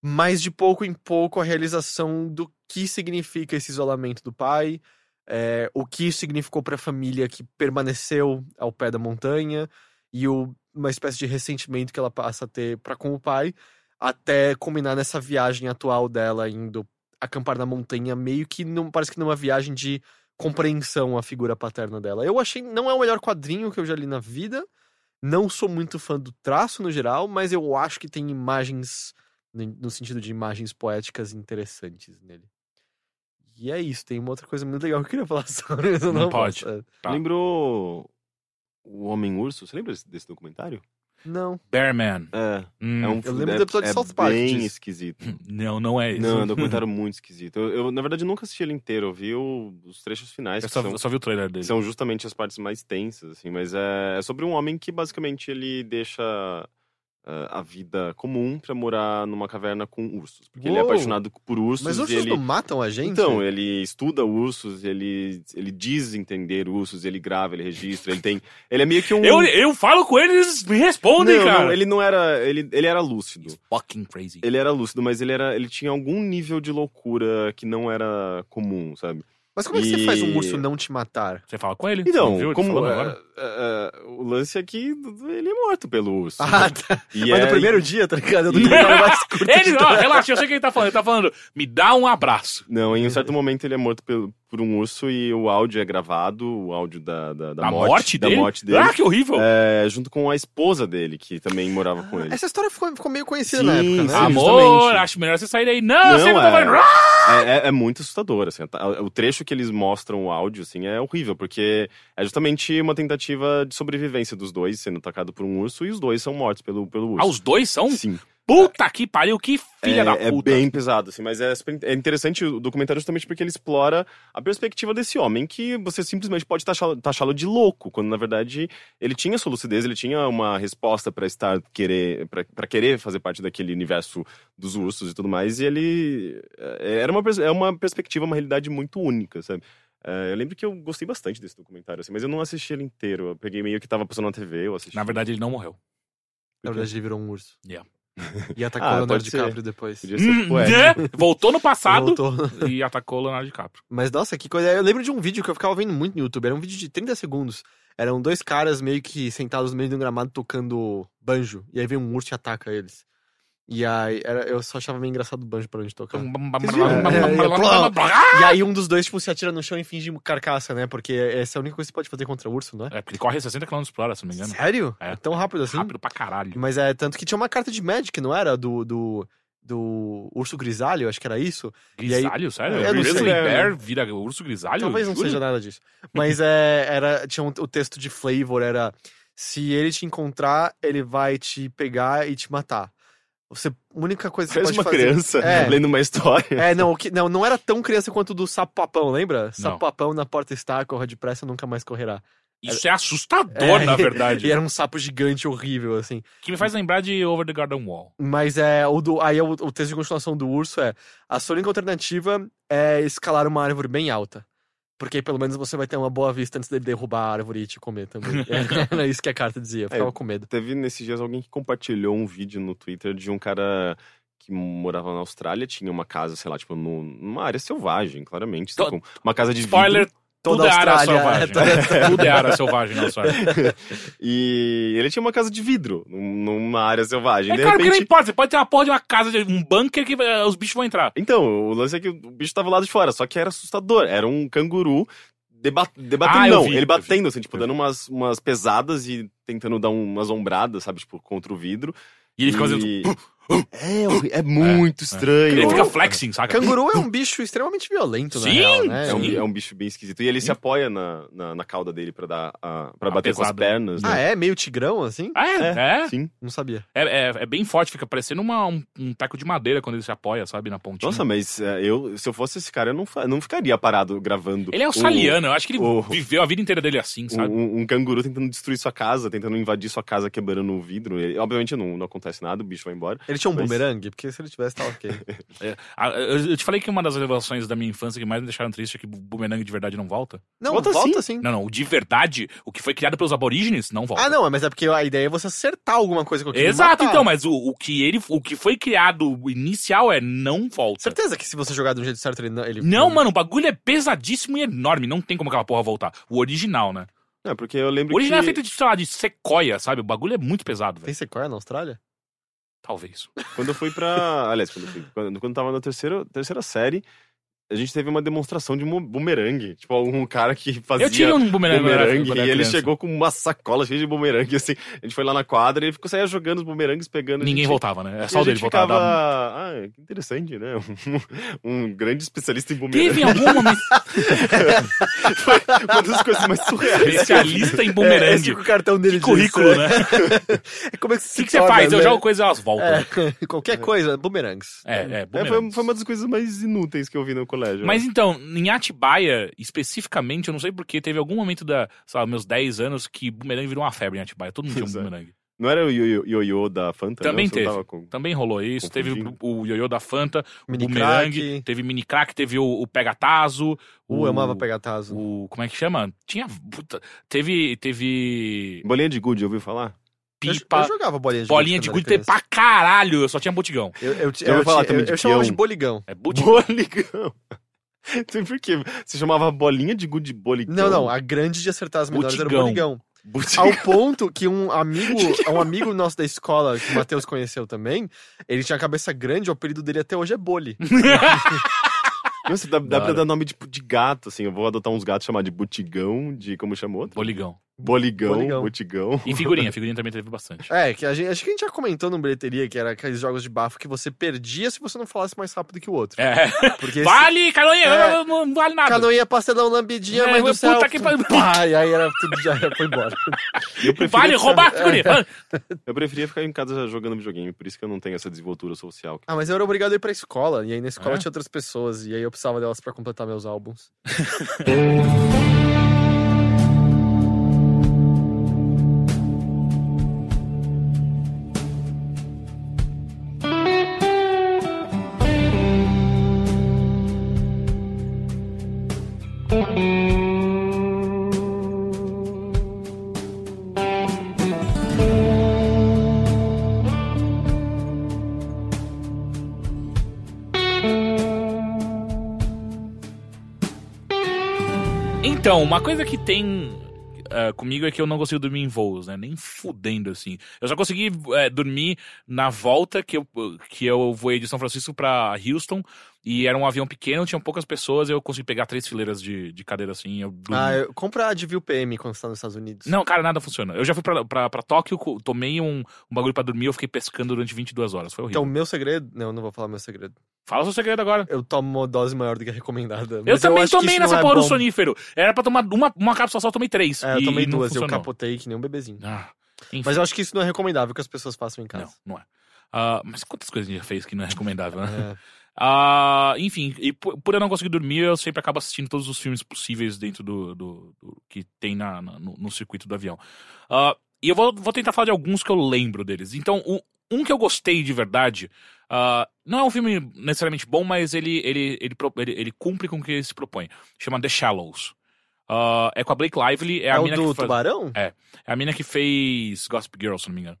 Speaker 1: Mas de pouco em pouco a realização do que significa esse isolamento do pai, é, o que isso significou para a família que permaneceu ao pé da montanha e o- uma espécie de ressentimento que ela passa a ter para com o pai, até culminar nessa viagem atual dela indo acampar na montanha, meio que não parece que numa viagem de compreensão à figura paterna dela. Eu achei não é o melhor quadrinho que eu já li na vida. Não sou muito fã do traço no geral, mas eu acho que tem imagens no no sentido de imagens poéticas interessantes nele. E é isso, tem uma outra coisa muito legal que eu queria falar <laughs> sobre, mas eu
Speaker 2: Não
Speaker 1: não,
Speaker 2: pode.
Speaker 1: posso. É.
Speaker 2: Tá.
Speaker 3: Lembrou. O Homem Urso? Você lembra desse, desse documentário?
Speaker 1: Não.
Speaker 2: Bearman.
Speaker 3: É.
Speaker 2: Hum.
Speaker 3: é um,
Speaker 1: Eu lembro
Speaker 3: é-
Speaker 1: do episódio de
Speaker 3: é
Speaker 1: South Park
Speaker 3: Bem
Speaker 1: disso. <laughs>
Speaker 3: esquisito.
Speaker 2: Não, não é isso.
Speaker 3: Não, é um documentário muito esquisito. Eu, eu, na verdade, nunca assisti ele inteiro. Eu vi o- os trechos finais,
Speaker 2: Eu
Speaker 3: que
Speaker 2: só,
Speaker 3: são,
Speaker 2: eu só vi o trailer dele.
Speaker 3: são justamente as partes mais tensas, assim. Mas é, é sobre um homem que, basicamente, ele deixa ah, a vida comum pra morar numa caverna com ursos. Porque ele é
Speaker 1: Uou!
Speaker 3: apaixonado por ursos
Speaker 1: Mas
Speaker 3: e
Speaker 1: ursos
Speaker 3: ele...
Speaker 1: não matam a gente?
Speaker 3: Então, ele estuda ursos, ele, ele diz entender ursos, ele grava, ele registra, ele tem... Ele é meio que um...
Speaker 2: Eu, eu falo com eles, eles me
Speaker 3: Não,
Speaker 2: respondem,
Speaker 3: não,
Speaker 2: cara.
Speaker 3: ele não era... Ele, ele era lúcido.
Speaker 2: He's fucking crazy.
Speaker 3: Ele era lúcido, mas ele, era, ele tinha algum nível de loucura que não era comum, sabe?
Speaker 1: Mas como é que você faz um
Speaker 3: E-
Speaker 1: urso não te matar?
Speaker 2: Você fala com ele? Você viu
Speaker 3: Então,
Speaker 2: ele
Speaker 3: como...
Speaker 2: falando
Speaker 3: é,
Speaker 2: agora?
Speaker 3: <laughs> é, é, o lance é que ele é morto pelo urso.
Speaker 1: Ah, tá.
Speaker 3: E
Speaker 1: Mas
Speaker 3: é-
Speaker 1: no primeiro dia, tá ligado? Eu
Speaker 3: E-
Speaker 1: não
Speaker 3: <laughs>
Speaker 1: tava mais curto de
Speaker 2: Ele, ó,
Speaker 1: todas.
Speaker 2: relaxa, eu sei o que ele tá falando. Ele tá falando, me dá um abraço.
Speaker 3: Não, em um certo momento ele é morto pelo, por um urso e o áudio é gravado, o áudio da, da, da
Speaker 2: a
Speaker 3: morte,
Speaker 2: morte
Speaker 3: da
Speaker 2: dele?
Speaker 3: morte dele
Speaker 2: Ah, que horrível!
Speaker 3: é, junto com a esposa dele, que também morava
Speaker 2: Ah,
Speaker 3: com ele.
Speaker 1: Essa história ficou, ficou meio conhecida
Speaker 3: Sim,
Speaker 1: na época, né?
Speaker 3: sim.
Speaker 1: Ah,
Speaker 2: Amor,
Speaker 3: É, justamente.
Speaker 2: acho melhor você sair daí. Não,
Speaker 3: Não,
Speaker 2: você não tá
Speaker 3: é.
Speaker 2: falando. Ah!
Speaker 3: É, é- é muito assustador, assim. tá- O trecho que eles mostram o áudio, assim, é horrível, porque é justamente uma tentativa de sobrevivência dos dois sendo atacado por um urso e os dois são mortos pelo, pelo
Speaker 2: Ah,
Speaker 3: urso.
Speaker 2: os dois são?
Speaker 3: Sim.
Speaker 2: Puta que pariu, que filha
Speaker 3: é,
Speaker 2: da
Speaker 3: é
Speaker 2: puta.
Speaker 3: bem pesado, assim, mas é, super in- é interessante o documentário justamente porque ele explora a perspectiva desse homem, que você simplesmente pode taxá-lo taxá-lo de louco, quando na verdade ele tinha sua lucidez, ele tinha uma resposta pra estar querer para querer fazer parte daquele universo dos ursos e tudo mais, e ele é, era uma, pers- é uma perspectiva, uma realidade muito única, sabe? É, eu lembro que eu gostei bastante desse documentário, assim, mas eu não assisti ele inteiro. Eu peguei meio que tava passando na TV, eu assisti.
Speaker 2: Na
Speaker 3: <laughs>
Speaker 2: verdade, ele não morreu.
Speaker 1: Na verdade, ele virou um urso.
Speaker 2: Yeah.
Speaker 1: <laughs> E atacou
Speaker 3: Ah,
Speaker 1: o Leonardo
Speaker 3: pode ser.
Speaker 1: DiCaprio depois.
Speaker 3: Podia ser
Speaker 2: Hum,
Speaker 3: é poético.
Speaker 2: né? Voltou no passado
Speaker 1: Voltou.
Speaker 2: e atacou o Leonardo DiCaprio.
Speaker 1: Mas nossa, que coisa. Eu lembro de um vídeo que eu ficava vendo muito no YouTube. Era um vídeo de 30 segundos. Eram dois caras meio que sentados no meio de um gramado tocando banjo. E aí vem um urso e ataca eles. E aí era- eu só achava meio engraçado o banjo pra onde tocar.
Speaker 2: Então,
Speaker 1: viram? É, é,
Speaker 2: Ah!
Speaker 1: E aí um dos dois, tipo, se atira no chão e finge carcaça, né? Porque essa é a única coisa que você pode fazer contra o urso, não é?
Speaker 2: É, porque ele corre 60 km por hora, se não me engano.
Speaker 1: Sério?
Speaker 2: É.
Speaker 1: É tão rápido assim?
Speaker 2: Rápido pra caralho.
Speaker 1: Mas é, tanto que tinha uma carta de Magic, não era? Do, do, do urso grisalho, acho que era isso. E aí-
Speaker 2: Grisalho, sério?
Speaker 1: Eu não
Speaker 2: Grizzly
Speaker 1: sei. né?
Speaker 2: Bear vira urso grisalho?
Speaker 1: Talvez não
Speaker 2: Juro?
Speaker 1: seja nada disso. Mas é, era, tinha um- o texto de flavor, era... Se ele te encontrar, ele vai te pegar e te matar. Você, a única coisa que
Speaker 3: Parece
Speaker 1: você
Speaker 3: uma
Speaker 1: pode fazer...
Speaker 3: criança
Speaker 2: né?
Speaker 1: É.
Speaker 3: lendo uma história.
Speaker 1: É, não, o que, não, não era tão criança quanto o do sapo papão, lembra? Sapo papão na porta está, corra depressa, nunca mais correrá.
Speaker 2: Isso é assustador,
Speaker 1: É, <laughs>
Speaker 2: na
Speaker 1: E
Speaker 2: verdade.
Speaker 1: era um sapo gigante horrível, assim.
Speaker 2: Que me faz lembrar de Over the Garden Wall.
Speaker 1: Mas é, o do, aí o, o texto de continuação do urso é: a sua única alternativa é escalar uma árvore bem alta. Porque aí, pelo menos você vai ter uma boa vista antes dele derrubar a árvore e te comer também.
Speaker 2: <laughs>
Speaker 1: Era isso que a carta dizia, eu ficava com medo.
Speaker 3: Teve nesses dias alguém que compartilhou um vídeo no Twitter de um cara que morava na Austrália, tinha uma casa, sei lá, tipo, no- numa área selvagem, claramente.
Speaker 2: Tô-
Speaker 3: tipo, uma casa de
Speaker 2: Spoiler,
Speaker 3: vidro.
Speaker 2: tudo
Speaker 1: <laughs> Toda
Speaker 2: é
Speaker 1: a
Speaker 2: área
Speaker 1: Austrália, é,
Speaker 2: selvagem. Tudo é área selvagem na
Speaker 1: <laughs>
Speaker 2: Austrália.
Speaker 3: E ele tinha uma casa de vidro num- numa área selvagem.
Speaker 2: É
Speaker 3: de
Speaker 2: claro que não
Speaker 3: repente.
Speaker 2: importa. Você pode ter uma porra de uma casa, de um bunker que eh, os bichos vão entrar.
Speaker 3: Então, o lance é que o bicho tava lá de fora, só que era assustador. Era um canguru deba- debatendo.
Speaker 2: Ah, eu
Speaker 3: não,
Speaker 2: vi, eu
Speaker 3: ele batendo, assim, tipo,
Speaker 2: Eu vi.
Speaker 3: dando umas, umas pesadas e tentando dar umas ombradas, sabe, tipo, contra o vidro.
Speaker 2: E ele fica fazendo...
Speaker 3: E- É, horri- é muito estranho.
Speaker 2: Ele fica flexing, saca?
Speaker 1: Canguru é um bicho extremamente violento,
Speaker 2: Sim,
Speaker 1: na real, né?
Speaker 3: É
Speaker 2: Sim.
Speaker 3: um, é um bicho bem esquisito. E ele se apoia na, na, na cauda dele pra, dar a, pra
Speaker 2: A
Speaker 3: bater com as
Speaker 2: pesada.
Speaker 3: pernas,
Speaker 1: Ah,
Speaker 3: né?
Speaker 1: é? Meio tigrão, assim?
Speaker 2: Ah, É, é,
Speaker 3: Sim.
Speaker 1: Não sabia.
Speaker 2: é, é, é bem forte, fica parecendo uma, um, um taco de madeira quando ele se apoia, sabe, na pontinha.
Speaker 3: Nossa, mas é, eu, se eu fosse esse cara, eu não, fa- não ficaria parado gravando.
Speaker 2: ele é australiano, eu acho que ele
Speaker 3: o-
Speaker 2: viveu a vida inteira dele assim,
Speaker 3: Um,
Speaker 2: sabe?
Speaker 3: um, um canguru tentando destruir sua casa, tentando invadir sua casa, quebrando o vidro. Ele- obviamente não, não acontece nada, o bicho vai embora.
Speaker 1: Ele tinha um
Speaker 3: Mas-
Speaker 1: bumerangue? Porque se ele tivesse, tava
Speaker 2: <laughs>
Speaker 1: ok.
Speaker 2: Ah, Eu eu te falei que uma das revelações da minha infância que mais me deixaram triste é que o bumerangue de verdade não volta.
Speaker 1: Não,
Speaker 3: Volta
Speaker 1: volta,
Speaker 3: sim.
Speaker 1: sim.
Speaker 2: Não, não, o de verdade, o que foi criado pelos aborígenes, não volta.
Speaker 1: Ah, não, mas é porque a ideia é você acertar alguma coisa com aquilo. e
Speaker 2: Exato,
Speaker 1: matar.
Speaker 2: então, mas o, o que ele, o que foi criado o inicial é não volta.
Speaker 1: Certeza que se você jogar do jeito certo, ele não. Ele...
Speaker 2: Não, mano, o bagulho é pesadíssimo e enorme. Não tem como aquela porra voltar. O original, né?
Speaker 3: É, porque eu lembro
Speaker 2: O original é
Speaker 3: que
Speaker 2: feito de, sei lá, de sequoia, sabe? O bagulho é muito pesado, velho.
Speaker 1: Tem sequoia na Austrália?
Speaker 2: Talvez.
Speaker 3: quando eu fui pra... Aliás, quando eu fui... Quando, quando eu tava na terceira, terceira série, a gente teve uma demonstração de mu- bumerangue. Tipo, algum cara que fazia...
Speaker 2: Eu tive um bumerangue. quando era-
Speaker 3: bumerangue.
Speaker 2: quando era
Speaker 3: E ele
Speaker 2: criança.
Speaker 3: chegou com uma sacola cheia de bumerangue, assim. A gente foi lá na quadra e ele ficou saia jogando os bumerangues, pegando. a
Speaker 2: Ninguém
Speaker 3: gente-
Speaker 2: voltava, né? É
Speaker 3: e
Speaker 2: só
Speaker 3: a
Speaker 2: o dele um-
Speaker 3: gente
Speaker 2: voltava.
Speaker 3: ficava...
Speaker 2: Dava-
Speaker 3: Ah, que interessante, né? <laughs> Um, um grande especialista em bumerangue.
Speaker 2: Teve algum momento
Speaker 3: Foi uma das coisas
Speaker 2: <laughs>
Speaker 3: mais surreais.
Speaker 2: especialista
Speaker 1: É,
Speaker 2: em
Speaker 1: esse
Speaker 2: bumerangue.
Speaker 1: que o cartão dele
Speaker 2: Que
Speaker 1: <laughs>
Speaker 2: currículo,
Speaker 1: diz,
Speaker 2: né?
Speaker 1: É, Como é que
Speaker 2: O que, que você faz? Eu jogo coisa e elas voltam. É,
Speaker 1: <laughs> Qualquer coisa, bumerangues.
Speaker 2: é,
Speaker 3: É, foi,
Speaker 2: bumerangues.
Speaker 3: foi uma das coisas mais inúteis que eu vi no colégio.
Speaker 2: Mas então, em Atibaia, especificamente, eu não sei porque, teve algum momento da, sei lá, meus 10 anos que bumerangue virou uma febre em Atibaia. Todo mundo tinha um
Speaker 3: Exato.
Speaker 2: bumerangue.
Speaker 3: Não era o ioiô ioiô da Fanta?
Speaker 2: Também
Speaker 3: não, Você
Speaker 2: teve.
Speaker 3: Tava com...
Speaker 2: Também rolou isso. Teve
Speaker 3: Confundindo.
Speaker 2: o, o ioiô da Fanta, o
Speaker 1: Mini
Speaker 2: bumerangue,
Speaker 1: crack.
Speaker 2: teve mini crack, teve o, o pegatazo.
Speaker 1: Uh, eu amava pegar taso.
Speaker 2: O, como é que chama? Tinha. puta, teve. Teve.
Speaker 3: Bolinha de gude,
Speaker 2: <laughs>
Speaker 3: ouviu falar?
Speaker 1: Eu,
Speaker 2: Pipa.
Speaker 1: eu jogava bolinha de
Speaker 2: bolinha de
Speaker 1: quando
Speaker 2: gude
Speaker 1: era
Speaker 2: teve pra caralho. Eu só tinha botigão.
Speaker 1: criança. Eu, eu,
Speaker 3: Já ouviu
Speaker 1: eu,
Speaker 3: falar
Speaker 1: eu,
Speaker 3: também
Speaker 1: eu,
Speaker 3: de
Speaker 1: chamava
Speaker 3: peão?
Speaker 1: de boligão.
Speaker 2: É botigão.
Speaker 3: Boligão! Tem <laughs> por quê? Você chamava bolinha de gude de boligão?
Speaker 1: Não, não, a grande de acertar as menores era o
Speaker 2: Botigão.
Speaker 1: boligão.
Speaker 3: Botigão.
Speaker 1: Ao ponto que um amigo, um amigo nosso da escola, que o Matheus
Speaker 2: <laughs>
Speaker 1: conheceu também, ele tinha a cabeça grande, o apelido dele até hoje é Boli.
Speaker 3: Nossa, dá, dá
Speaker 2: Da
Speaker 3: pra
Speaker 2: hora.
Speaker 3: dar nome tipo de gato, assim. Eu vou adotar uns gatos chamar de butigão, de como chamou? outro?
Speaker 2: Boligão.
Speaker 3: Boligão,
Speaker 1: Boligão. <laughs>
Speaker 3: butigão.
Speaker 2: E figurinha, figurinha também teve bastante.
Speaker 1: É, que a gente, acho que a gente já comentou no bilheteria que era aqueles jogos de bafo que você perdia se você não falasse mais rápido que o outro.
Speaker 2: É.
Speaker 1: Porque esse
Speaker 2: Vale, canoinha,
Speaker 1: É.
Speaker 2: não, não vale nada.
Speaker 1: canoinha, pastelão, lambidinha,
Speaker 2: Ah, É,
Speaker 1: mas do
Speaker 2: puta
Speaker 1: céu.
Speaker 2: que pariu.
Speaker 1: Pá, e aí era tudo já era, foi embora.
Speaker 3: Eu preferia
Speaker 2: Vale
Speaker 3: ficar-
Speaker 2: roubar a figurinha. Vale.
Speaker 3: Eu preferia ficar em casa jogando videogame, por isso que eu não tenho essa desenvoltura social.
Speaker 1: <laughs> Ah, mas eu era obrigado a ir pra escola. E aí na escola
Speaker 2: É?
Speaker 1: tinha outras pessoas. E aí eu precisava delas pra completar meus álbuns. É.
Speaker 2: Então, uma coisa que tem eh, comigo é que eu não consigo dormir em voos, né? Nem fudendo, assim. Eu já consegui eh, dormir na volta que eu, que eu voei de São Francisco pra Houston. E era um avião pequeno, tinham poucas pessoas, eu consegui pegar três fileiras de, de cadeira assim. Eu dormi.
Speaker 1: Ah, eu, compra a Advil PM quando você tá nos Estados Unidos.
Speaker 2: Não, cara, nada funciona. Eu já fui pra, pra, pra Tóquio, co- tomei um, um bagulho pra dormir, eu fiquei pescando durante 22 horas. Foi horrível.
Speaker 1: Então, meu segredo. Não, eu não vou falar meu segredo.
Speaker 2: Fala seu segredo agora.
Speaker 1: Eu tomo uma dose maior do que a recomendada.
Speaker 2: Eu
Speaker 1: mas
Speaker 2: também
Speaker 1: acho que
Speaker 2: tomei
Speaker 1: isso não
Speaker 2: nessa
Speaker 1: é
Speaker 2: porra do
Speaker 1: bom.
Speaker 2: sonífero. Era pra tomar uma, uma cápsula só, eu tomei três.
Speaker 1: É, eu
Speaker 2: e
Speaker 1: tomei
Speaker 2: não
Speaker 1: duas, eu
Speaker 2: funcionou.
Speaker 1: capotei que nem um bebezinho.
Speaker 2: Ah, enfim.
Speaker 1: Mas eu acho que isso não é recomendável que as pessoas façam em
Speaker 2: Não,
Speaker 1: casa.
Speaker 2: não é. Ah, mas quantas coisas a gente já fez que não é recomendável, né?
Speaker 1: É.
Speaker 2: Ah, enfim, e por, por eu não conseguir dormir, eu sempre acabo assistindo todos os filmes possíveis dentro do, do- do- que tem na, na- no, no circuito do avião. Ah, e eu vou, vou tentar falar de alguns que eu lembro deles. Então, o- um que eu gostei de verdade. ah, não é um filme necessariamente bom, mas ele, ele, ele, pro- ele, ele cumpre com o que ele se propõe. Chama The Shallows. Ah, é com a Blake Lively, <laughs> é,
Speaker 1: É,
Speaker 2: a,
Speaker 1: o
Speaker 2: mina
Speaker 1: do
Speaker 2: que faz-
Speaker 1: tubarão?
Speaker 2: é a mina que fez Gossip Girl, se não me engano.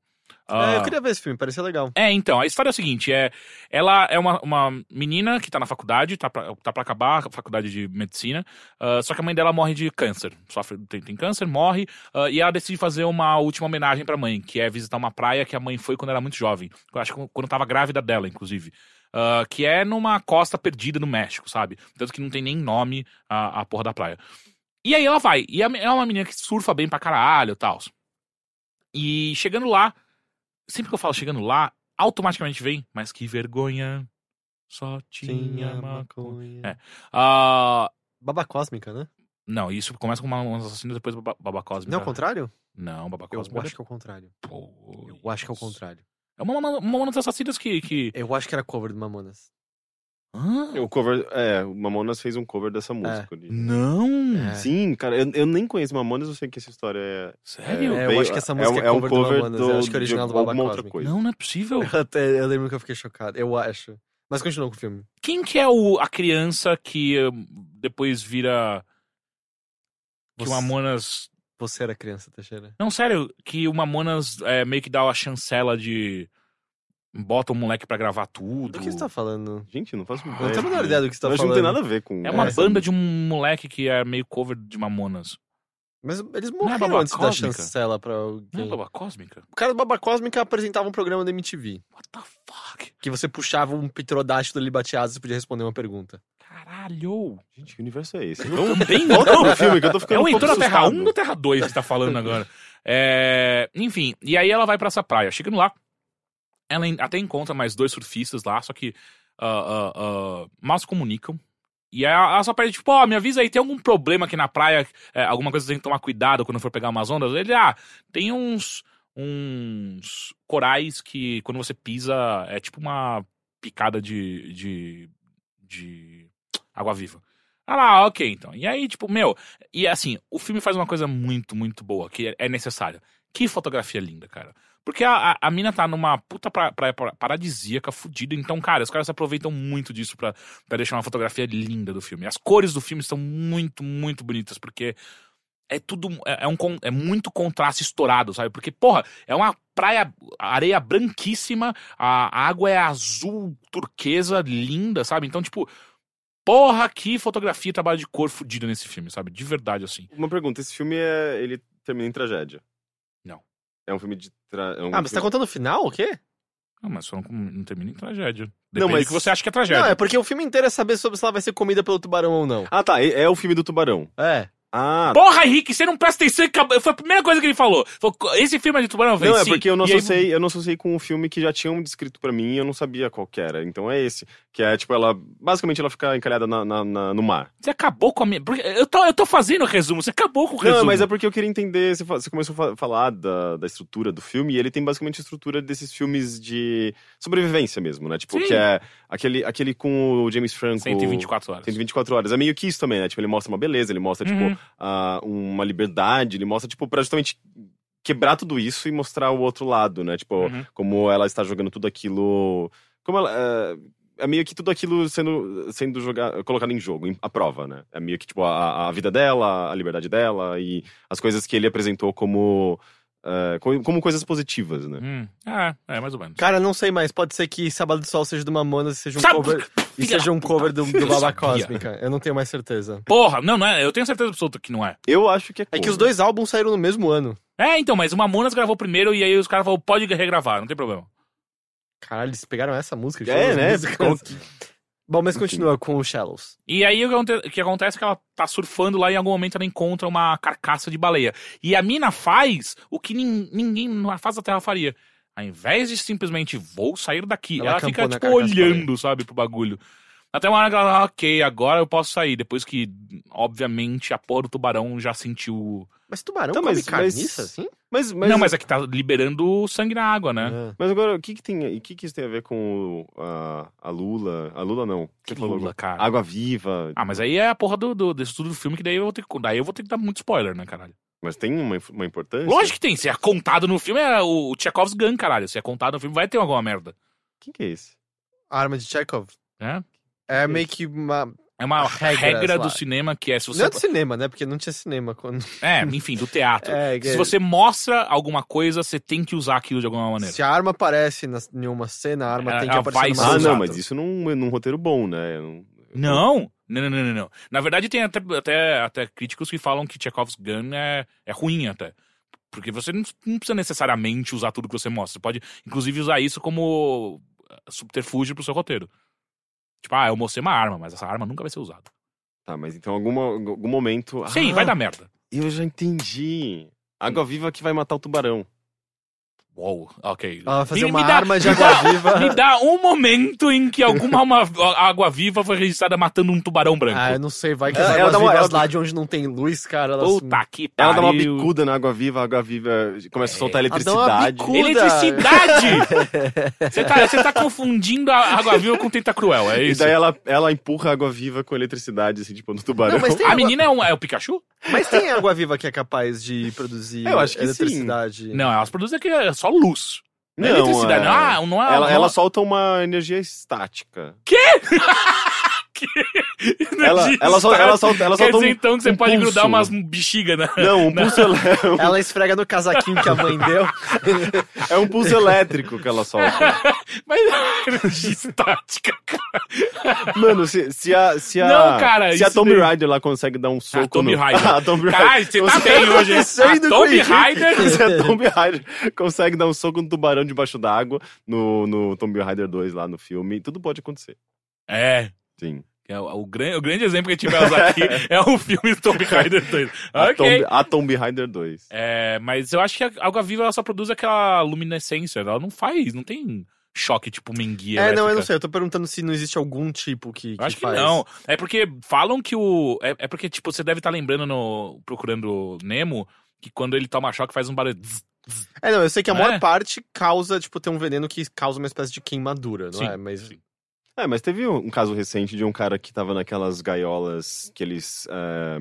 Speaker 1: É,
Speaker 2: Ah,
Speaker 1: eu queria ver esse filme, parecia legal.
Speaker 2: é, então, a história é a seguinte: é, ela é uma, uma menina que tá na faculdade, tá pra, tá pra acabar a faculdade de medicina, ah, só que a mãe dela morre de câncer. Sofre, tem, tem câncer, morre, ah, e ela decide fazer uma última homenagem pra mãe, que é visitar uma praia que a mãe foi quando era muito jovem. Eu acho que quando tava grávida dela, inclusive. ah, que é numa costa perdida no México, sabe? Tanto que não tem nem nome a, a porra da praia. E aí ela vai, e é é uma menina que surfa bem pra caralho e tal. E chegando lá, sempre que eu falo chegando lá, automaticamente vem, mas que vergonha. Só tinha maconha. É. Ah,
Speaker 1: Baba cósmica, né?
Speaker 2: não, isso começa com uma- um assassino depois baba, baba cósmica.
Speaker 1: Não, é o contrário?
Speaker 2: Não, baba
Speaker 1: Eu
Speaker 2: cósmica.
Speaker 1: acho que é o contrário.
Speaker 2: depois.
Speaker 1: Eu acho que é o contrário.
Speaker 2: É uma, uma, uma das assassinas que. que...
Speaker 1: Eu acho que era cover do Mamonas.
Speaker 2: Hã?
Speaker 3: O cover. É, o Mamonas fez um cover dessa música. ali.
Speaker 2: Não!
Speaker 1: É.
Speaker 3: Hum, Sim, cara, eu, eu nem conheço Mamonas, eu sei que essa história é.
Speaker 2: Sério?
Speaker 1: É, eu
Speaker 3: veio-
Speaker 1: acho que essa música é
Speaker 3: um-
Speaker 1: cover do
Speaker 3: um cover
Speaker 1: Mamonas, eu acho que é original
Speaker 3: de
Speaker 1: do Baba
Speaker 3: alguma outra
Speaker 1: Cosmic.
Speaker 3: coisa.
Speaker 2: Não, não é possível.
Speaker 1: Eu, até- eu lembro que eu fiquei chocado. Eu acho. Mas continua com o filme.
Speaker 2: Quem que é o, a criança que eh, depois vira. Que o
Speaker 1: Você-
Speaker 2: Mamonas.
Speaker 1: Você era criança, Teixeira.
Speaker 2: Não, sério, que o Mamonas eh, meio que dá a chancela de. Bota o moleque pra gravar tudo.
Speaker 1: Do que você tá falando?
Speaker 3: Gente, eu não faço ideia.
Speaker 1: Eu não tenho a menor
Speaker 3: cara.
Speaker 1: ideia do que você tá
Speaker 3: Mas
Speaker 1: falando.
Speaker 3: não tem nada a ver com.
Speaker 2: É uma
Speaker 1: É.
Speaker 2: banda de um moleque que é meio cover de Mamonas.
Speaker 1: Mas eles
Speaker 2: é
Speaker 1: morreram
Speaker 2: Baba
Speaker 1: antes da
Speaker 2: Cósmica?
Speaker 1: chancela pra
Speaker 2: Não é
Speaker 1: alguém.
Speaker 2: Baba Cósmica?
Speaker 1: O cara do Baba Cósmica apresentava um programa da MTV.
Speaker 2: What the fuck?
Speaker 1: Que você puxava um pterodáctilo ali bateado e você podia responder uma pergunta.
Speaker 2: Caralho!
Speaker 3: Gente, que universo é esse? Então,
Speaker 2: Também
Speaker 3: volta
Speaker 2: não!
Speaker 3: pro filme que eu tô
Speaker 2: É
Speaker 3: ficando.
Speaker 2: o
Speaker 3: um pouco
Speaker 2: Heitor da Terra
Speaker 3: assustado.
Speaker 2: 1 da Terra 2 que tá falando agora. É, enfim, e aí ela vai pra essa praia. Chegando lá, ela en- até encontra mais dois surfistas lá, só que ah, ah, ah, mal se comunicam. E aí ela ela só pede, tipo, ó, me avisa aí, tem algum problema aqui na praia? É, alguma coisa que você tem que tomar cuidado quando for pegar umas ondas? Ele, ah, tem uns, uns corais que quando você pisa é tipo uma picada de, de, de água-viva. Ah lá, ok, então. E aí, tipo, meu, e assim, o filme faz uma coisa muito, muito boa, que é- é necessária. Que fotografia linda, cara. Porque a, a, a mina tá numa puta pra- praia pra- paradisíaca, fudida. Então, cara, os caras se aproveitam muito disso pra, pra deixar uma fotografia linda do filme. As cores do filme são muito, muito bonitas, porque é tudo. É, é um, con- é muito contraste estourado, sabe? Porque, porra, é uma praia, areia branquíssima, a água é azul, turquesa, linda, sabe? Então, tipo, porra, que fotografia e trabalho de cor fudida nesse filme, sabe? De verdade, assim.
Speaker 3: Uma pergunta: esse filme é. Ele termina em tragédia?
Speaker 2: Não.
Speaker 3: É um filme de. Tra... é um
Speaker 1: Ah, mas você tá
Speaker 3: filme-
Speaker 1: contando o final? O quê?
Speaker 2: Ah, mas só não, não termina em tragédia. Depende
Speaker 3: Não,
Speaker 2: não, mas...
Speaker 3: mas-
Speaker 2: do que você acha que é
Speaker 1: Não,
Speaker 2: tragédia.
Speaker 1: é porque o filme inteiro é saber sobre se ela vai ser comida pelo tubarão ou não.
Speaker 3: Ah, tá. É é o filme do tubarão.
Speaker 1: É.
Speaker 3: Ah,
Speaker 2: Porra, Henrique, você não presta atenção. e acabou- Foi a primeira coisa que ele falou. Falou, Esse filme é de tubarão, velho.
Speaker 3: Não, é porque eu não,
Speaker 2: E aí-
Speaker 3: associei, eu não associei com um filme que já tinham descrito pra mim e eu não sabia qual que era. Então é esse. Que é, tipo, ela. Basicamente ela fica encalhada na- na- na- no mar.
Speaker 2: Você acabou com a minha. porque eu, tô, eu tô fazendo o resumo, você acabou com o resumo.
Speaker 3: Não, mas é porque eu queria entender. Você, fa- você começou a fa- falar da, da estrutura do filme, e ele tem basicamente a estrutura desses filmes de sobrevivência mesmo, né? Tipo,
Speaker 2: Sim.
Speaker 3: que é aquele, aquele com o James Franco.
Speaker 2: 124 horas.
Speaker 3: 124 horas. É meio que isso também, né? Tipo, ele mostra uma beleza, ele mostra, tipo,
Speaker 2: Uhum.
Speaker 3: ah, uma liberdade, ele mostra, tipo, pra justamente quebrar tudo isso e mostrar o outro lado, né? Tipo,
Speaker 2: Uhum.
Speaker 3: como ela está jogando tudo aquilo. Como ela. eh, É, meio que tudo aquilo sendo, sendo jogado, colocado em jogo, em- a prova, né? É meio que tipo a, a vida dela, a liberdade dela e as coisas que ele apresentou como, eh, co- como coisas positivas, né?
Speaker 2: Hum. Ah, é, mais ou menos.
Speaker 1: Cara, não sei mais. Pode ser que Sábado do Sol seja do Mamonas e seja um
Speaker 2: Sabe-
Speaker 1: cover, e
Speaker 2: Filha
Speaker 1: seja um
Speaker 2: da
Speaker 1: cover do,
Speaker 2: puta.
Speaker 1: do Baba
Speaker 2: Eu sabia.
Speaker 1: Cósmica. Eu não tenho mais certeza.
Speaker 2: Porra, não, não é. Eu tenho certeza absoluta que não é.
Speaker 3: Eu acho que é.
Speaker 1: É que
Speaker 3: cover.
Speaker 1: os dois álbuns saíram no mesmo ano.
Speaker 2: É, então, mas o Mamonas gravou primeiro e aí os caras falaram, pode regravar, não tem problema.
Speaker 1: Caralho, eles pegaram essa música? eles
Speaker 3: É,
Speaker 1: fizeram
Speaker 3: né?
Speaker 1: as músicas. Bom, mas continua com o Shallows.
Speaker 2: E aí o que aconte- o que acontece é que ela tá surfando lá e em algum momento ela encontra uma carcaça de baleia. E a mina faz o que nin- ninguém na face da Terra faria. Ao invés de simplesmente vou sair daqui,
Speaker 1: Ela
Speaker 2: ela,
Speaker 1: acampou
Speaker 2: fica
Speaker 1: na
Speaker 2: tipo
Speaker 1: carcaça de
Speaker 2: olhando, sabe, pro bagulho. Até uma hora que ela, fala, ok, agora eu posso sair. Depois que, obviamente, a porra do tubarão já sentiu.
Speaker 1: Mas tubarão
Speaker 3: Tá,
Speaker 1: come
Speaker 3: mas-
Speaker 1: carniça,
Speaker 3: mas-
Speaker 1: assim?
Speaker 3: Mas, mas,
Speaker 2: Não, mas é que tá liberando sangue na água, né?
Speaker 1: É.
Speaker 3: mas agora, o que, que tem. O que, que isso tem a ver com o- a, a Lula? A Lula não. Você falou
Speaker 2: Lula, cara.
Speaker 3: Água Viva.
Speaker 2: Ah, mas aí é a porra do, do, desse tudo do filme que daí eu vou ter que. Daí eu vou ter que dar muito spoiler, né, caralho?
Speaker 3: Mas tem uma, inf- uma importância?
Speaker 2: <laughs> Lógico que tem. Se é contado no filme, é o, o Tchekhov's Gun, caralho. Se é contado no filme, vai ter alguma merda.
Speaker 3: Quem que é esse?
Speaker 1: Arma de Chekhov.
Speaker 2: É?
Speaker 1: É meio que uma...
Speaker 2: É uma
Speaker 1: As regras
Speaker 2: regra
Speaker 1: lá.
Speaker 2: do cinema que é se você.
Speaker 1: Não é do cinema, né? Porque não tinha cinema quando...
Speaker 2: É, enfim, do teatro.
Speaker 1: É, que-
Speaker 2: Se você mostra alguma coisa, você tem que usar aquilo de alguma maneira.
Speaker 1: Se a arma aparece nas- em uma cena, a arma
Speaker 2: Ela-
Speaker 1: tem que
Speaker 2: ela
Speaker 1: aparecer
Speaker 2: vai
Speaker 1: numa
Speaker 2: ser
Speaker 3: Ah,
Speaker 1: outra.
Speaker 3: não,
Speaker 2: Exato.
Speaker 3: mas isso num, num roteiro bom, né? Eu não-
Speaker 2: Não! Não, não, não, não, não. Na verdade, tem até, até, até críticos que falam que Chekhov's Gun é, é ruim até. Porque você não, não precisa necessariamente usar tudo que você mostra. Você pode, inclusive, usar isso como eh, subterfúgio pro seu roteiro. Tipo, ah, eu mostrei uma arma, mas essa arma nunca vai ser usada.
Speaker 3: Tá, mas então alguma, algum momento.
Speaker 2: Sim,
Speaker 3: Ah,
Speaker 2: vai dar merda.
Speaker 3: Eu já entendi. Água viva que vai matar o tubarão.
Speaker 2: Uou, ok.
Speaker 1: Ela vai fazer
Speaker 2: Me-
Speaker 1: uma
Speaker 2: me dá-
Speaker 1: arma de
Speaker 2: me dá- Me
Speaker 1: água-viva.
Speaker 2: dá um momento em que alguma uma- <laughs> água-viva foi registrada matando um tubarão branco.
Speaker 1: Ah, eu não sei, vai que
Speaker 3: Ela-
Speaker 1: as
Speaker 3: ela É, dá uma-
Speaker 1: águas-vivas
Speaker 3: ela-
Speaker 1: lá de onde não tem luz, cara, elas... Ah,
Speaker 2: Puta que
Speaker 3: Ela
Speaker 2: pariu.
Speaker 3: dá uma bicuda na água viva, a água viva começa a
Speaker 2: É.
Speaker 3: soltar
Speaker 1: Ela dá uma
Speaker 3: eletricidade.
Speaker 1: bicuda.
Speaker 2: Eletricidade! Você tá, você tá confundindo a água-viva com tenta cruel, é
Speaker 3: E
Speaker 2: isso?
Speaker 3: daí ela, ela empurra a água viva com eletricidade, assim, tipo, no tubarão.
Speaker 1: Não, mas tem
Speaker 2: A
Speaker 1: água-
Speaker 2: menina é, um, é o Pikachu?
Speaker 1: <laughs> Mas tem água-viva que é capaz de produzir
Speaker 3: Eu acho que sim.
Speaker 1: eletricidade?
Speaker 2: Não, elas produzem aqui é só luz. Não, é
Speaker 3: <laughs> Não,
Speaker 2: eletricidade.
Speaker 3: é-
Speaker 2: Não, ah, não é.
Speaker 3: ela,
Speaker 2: não é-
Speaker 3: ela solta uma energia estática. Ela,
Speaker 2: energia
Speaker 3: ela, sol- ela
Speaker 2: estática.
Speaker 3: solta, ela
Speaker 2: Quer
Speaker 3: solta
Speaker 2: dizer
Speaker 3: um.
Speaker 2: então que você
Speaker 3: um
Speaker 2: pode
Speaker 3: pulso.
Speaker 2: grudar umas né? bexigas na.
Speaker 3: Não, um pulso ele-
Speaker 1: Ela esfrega no casaquinho que a mãe deu.
Speaker 3: é um pulso elétrico que ela solta.
Speaker 2: <laughs> Mas é energia estática, cara.
Speaker 3: Mano, se, se a. Se a
Speaker 2: Não, cara,
Speaker 3: Se a
Speaker 2: isso
Speaker 3: Tomb
Speaker 2: daí- Ah,
Speaker 3: Raider lá consegue dar um soco.
Speaker 2: Tomb
Speaker 3: no... <laughs>
Speaker 2: Raider.
Speaker 3: a Tomb Raider.
Speaker 2: Caralho, você tá
Speaker 3: <laughs>
Speaker 2: bem hoje. hein?
Speaker 1: acontecendo
Speaker 2: A
Speaker 1: com
Speaker 2: Tomb
Speaker 1: isso?
Speaker 2: Raider.
Speaker 3: Se a Tomb Raider consegue dar um soco no tubarão debaixo d'água no, no Tomb Raider 2 lá no filme, tudo pode acontecer.
Speaker 2: É.
Speaker 3: Sim.
Speaker 2: É, o, o gran- o grande exemplo que a gente vai usar
Speaker 3: <laughs>
Speaker 2: aqui é o filme Tomb Raider 2.
Speaker 3: A,
Speaker 2: Ok.
Speaker 3: Tomb, a Tomb Raider 2.
Speaker 2: É, mas eu acho que a água viva ela só produz aquela luminescência. Ela não faz, não tem choque tipo menguia.
Speaker 1: É, não, eu não
Speaker 2: elétrica.
Speaker 1: sei. Eu tô perguntando se não existe algum tipo que, que
Speaker 2: Eu acho que
Speaker 1: faz.
Speaker 2: não. É porque falam que o. É, é porque, tipo, você deve estar lembrando no. Procurando Nemo, que quando ele toma choque faz um barulho. zzz.
Speaker 1: É, não, eu sei que a
Speaker 2: Não
Speaker 1: maior
Speaker 2: é?
Speaker 1: parte causa, tipo, tem um veneno que causa uma espécie de queimadura, não
Speaker 2: Sim,
Speaker 1: é? Mas
Speaker 2: sim.
Speaker 3: É, mas teve um um caso recente de um cara que tava naquelas gaiolas que eles. é,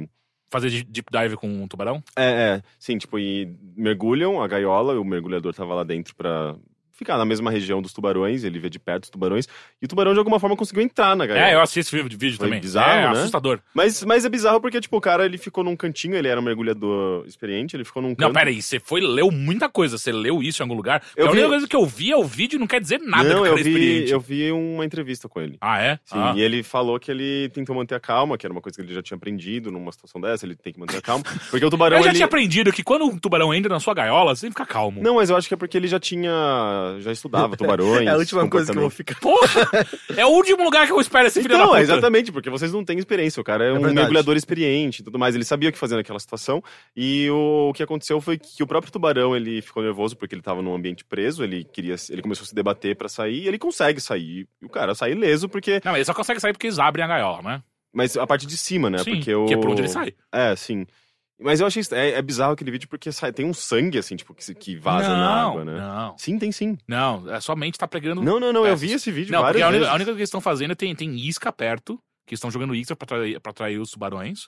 Speaker 2: Fazer de- deep dive com um tubarão?
Speaker 3: É, é, sim, tipo, e mergulham a gaiola, o mergulhador tava lá dentro pra ficar na mesma região dos tubarões, ele vê de perto os tubarões, e o tubarão de alguma forma conseguiu entrar na gaiola.
Speaker 2: É, eu assisti esse vídeo, vídeo
Speaker 3: Foi
Speaker 2: também.
Speaker 3: bizarro,
Speaker 2: é
Speaker 3: né?
Speaker 2: assustador.
Speaker 3: Mas, mas é bizarro porque, tipo, o cara ele ficou num cantinho, ele era um mergulhador experiente, ele ficou num canto.
Speaker 2: Não, pera aí, você foi leu muita coisa, você leu isso em algum lugar? Porque
Speaker 3: Eu
Speaker 2: a
Speaker 3: vi-
Speaker 2: única coisa que eu vi é o vídeo e não quer dizer nada
Speaker 3: não,
Speaker 2: que o
Speaker 3: eu
Speaker 2: cara é
Speaker 3: vi,
Speaker 2: experiente.
Speaker 3: eu vi uma entrevista com ele.
Speaker 2: Ah, é?
Speaker 3: Sim,
Speaker 2: Ah.
Speaker 3: e ele falou que ele tentou manter a calma, que era uma coisa que ele já tinha aprendido numa situação dessa, ele tem que manter a calma. Porque o tubarão.
Speaker 2: eu já
Speaker 3: ele...
Speaker 2: tinha aprendido que quando um tubarão entra na sua gaiola, você tem que ficar calmo.
Speaker 3: Não, mas eu acho que é porque ele já tinha já, já
Speaker 2: <laughs>
Speaker 3: estudava tubarões.
Speaker 1: É a última coisa que eu vou
Speaker 3: comportamento.
Speaker 1: ficar.
Speaker 2: Porra! É o último lugar que eu espero esse filho da
Speaker 3: Então,
Speaker 2: puta.
Speaker 3: é exatamente, porque vocês não têm experiência. O cara é, um
Speaker 1: verdade.
Speaker 3: mergulhador experiente e tudo mais. Ele sabia o que fazer naquela situação. E o, o que aconteceu foi que o próprio tubarão ele ficou nervoso porque ele estava num ambiente preso. Ele queria, ele começou a se debater para sair. E ele consegue sair. E o cara sai ileso porque.
Speaker 2: Não, mas ele só consegue sair porque eles abrem a gaiola, né?
Speaker 3: Mas a parte de cima, né?
Speaker 2: Sim,
Speaker 3: porque o...
Speaker 2: que é por onde ele sai.
Speaker 3: É, sim. Mas eu achei est- é, é bizarro aquele vídeo porque sai, tem um sangue, assim, tipo, que, se- que vaza
Speaker 2: não,
Speaker 3: na água, né?
Speaker 2: Não,
Speaker 3: Sim, tem sim.
Speaker 2: não. A sua mente tá pregando.
Speaker 3: Não, não, não.
Speaker 2: É,
Speaker 3: Eu vi esse vídeo
Speaker 2: Não, porque
Speaker 3: várias
Speaker 2: a única,
Speaker 3: vezes.
Speaker 2: a única coisa que eles estão fazendo é tem, tem isca perto, que estão jogando isca pra atrair, pra atrair os tubarões.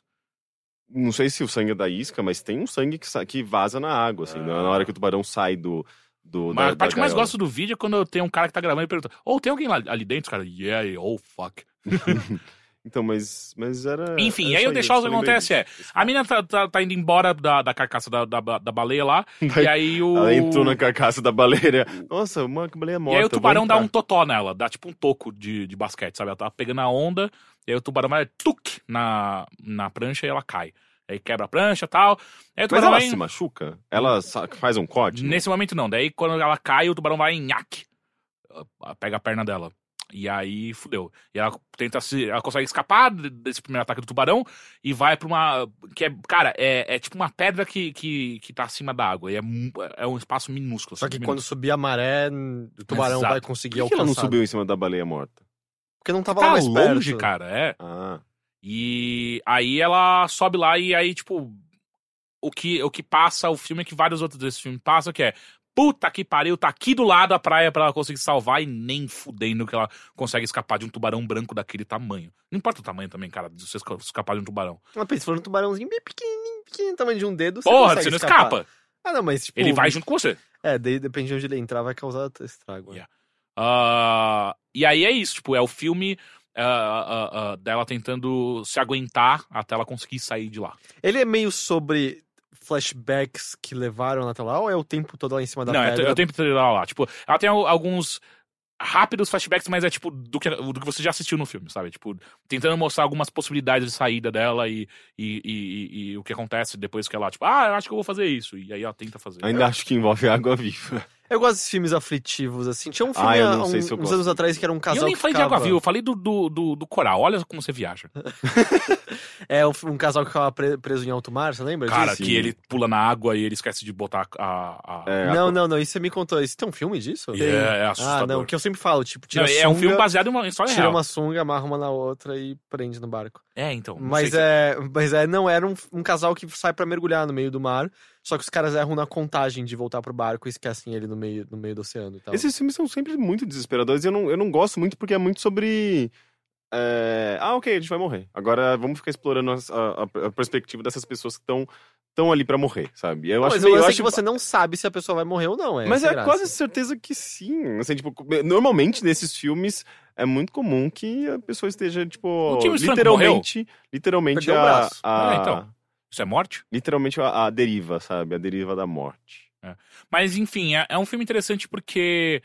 Speaker 3: Não sei se o sangue é da isca, mas tem um sangue que, sa- que vaza na água, assim, na na hora que o tubarão sai do. do
Speaker 2: Ah. Mas
Speaker 3: da-
Speaker 2: a parte
Speaker 3: da
Speaker 2: que eu mais
Speaker 3: gaiola.
Speaker 2: gosto do vídeo é quando tem um cara que tá gravando e pergunta: Ou tem alguém lá, ali dentro, cara? Yeah, oh fuck.
Speaker 3: Então, mas, mas era.
Speaker 2: Enfim,
Speaker 3: era
Speaker 2: e aí
Speaker 3: só
Speaker 2: o The Shawshank
Speaker 3: É, isso, eu lembrei
Speaker 2: acontece é,
Speaker 3: disso.
Speaker 2: A mina tá, tá, tá indo embora da, da carcaça da, da, ba- da baleia lá,
Speaker 3: <laughs>
Speaker 2: e aí é, o.
Speaker 3: Ela entrou na carcaça da baleia. Nossa, uma baleia
Speaker 2: E
Speaker 3: morta.
Speaker 2: aí o tubarão
Speaker 3: vou
Speaker 2: dá
Speaker 3: entrar.
Speaker 2: um totó nela, dá tipo um toco de, de basquete, sabe? Ela tá pegando a onda, e aí o tubarão vai tuc na, na prancha e ela cai. Aí quebra a prancha e tal. Aí o
Speaker 3: Mas
Speaker 2: tubarão
Speaker 3: ela
Speaker 2: vai.
Speaker 3: se machuca? Ela sa- faz um corte? né?
Speaker 2: Nesse momento não. Daí quando ela cai, o tubarão vai em nhaque. Ah, Pega a perna dela. E aí fudeu. E ela tenta se. Ela consegue escapar de- desse primeiro ataque do tubarão e vai pra uma. Que é, cara, é, é tipo uma pedra que, que, que tá acima da água. E é, mu- é um espaço minúsculo.
Speaker 1: Só
Speaker 2: assim,
Speaker 1: que
Speaker 2: minúsculo.
Speaker 1: quando subir a maré, o tubarão
Speaker 2: Exato.
Speaker 1: vai
Speaker 3: Por
Speaker 1: conseguir
Speaker 3: que, que ela
Speaker 1: alcançar.
Speaker 3: não subiu em cima da baleia morta?
Speaker 1: Porque não tava lá
Speaker 2: tá
Speaker 1: mais
Speaker 2: longe,
Speaker 1: perto.
Speaker 2: cara, é.
Speaker 3: Ah.
Speaker 2: E aí ela sobe lá e aí, tipo, o que, o que passa, o filme é que vários outros desse filme passam, que é puta que pariu, tá aqui do lado a praia pra ela conseguir salvar e nem fudendo que ela consegue escapar de um tubarão branco daquele tamanho. Não importa o tamanho também, cara, de você esca- escapar de um tubarão.
Speaker 1: Mas pensa, se for um tubarãozinho bem pequenininho, pequenininho, tamanho de um dedo, você
Speaker 2: Porra,
Speaker 1: consegue
Speaker 2: você não
Speaker 1: escapar.
Speaker 2: escapa.
Speaker 1: Ah, não, mas tipo...
Speaker 2: Ele vai junto com você.
Speaker 1: É, daí depende de onde ele entrar, vai causar estrago. né?
Speaker 2: Yeah. Ah, e aí é isso, tipo, é o filme ah, ah, ah, dela tentando se aguentar até ela conseguir sair de lá.
Speaker 1: Ele é meio sobre flashbacks que levaram até lá, ou é o tempo todo lá em cima da
Speaker 2: Não, é,
Speaker 1: pedra?
Speaker 2: eu tenho que lá, lá. Tipo, ela tem al- alguns rápidos flashbacks, mas é tipo do que, do que você já assistiu no filme, sabe? Tipo, tentando mostrar algumas possibilidades de saída dela e, e, e- e- e o que acontece depois que ela, tipo, ah, eu acho que eu vou fazer isso. E aí ela tenta fazer.
Speaker 3: Ainda acho que envolve água viva.
Speaker 1: Eu gosto desses filmes aflitivos, assim.
Speaker 2: Ah,
Speaker 1: Tinha um filme
Speaker 3: eu
Speaker 1: há
Speaker 3: não
Speaker 1: um-
Speaker 3: sei se eu
Speaker 1: uns
Speaker 3: gosto
Speaker 1: anos
Speaker 3: muito.
Speaker 1: atrás que era um
Speaker 2: e
Speaker 1: casal
Speaker 2: eu nem
Speaker 1: que
Speaker 2: falei de
Speaker 1: ficava...
Speaker 2: água viva, eu falei do, do, do, do coral. Olha como você viaja.
Speaker 1: É, um, um casal que ficava pre- preso em alto mar, você lembra
Speaker 2: Cara,
Speaker 1: disso?
Speaker 3: disse-
Speaker 2: que ele pula na água e ele esquece de botar a. a-
Speaker 3: É,
Speaker 1: Não, não, não, isso você me contou. Isso tem um filme disso?
Speaker 2: E é, é assustador.
Speaker 1: Ah, não, que eu sempre falo, tipo, tira
Speaker 2: Não,
Speaker 1: a
Speaker 2: é um
Speaker 1: sunga,
Speaker 2: filme baseado em uma história
Speaker 1: Tira
Speaker 2: real.
Speaker 1: uma sunga, amarra uma na outra e prende no barco.
Speaker 2: É, então. não sei
Speaker 1: Mas
Speaker 2: se-
Speaker 1: é, mas é, não, era um, um casal que sai pra mergulhar no meio do mar, só que os caras erram na contagem de voltar pro barco e esquecem ele no meio, no meio do oceano e tal.
Speaker 3: Esses filmes são sempre muito desesperadores e eu não, eu não gosto muito porque é muito sobre. é, Ah, ok, a gente vai morrer. Agora vamos ficar explorando as- a, a- a perspectiva dessas pessoas que estão tão ali pra morrer, sabe? Eu
Speaker 1: Não,
Speaker 3: acho
Speaker 1: mas o
Speaker 3: meio- eu
Speaker 1: lance é
Speaker 3: acho
Speaker 1: que você não sabe se a pessoa vai morrer ou não, é.
Speaker 3: Mas
Speaker 1: essa
Speaker 3: é
Speaker 1: a graça.
Speaker 3: quase certeza que sim. Assim, tipo, normalmente nesses filmes é muito comum que a pessoa esteja, tipo,
Speaker 2: James Franco
Speaker 3: literalmente, literalmente
Speaker 1: Perdeu o
Speaker 3: a,
Speaker 1: braço.
Speaker 3: a-
Speaker 2: É, então. Isso é morte?
Speaker 3: literalmente a, a deriva, sabe? A deriva da morte.
Speaker 2: Mas enfim, é, é um filme interessante porque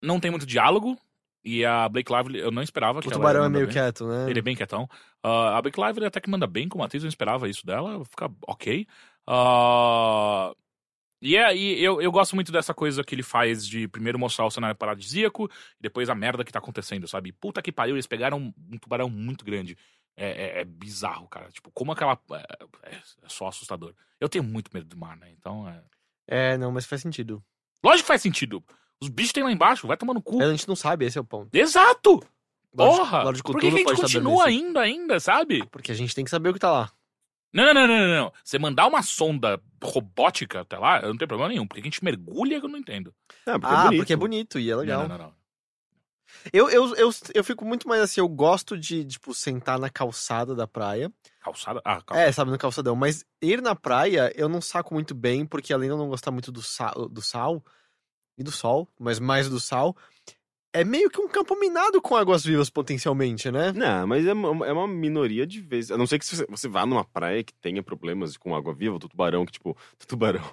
Speaker 2: não tem muito diálogo e a Blake Lively, eu não esperava que
Speaker 1: O
Speaker 2: ela
Speaker 1: tubarão
Speaker 2: ia
Speaker 1: é
Speaker 2: mandar
Speaker 1: meio
Speaker 2: bem.
Speaker 1: quieto, né?
Speaker 2: Ele é bem quietão. Ah, a Blake Lively até que manda bem como atriz, eu não esperava isso dela, fica ok. Ah, e é, e eu, eu gosto muito dessa coisa que ele faz de primeiro mostrar o cenário paradisíaco e depois a merda que tá acontecendo, sabe? Puta que pariu, eles pegaram um, um tubarão muito grande. É, é- é bizarro, cara. Tipo, como aquela. É, é- é só assustador. Eu tenho muito medo do mar, né? Então é.
Speaker 1: É, não, mas faz sentido.
Speaker 2: Lógico que faz sentido. Os bichos tem lá embaixo, vai tomar no cu.
Speaker 1: A gente não sabe, esse é o ponto.
Speaker 2: Exato!
Speaker 1: Lorde-
Speaker 2: Porra!
Speaker 1: Lorde
Speaker 2: Por que, que a
Speaker 1: Cthulhu
Speaker 2: gente
Speaker 1: pode saber disso.
Speaker 2: continua ainda, ainda, sabe?
Speaker 1: Porque a gente tem que saber o que tá lá.
Speaker 2: Não, não, não, não, não, não. Você mandar uma sonda robótica até lá, eu não tenho problema nenhum. Porque a gente mergulha, eu não entendo.
Speaker 3: Ah, porque
Speaker 1: ah,
Speaker 3: é bonito.
Speaker 1: porque é bonito e é legal.
Speaker 2: Não, não, não. não.
Speaker 1: Eu, eu, eu, eu fico muito mais assim, eu gosto de, tipo, sentar na calçada da praia.
Speaker 2: Calçada. Ah, calça.
Speaker 1: É, sabe, no calçadão. Mas ir na praia, eu não saco muito bem, porque além de eu não gostar muito do sal, do sal e do sol, mas mais do sal, é meio que um campo minado com águas vivas, potencialmente, né?
Speaker 3: Não, mas é uma, é uma minoria de vezes. A não ser que você, você vá numa praia que tenha problemas com água-viva, do tubarão, que tipo. <laughs> Do tubarão.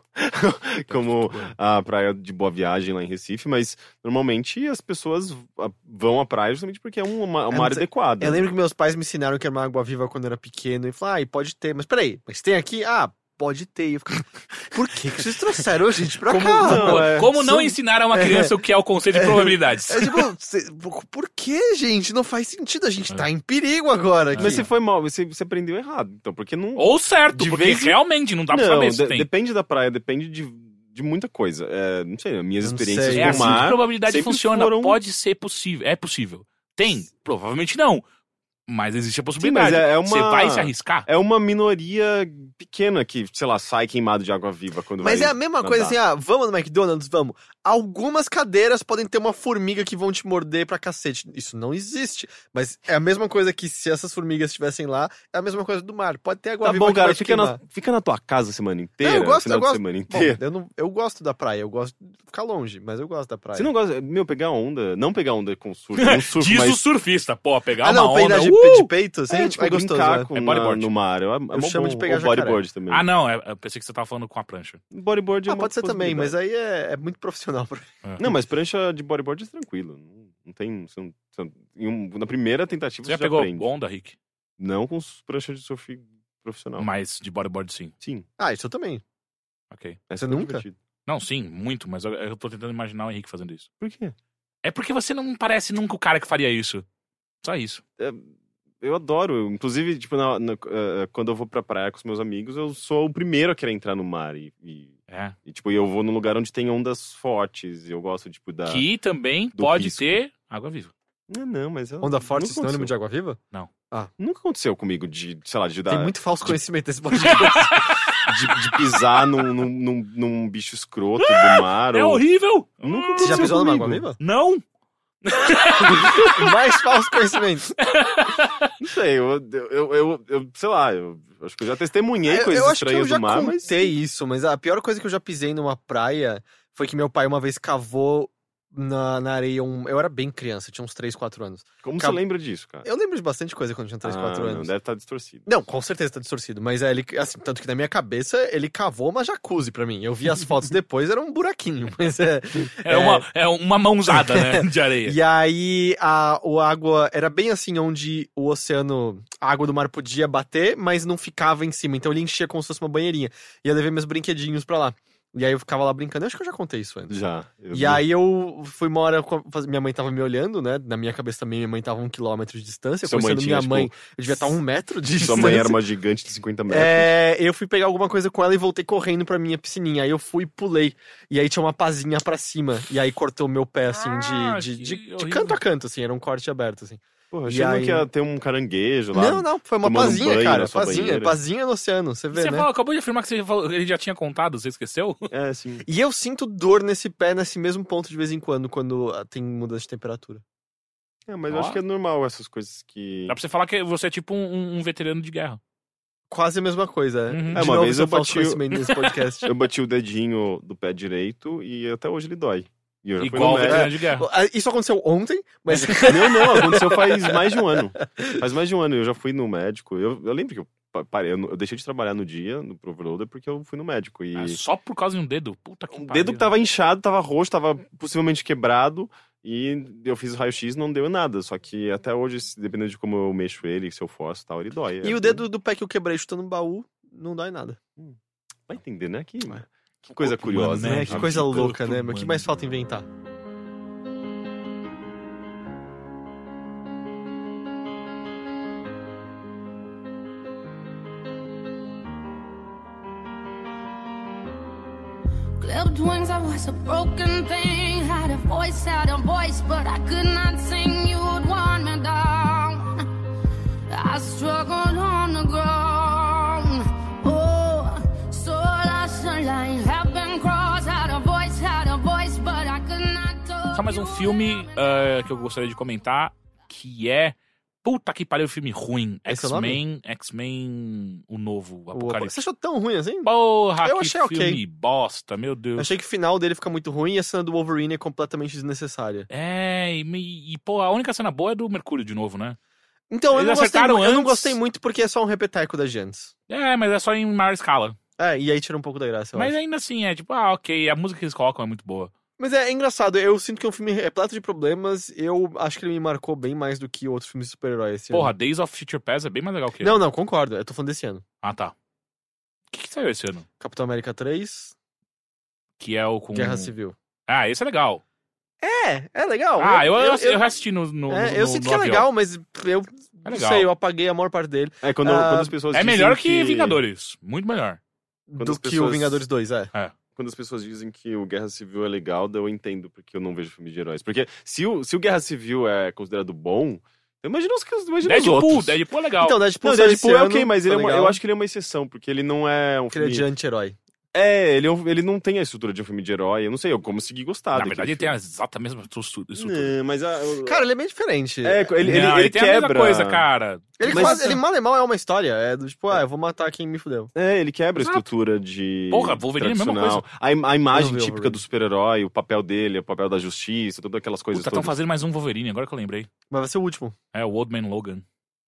Speaker 3: Como a praia de Boa Viagem lá em Recife, mas normalmente as pessoas ah, vão à praia justamente porque é uma,
Speaker 1: não
Speaker 3: uma área
Speaker 1: sei.
Speaker 3: adequada.
Speaker 1: Eu lembro que meus pais me ensinaram que era uma água viva quando eu era pequeno e falaram, ah, e pode ter, mas peraí, mas tem aqui? Ah, pode ter. E eu ficava, por que, que vocês trouxeram a gente pra
Speaker 3: Como-
Speaker 1: cá?
Speaker 3: Não, é.
Speaker 2: Como não
Speaker 1: São-
Speaker 2: ensinar a uma criança o que é o conceito de probabilidades?
Speaker 1: É tipo, cê- por- por que, gente? Não faz sentido, a gente tá em perigo agora. aqui.
Speaker 3: É. Mas se foi mal, você, você prendeu errado. Então, porque não.
Speaker 2: Ou certo,
Speaker 3: De
Speaker 2: porque
Speaker 3: vez em-
Speaker 2: realmente não dá pra
Speaker 3: não,
Speaker 2: saber se
Speaker 3: de-
Speaker 2: tem.
Speaker 3: depende da praia, depende de, de muita coisa. É, não sei, minhas
Speaker 1: Eu não
Speaker 3: experiências
Speaker 1: sei.
Speaker 2: É
Speaker 3: com
Speaker 2: assim
Speaker 3: o
Speaker 2: que a
Speaker 3: mar.
Speaker 2: probabilidade
Speaker 3: sempre
Speaker 2: funciona.
Speaker 3: foram-
Speaker 2: Pode ser possível. É possível. Tem? Provavelmente não. Mas existe a possibilidade.
Speaker 3: Sim, mas é- é uma-
Speaker 2: Você vai se arriscar?
Speaker 3: É uma minoria pequena que, sei lá, sai queimado de água viva quando
Speaker 1: Mas é
Speaker 3: vai.
Speaker 1: a mesma coisa
Speaker 3: nadar.
Speaker 1: assim, ah, vamos no McDonald's, vamos. Algumas cadeiras podem ter uma formiga que vão te morder pra cacete. Isso não existe. Mas é a mesma coisa que se essas formigas estivessem lá, é a mesma coisa do mar. Pode ter água
Speaker 3: Tá
Speaker 1: viva
Speaker 3: bom,
Speaker 1: que vai
Speaker 3: cara,
Speaker 1: te
Speaker 3: fica
Speaker 1: queimar.
Speaker 3: na, fica na tua casa a semana inteira,
Speaker 1: Não, eu gosto,
Speaker 3: final
Speaker 1: eu
Speaker 3: de
Speaker 1: gosto.
Speaker 3: semana
Speaker 1: Bom,
Speaker 3: inteira.
Speaker 1: eu, não, eu gosto da praia, eu gosto de ficar longe, mas eu gosto da praia.
Speaker 3: Você não gosta, meu, pegar onda, não pegar onda com
Speaker 1: <laughs>
Speaker 3: surf, um surf,
Speaker 2: Diz o
Speaker 3: mas
Speaker 2: surfista. Pô, pegar
Speaker 1: ah,
Speaker 2: uma
Speaker 1: não,
Speaker 2: onda...
Speaker 1: peidar de,
Speaker 2: uh!
Speaker 1: de peito, assim,
Speaker 3: é,
Speaker 1: é,
Speaker 3: tipo,
Speaker 1: gostoso.
Speaker 3: brincar
Speaker 1: né?
Speaker 3: com
Speaker 2: É
Speaker 3: na-
Speaker 2: bodyboard.
Speaker 3: no mar. É, é mó
Speaker 1: chamo
Speaker 3: bom,
Speaker 1: de pegar
Speaker 3: ou bodyboard também.
Speaker 2: Ah, não. é- Eu pensei que você tava falando com a prancha.
Speaker 3: bodyboard é
Speaker 1: Ah,
Speaker 3: uma
Speaker 1: pode ser também, mas
Speaker 3: possibilidade.
Speaker 1: aí é, é muito profissional. <laughs> pra-
Speaker 3: Não, mas prancha de bodyboard é tranquilo. Não, não tem... Você não, você não- em um- na primeira tentativa
Speaker 2: Você
Speaker 3: você,
Speaker 2: já pegou
Speaker 3: aprende.
Speaker 2: onda, Rick?
Speaker 3: Não com s- prancha de surf profissional.
Speaker 2: Mas de bodyboard sim.
Speaker 3: Sim.
Speaker 1: Ah, isso eu também.
Speaker 2: Ok.
Speaker 3: é
Speaker 1: Você
Speaker 3: super
Speaker 1: nunca?
Speaker 3: divertido.
Speaker 2: Não, sim, muito, mas eu, eu tô tentando imaginar o Henrique fazendo isso.
Speaker 3: Por quê?
Speaker 2: É porque você não parece nunca o cara que faria isso. Só isso.
Speaker 3: É, Eu adoro. eu, inclusive, tipo, na- na- eh, quando eu vou pra praia com os meus amigos, eu sou o primeiro a querer entrar no mar. E, e-
Speaker 2: É.
Speaker 3: e, tipo, eu vou num lugar onde tem ondas fortes. E eu gosto, tipo, da...
Speaker 2: Que também
Speaker 3: Do
Speaker 2: pode
Speaker 3: risco.
Speaker 2: ter água viva.
Speaker 3: Não, não, mas... eu-
Speaker 1: Onda forte, é
Speaker 3: nunca
Speaker 1: sinônimo de
Speaker 3: aconteceu.
Speaker 1: água viva?
Speaker 3: Nunca aconteceu comigo de, sei lá, de dar...
Speaker 1: Tem muito
Speaker 3: Tipo,
Speaker 1: falso conhecimento desse
Speaker 3: <laughs>
Speaker 1: podcast.
Speaker 3: De, de pisar num, num, num- num bicho escroto do
Speaker 2: <laughs>
Speaker 3: mar.
Speaker 2: É
Speaker 3: ou-
Speaker 2: horrível!
Speaker 3: Nunca
Speaker 1: Você já
Speaker 3: aconteceu
Speaker 1: pisou numa água
Speaker 3: comigo. <laughs>
Speaker 1: viva?
Speaker 2: Não!
Speaker 1: Mais falso conhecimento.
Speaker 3: Não sei, eu, eu, eu, eu- eu- sei lá, eu acho que eu já testemunhei
Speaker 1: É, Eu,
Speaker 3: coisas
Speaker 1: eu acho que eu
Speaker 3: estranhas
Speaker 1: já
Speaker 3: do mar,
Speaker 1: contei
Speaker 3: mas...
Speaker 1: isso, mas a pior coisa que eu já pisei numa praia foi que meu pai uma vez cavou na, na areia um. Eu era bem criança, tinha uns 3, 4 anos.
Speaker 3: Como
Speaker 1: Cab-
Speaker 3: você lembra disso, cara?
Speaker 1: Eu lembro de bastante coisa quando tinha 3,
Speaker 3: Ah,
Speaker 1: 4
Speaker 3: não,
Speaker 1: anos.
Speaker 3: Deve estar distorcido.
Speaker 1: Não, com certeza tá distorcido, mas é, ele, assim, tanto que na minha cabeça ele cavou uma jacuzzi pra mim. Eu vi as
Speaker 3: <laughs>
Speaker 1: fotos depois, era um buraquinho, mas é.
Speaker 2: É, Uma, é uma mãozada,
Speaker 3: <laughs>
Speaker 2: né? De areia.
Speaker 1: E aí a, o água era bem assim onde o oceano, a água do mar podia bater, mas não ficava em cima. Então ele enchia como se fosse uma banheirinha. E eu levei meus brinquedinhos pra lá. E aí eu ficava lá brincando. Eu acho que eu já contei isso antes.
Speaker 3: Já. eu-
Speaker 1: E aí eu fui uma hora, com a- faz- minha mãe tava me olhando, né? Na minha cabeça também, minha mãe tava a um quilômetro de distância.
Speaker 3: Sua mãe
Speaker 1: Conhecendo
Speaker 3: tinha,
Speaker 1: minha
Speaker 3: tipo,
Speaker 1: mãe, eu devia estar a um metro de
Speaker 3: Sua
Speaker 1: distância.
Speaker 3: mãe era uma gigante de 50 metros.
Speaker 1: É, eu fui pegar alguma coisa com ela e voltei correndo pra minha piscininha. Aí eu fui e pulei. E aí tinha uma pazinha pra cima. E aí cortou meu pé, assim,
Speaker 2: Ah,
Speaker 1: de,
Speaker 2: que
Speaker 1: de, de, de
Speaker 2: horrível.
Speaker 1: canto a canto, assim. Era um corte aberto, assim.
Speaker 3: Porra,
Speaker 1: E
Speaker 3: achando
Speaker 1: aí-
Speaker 3: que ia ter um caranguejo lá.
Speaker 1: Não, não, foi uma
Speaker 3: tomando um
Speaker 1: pazinha,
Speaker 3: banho
Speaker 1: cara.
Speaker 3: na sua
Speaker 1: Pazinha,
Speaker 3: banheira.
Speaker 1: pazinha no oceano, você vê,
Speaker 2: Você
Speaker 1: né?
Speaker 2: falou- acabou de afirmar que você falou- ele já tinha contado, você esqueceu?
Speaker 3: É, assim.
Speaker 1: E eu sinto dor nesse pé, nesse mesmo ponto de vez em quando, quando ah, tem mudança de temperatura.
Speaker 3: É, mas
Speaker 2: Ó.
Speaker 3: eu acho que é normal essas coisas que.
Speaker 2: Dá pra você falar que você é tipo um, um veterano de guerra.
Speaker 1: Quase a mesma coisa. né?
Speaker 2: Uhum.
Speaker 1: De
Speaker 3: É, uma
Speaker 1: novo,
Speaker 3: vez
Speaker 1: isso
Speaker 3: eu
Speaker 1: falso
Speaker 3: bati o-
Speaker 1: conhecimento nesse
Speaker 3: <laughs>
Speaker 1: podcast.
Speaker 3: Eu bati o dedinho do pé direito e até hoje ele dói. E eu já fui
Speaker 2: Igual um
Speaker 3: no médico.
Speaker 2: veterano de guerra.
Speaker 1: Ah, Isso aconteceu ontem, mas
Speaker 3: Não, não, aconteceu faz mais de um ano. Faz mais de um ano. Eu já fui no médico. Eu, eu lembro que eu pa- parei, eu, não- eu deixei de trabalhar no dia, no Proverloader, porque eu fui no médico. E
Speaker 2: Ah, só por causa de um dedo? Puta que
Speaker 3: o
Speaker 2: pariu. né?
Speaker 3: dedo que tava inchado, tava roxo, tava possivelmente quebrado. E eu fiz o raio-x não deu em nada. Só que até hoje, se- dependendo de como eu mexo ele, se eu forço e tal, ele dói.
Speaker 1: <laughs> e
Speaker 3: É,
Speaker 1: o dedo do pé que eu quebrei chutando um baú não dói nada.
Speaker 3: Vai entender, né? Que, que coisa
Speaker 2: corpo humano,
Speaker 3: curiosa.
Speaker 2: né?
Speaker 1: É,
Speaker 2: A
Speaker 1: que coisa
Speaker 2: vida
Speaker 1: louca,
Speaker 2: do
Speaker 1: né? Mas o que mais
Speaker 2: humano.
Speaker 1: falta inventar?
Speaker 5: Clipped wings, I was a broken thing. Had a voice, had a voice, but I could not sing. You would want me down. I struggled on the ground. Oh, so lost a line. Have been crossed, had a voice, had a voice, but I could not talk.
Speaker 2: Só mais um
Speaker 5: You
Speaker 2: filme
Speaker 5: would
Speaker 2: eh, que eu gostaria de comentar, que é... Puta que pariu, filme ruim.
Speaker 1: Esse é o nome?
Speaker 2: X-Men, X-Men, o novo, o
Speaker 1: O-
Speaker 2: Apocalipse.
Speaker 1: Você achou tão ruim assim?
Speaker 2: Porra,
Speaker 1: Eu
Speaker 2: que
Speaker 1: achei ok.
Speaker 2: filme bosta, meu Deus.
Speaker 1: Eu achei que o final dele fica muito ruim e a cena do Wolverine é completamente desnecessária.
Speaker 2: É, e, me- e, pô, a única cena boa é do Mercúrio de novo, né?
Speaker 1: Então, eu
Speaker 2: Eles
Speaker 1: não, gostei,
Speaker 2: acertaram
Speaker 1: mu- eu não
Speaker 2: antes.
Speaker 1: gostei muito porque é só um repeteco da Jans.
Speaker 2: É, mas é só em maior escala.
Speaker 1: É, e aí tira um pouco da graça, eu
Speaker 2: mas
Speaker 1: acho.
Speaker 2: ainda assim, é tipo, ah, ok, a música que eles colocam é muito boa.
Speaker 1: Mas é, é engraçado, eu sinto que é um filme repleto de problemas. Eu acho que ele me marcou bem mais do que outros filmes de super-heróis.
Speaker 2: Porra, Days of Future Past é bem mais legal que
Speaker 1: Não, não, concordo. Eu tô falando desse ano.
Speaker 2: Ah, tá. que, que saiu esse ano?
Speaker 1: Capitão América 3,
Speaker 2: Que é o com.
Speaker 1: Guerra Civil.
Speaker 2: Ah, esse é legal.
Speaker 1: É, é legal.
Speaker 2: ah, eu, eu,
Speaker 1: eu,
Speaker 2: eu assisti no. no,
Speaker 1: é,
Speaker 2: no-
Speaker 1: eu
Speaker 2: no-
Speaker 1: sinto
Speaker 2: no
Speaker 1: que é
Speaker 2: avião.
Speaker 1: legal, mas eu
Speaker 2: É
Speaker 1: não
Speaker 2: legal.
Speaker 1: sei, eu apaguei a maior parte dele
Speaker 3: É, quando,
Speaker 1: Ah,
Speaker 3: quando as pessoas
Speaker 2: É
Speaker 3: dizem
Speaker 2: melhor que, Vingadores. Muito melhor.
Speaker 3: Quando
Speaker 1: do
Speaker 3: as
Speaker 1: que o
Speaker 3: pessoas-
Speaker 1: Vingadores 2, é.
Speaker 3: Quando as pessoas dizem que o Guerra Civil é legal, daí eu entendo porque eu não vejo filme de heróis. Porque se o, se o Guerra Civil é considerado bom, eu imagino os que imagina os
Speaker 2: Deadpool,
Speaker 3: outros.
Speaker 2: Deadpool é legal.
Speaker 1: Então, Deadpool,
Speaker 3: Não,
Speaker 1: saiu
Speaker 3: Deadpool
Speaker 1: esse
Speaker 3: é
Speaker 1: ano,
Speaker 3: ok, mas
Speaker 1: tá
Speaker 3: ele é uma-
Speaker 1: legal.
Speaker 3: eu acho que ele é uma exceção, porque ele não é um
Speaker 1: que ele é de
Speaker 3: filme...
Speaker 1: anti-herói.
Speaker 3: É, ele, é um- ele não tem a estrutura de um filme de herói. Eu não sei, eu consegui gostar
Speaker 2: Na
Speaker 3: daquele
Speaker 2: verdade, ele tem
Speaker 3: filme.
Speaker 2: a exata mesma estru- estrutura.
Speaker 3: Não, mas a, o-
Speaker 1: Cara, ele é bem diferente.
Speaker 3: é, ele, ele,
Speaker 2: Não,
Speaker 3: ele
Speaker 2: tem
Speaker 3: quebra.
Speaker 2: a mesma coisa, cara.
Speaker 1: ele,
Speaker 3: mas-
Speaker 1: quase, ele mal e mal é uma história. É do tipo, ah, eu vou matar quem me fudeu.
Speaker 3: É, ele quebra
Speaker 2: Exato.
Speaker 3: a estrutura de.
Speaker 2: Porra, Wolverine é a mesma
Speaker 3: tradicional. A, im- a imagem
Speaker 1: Eu vi
Speaker 3: típica
Speaker 1: Wolverine.
Speaker 3: do super-herói, o papel dele, o papel da justiça, todas aquelas coisas.
Speaker 2: Puta, estão
Speaker 3: todas.
Speaker 2: fazendo mais um Wolverine, agora que eu lembrei.
Speaker 1: Mas vai ser o último.
Speaker 2: É, o Old Man Logan,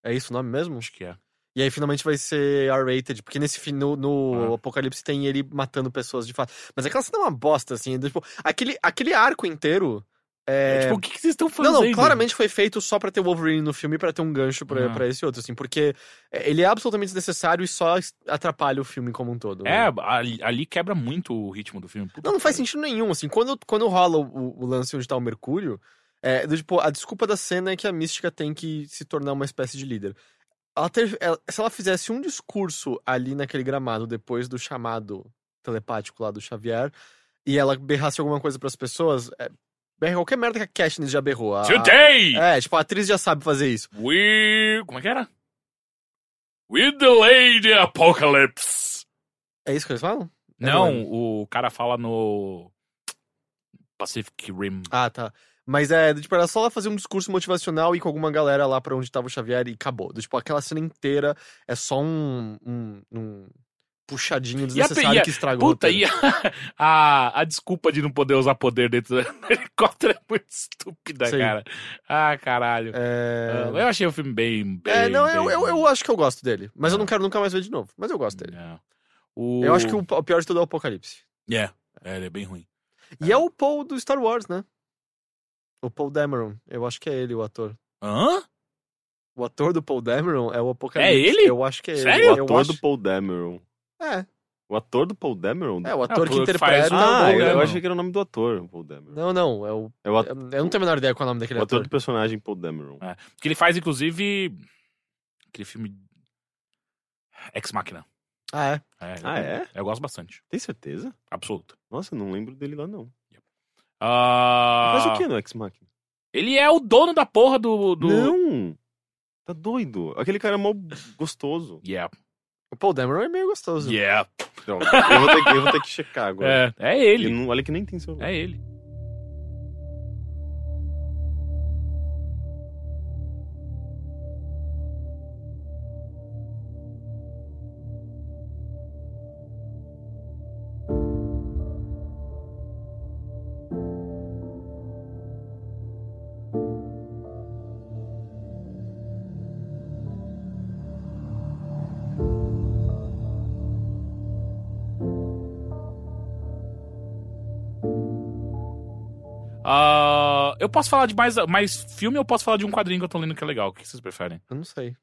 Speaker 1: É isso o nome mesmo?
Speaker 2: acho que é.
Speaker 1: E aí finalmente vai ser R-rated, porque nesse fi- no, no
Speaker 2: Ah.
Speaker 1: Apocalipse tem ele matando pessoas de fato. Mas aquela cena é uma bosta, assim. do tipo, aquele, aquele arco inteiro. É...
Speaker 2: Tipo, o que, que vocês estão fazendo?
Speaker 1: Não, não, claramente foi feito só pra ter o Wolverine no filme e pra ter um gancho pra,
Speaker 2: Ah.
Speaker 1: pra esse outro, assim, porque é, ele é absolutamente desnecessário e só es- atrapalha o filme como um todo.
Speaker 2: É,
Speaker 1: né?
Speaker 2: ali, ali quebra muito o ritmo do filme. Puta
Speaker 1: Não, não
Speaker 2: que
Speaker 1: faz
Speaker 2: pariu.
Speaker 1: sentido nenhum, assim. Quando, quando rola o, o lance onde tá o Mercúrio, é, do tipo, a desculpa da cena é que a Mística tem que se tornar uma espécie de líder. Ela teve- ela- se ela fizesse um discurso ali naquele gramado depois do chamado telepático lá do Xavier, e ela berrasse alguma coisa pras pessoas, é, berra qualquer merda que a Katniss já berrou. A, a,
Speaker 2: Today!
Speaker 1: é, tipo, a atriz já sabe fazer isso.
Speaker 2: We... Como é que era? With the Lady Apocalypse.
Speaker 1: É isso que eles falam? Eu não
Speaker 2: Não, o cara fala no... Pacific Rim.
Speaker 1: Ah, tá. Mas é, do tipo, era só ela fazer um discurso motivacional e com alguma galera lá pra onde tava o Xavier e acabou. Do tipo, aquela cena inteira é só um, um, um puxadinho desnecessário
Speaker 2: e a-
Speaker 1: que estragou.
Speaker 2: Puta,
Speaker 1: o
Speaker 2: e
Speaker 1: roteiro.
Speaker 2: a, <laughs> a, a desculpa de não poder usar poder dentro do <laughs> helicóptero é muito estúpida,
Speaker 1: Sim.
Speaker 2: cara. Ah, caralho. Ah,
Speaker 1: É...
Speaker 2: Eu achei o filme bem. bem
Speaker 1: É, não, eu,
Speaker 2: bem-
Speaker 1: eu, eu acho que eu gosto dele. Mas eu
Speaker 2: Ah.
Speaker 1: não quero nunca mais ver de novo. Mas eu gosto dele.
Speaker 2: É. O...
Speaker 1: Eu acho que o, o pior de tudo é o Apocalipse.
Speaker 2: É, é, ele é bem ruim.
Speaker 1: E é o Paul do Star Wars, né? O Paul Dameron. Eu acho que é ele o ator.
Speaker 2: Hã?
Speaker 1: O ator do Paul Dameron é o Apocalipse.
Speaker 2: ele?
Speaker 1: Eu acho que é ele.
Speaker 2: Sério?
Speaker 3: O
Speaker 1: Eu
Speaker 3: ator
Speaker 1: acho...
Speaker 3: do Paul Dameron.
Speaker 1: É,
Speaker 3: O ator do Paul Dameron?
Speaker 1: é o
Speaker 2: o
Speaker 1: ator que
Speaker 2: ator que Ah, faz
Speaker 1: interpreta.
Speaker 2: o-
Speaker 1: o
Speaker 3: ah,
Speaker 1: Paul
Speaker 2: Paul
Speaker 3: eu,
Speaker 1: Dameron.
Speaker 3: eu
Speaker 2: Dameron.
Speaker 3: achei que era o nome do ator, o Paul Dameron.
Speaker 1: Não, não, é o
Speaker 3: É o, at-
Speaker 1: Eu eu não tenho a menor ideia qual é o nome daquele
Speaker 3: o ator
Speaker 1: ator.
Speaker 3: do personagem Paul Dameron.
Speaker 2: É. Porque ele faz, inclusive. Aquele filme. Ex Machina.
Speaker 1: Ah, é.
Speaker 2: É,
Speaker 3: Ah, é?
Speaker 2: Eu gosto bastante.
Speaker 3: Tem certeza?
Speaker 2: Absoluto.
Speaker 3: Nossa, eu não lembro dele lá, não.
Speaker 2: Ah,
Speaker 3: Mas o que no X-Machina?
Speaker 2: Ele é o dono da porra do. do...
Speaker 3: Não! Tá doido. Aquele cara é mó gostoso.
Speaker 2: Yeah.
Speaker 1: O Paul Dameron é meio gostoso.
Speaker 2: Yeah.
Speaker 3: Não,
Speaker 2: <laughs>
Speaker 3: eu, vou ter, que- eu vou ter que checar agora.
Speaker 2: É, é
Speaker 3: Eu
Speaker 2: ele.
Speaker 3: não- olha que nem tem celular.
Speaker 2: É ele. Ah, eu posso falar de mais, mais filme ou eu posso falar de um quadrinho que eu tô lendo que é legal? O que vocês preferem?
Speaker 1: Eu não sei.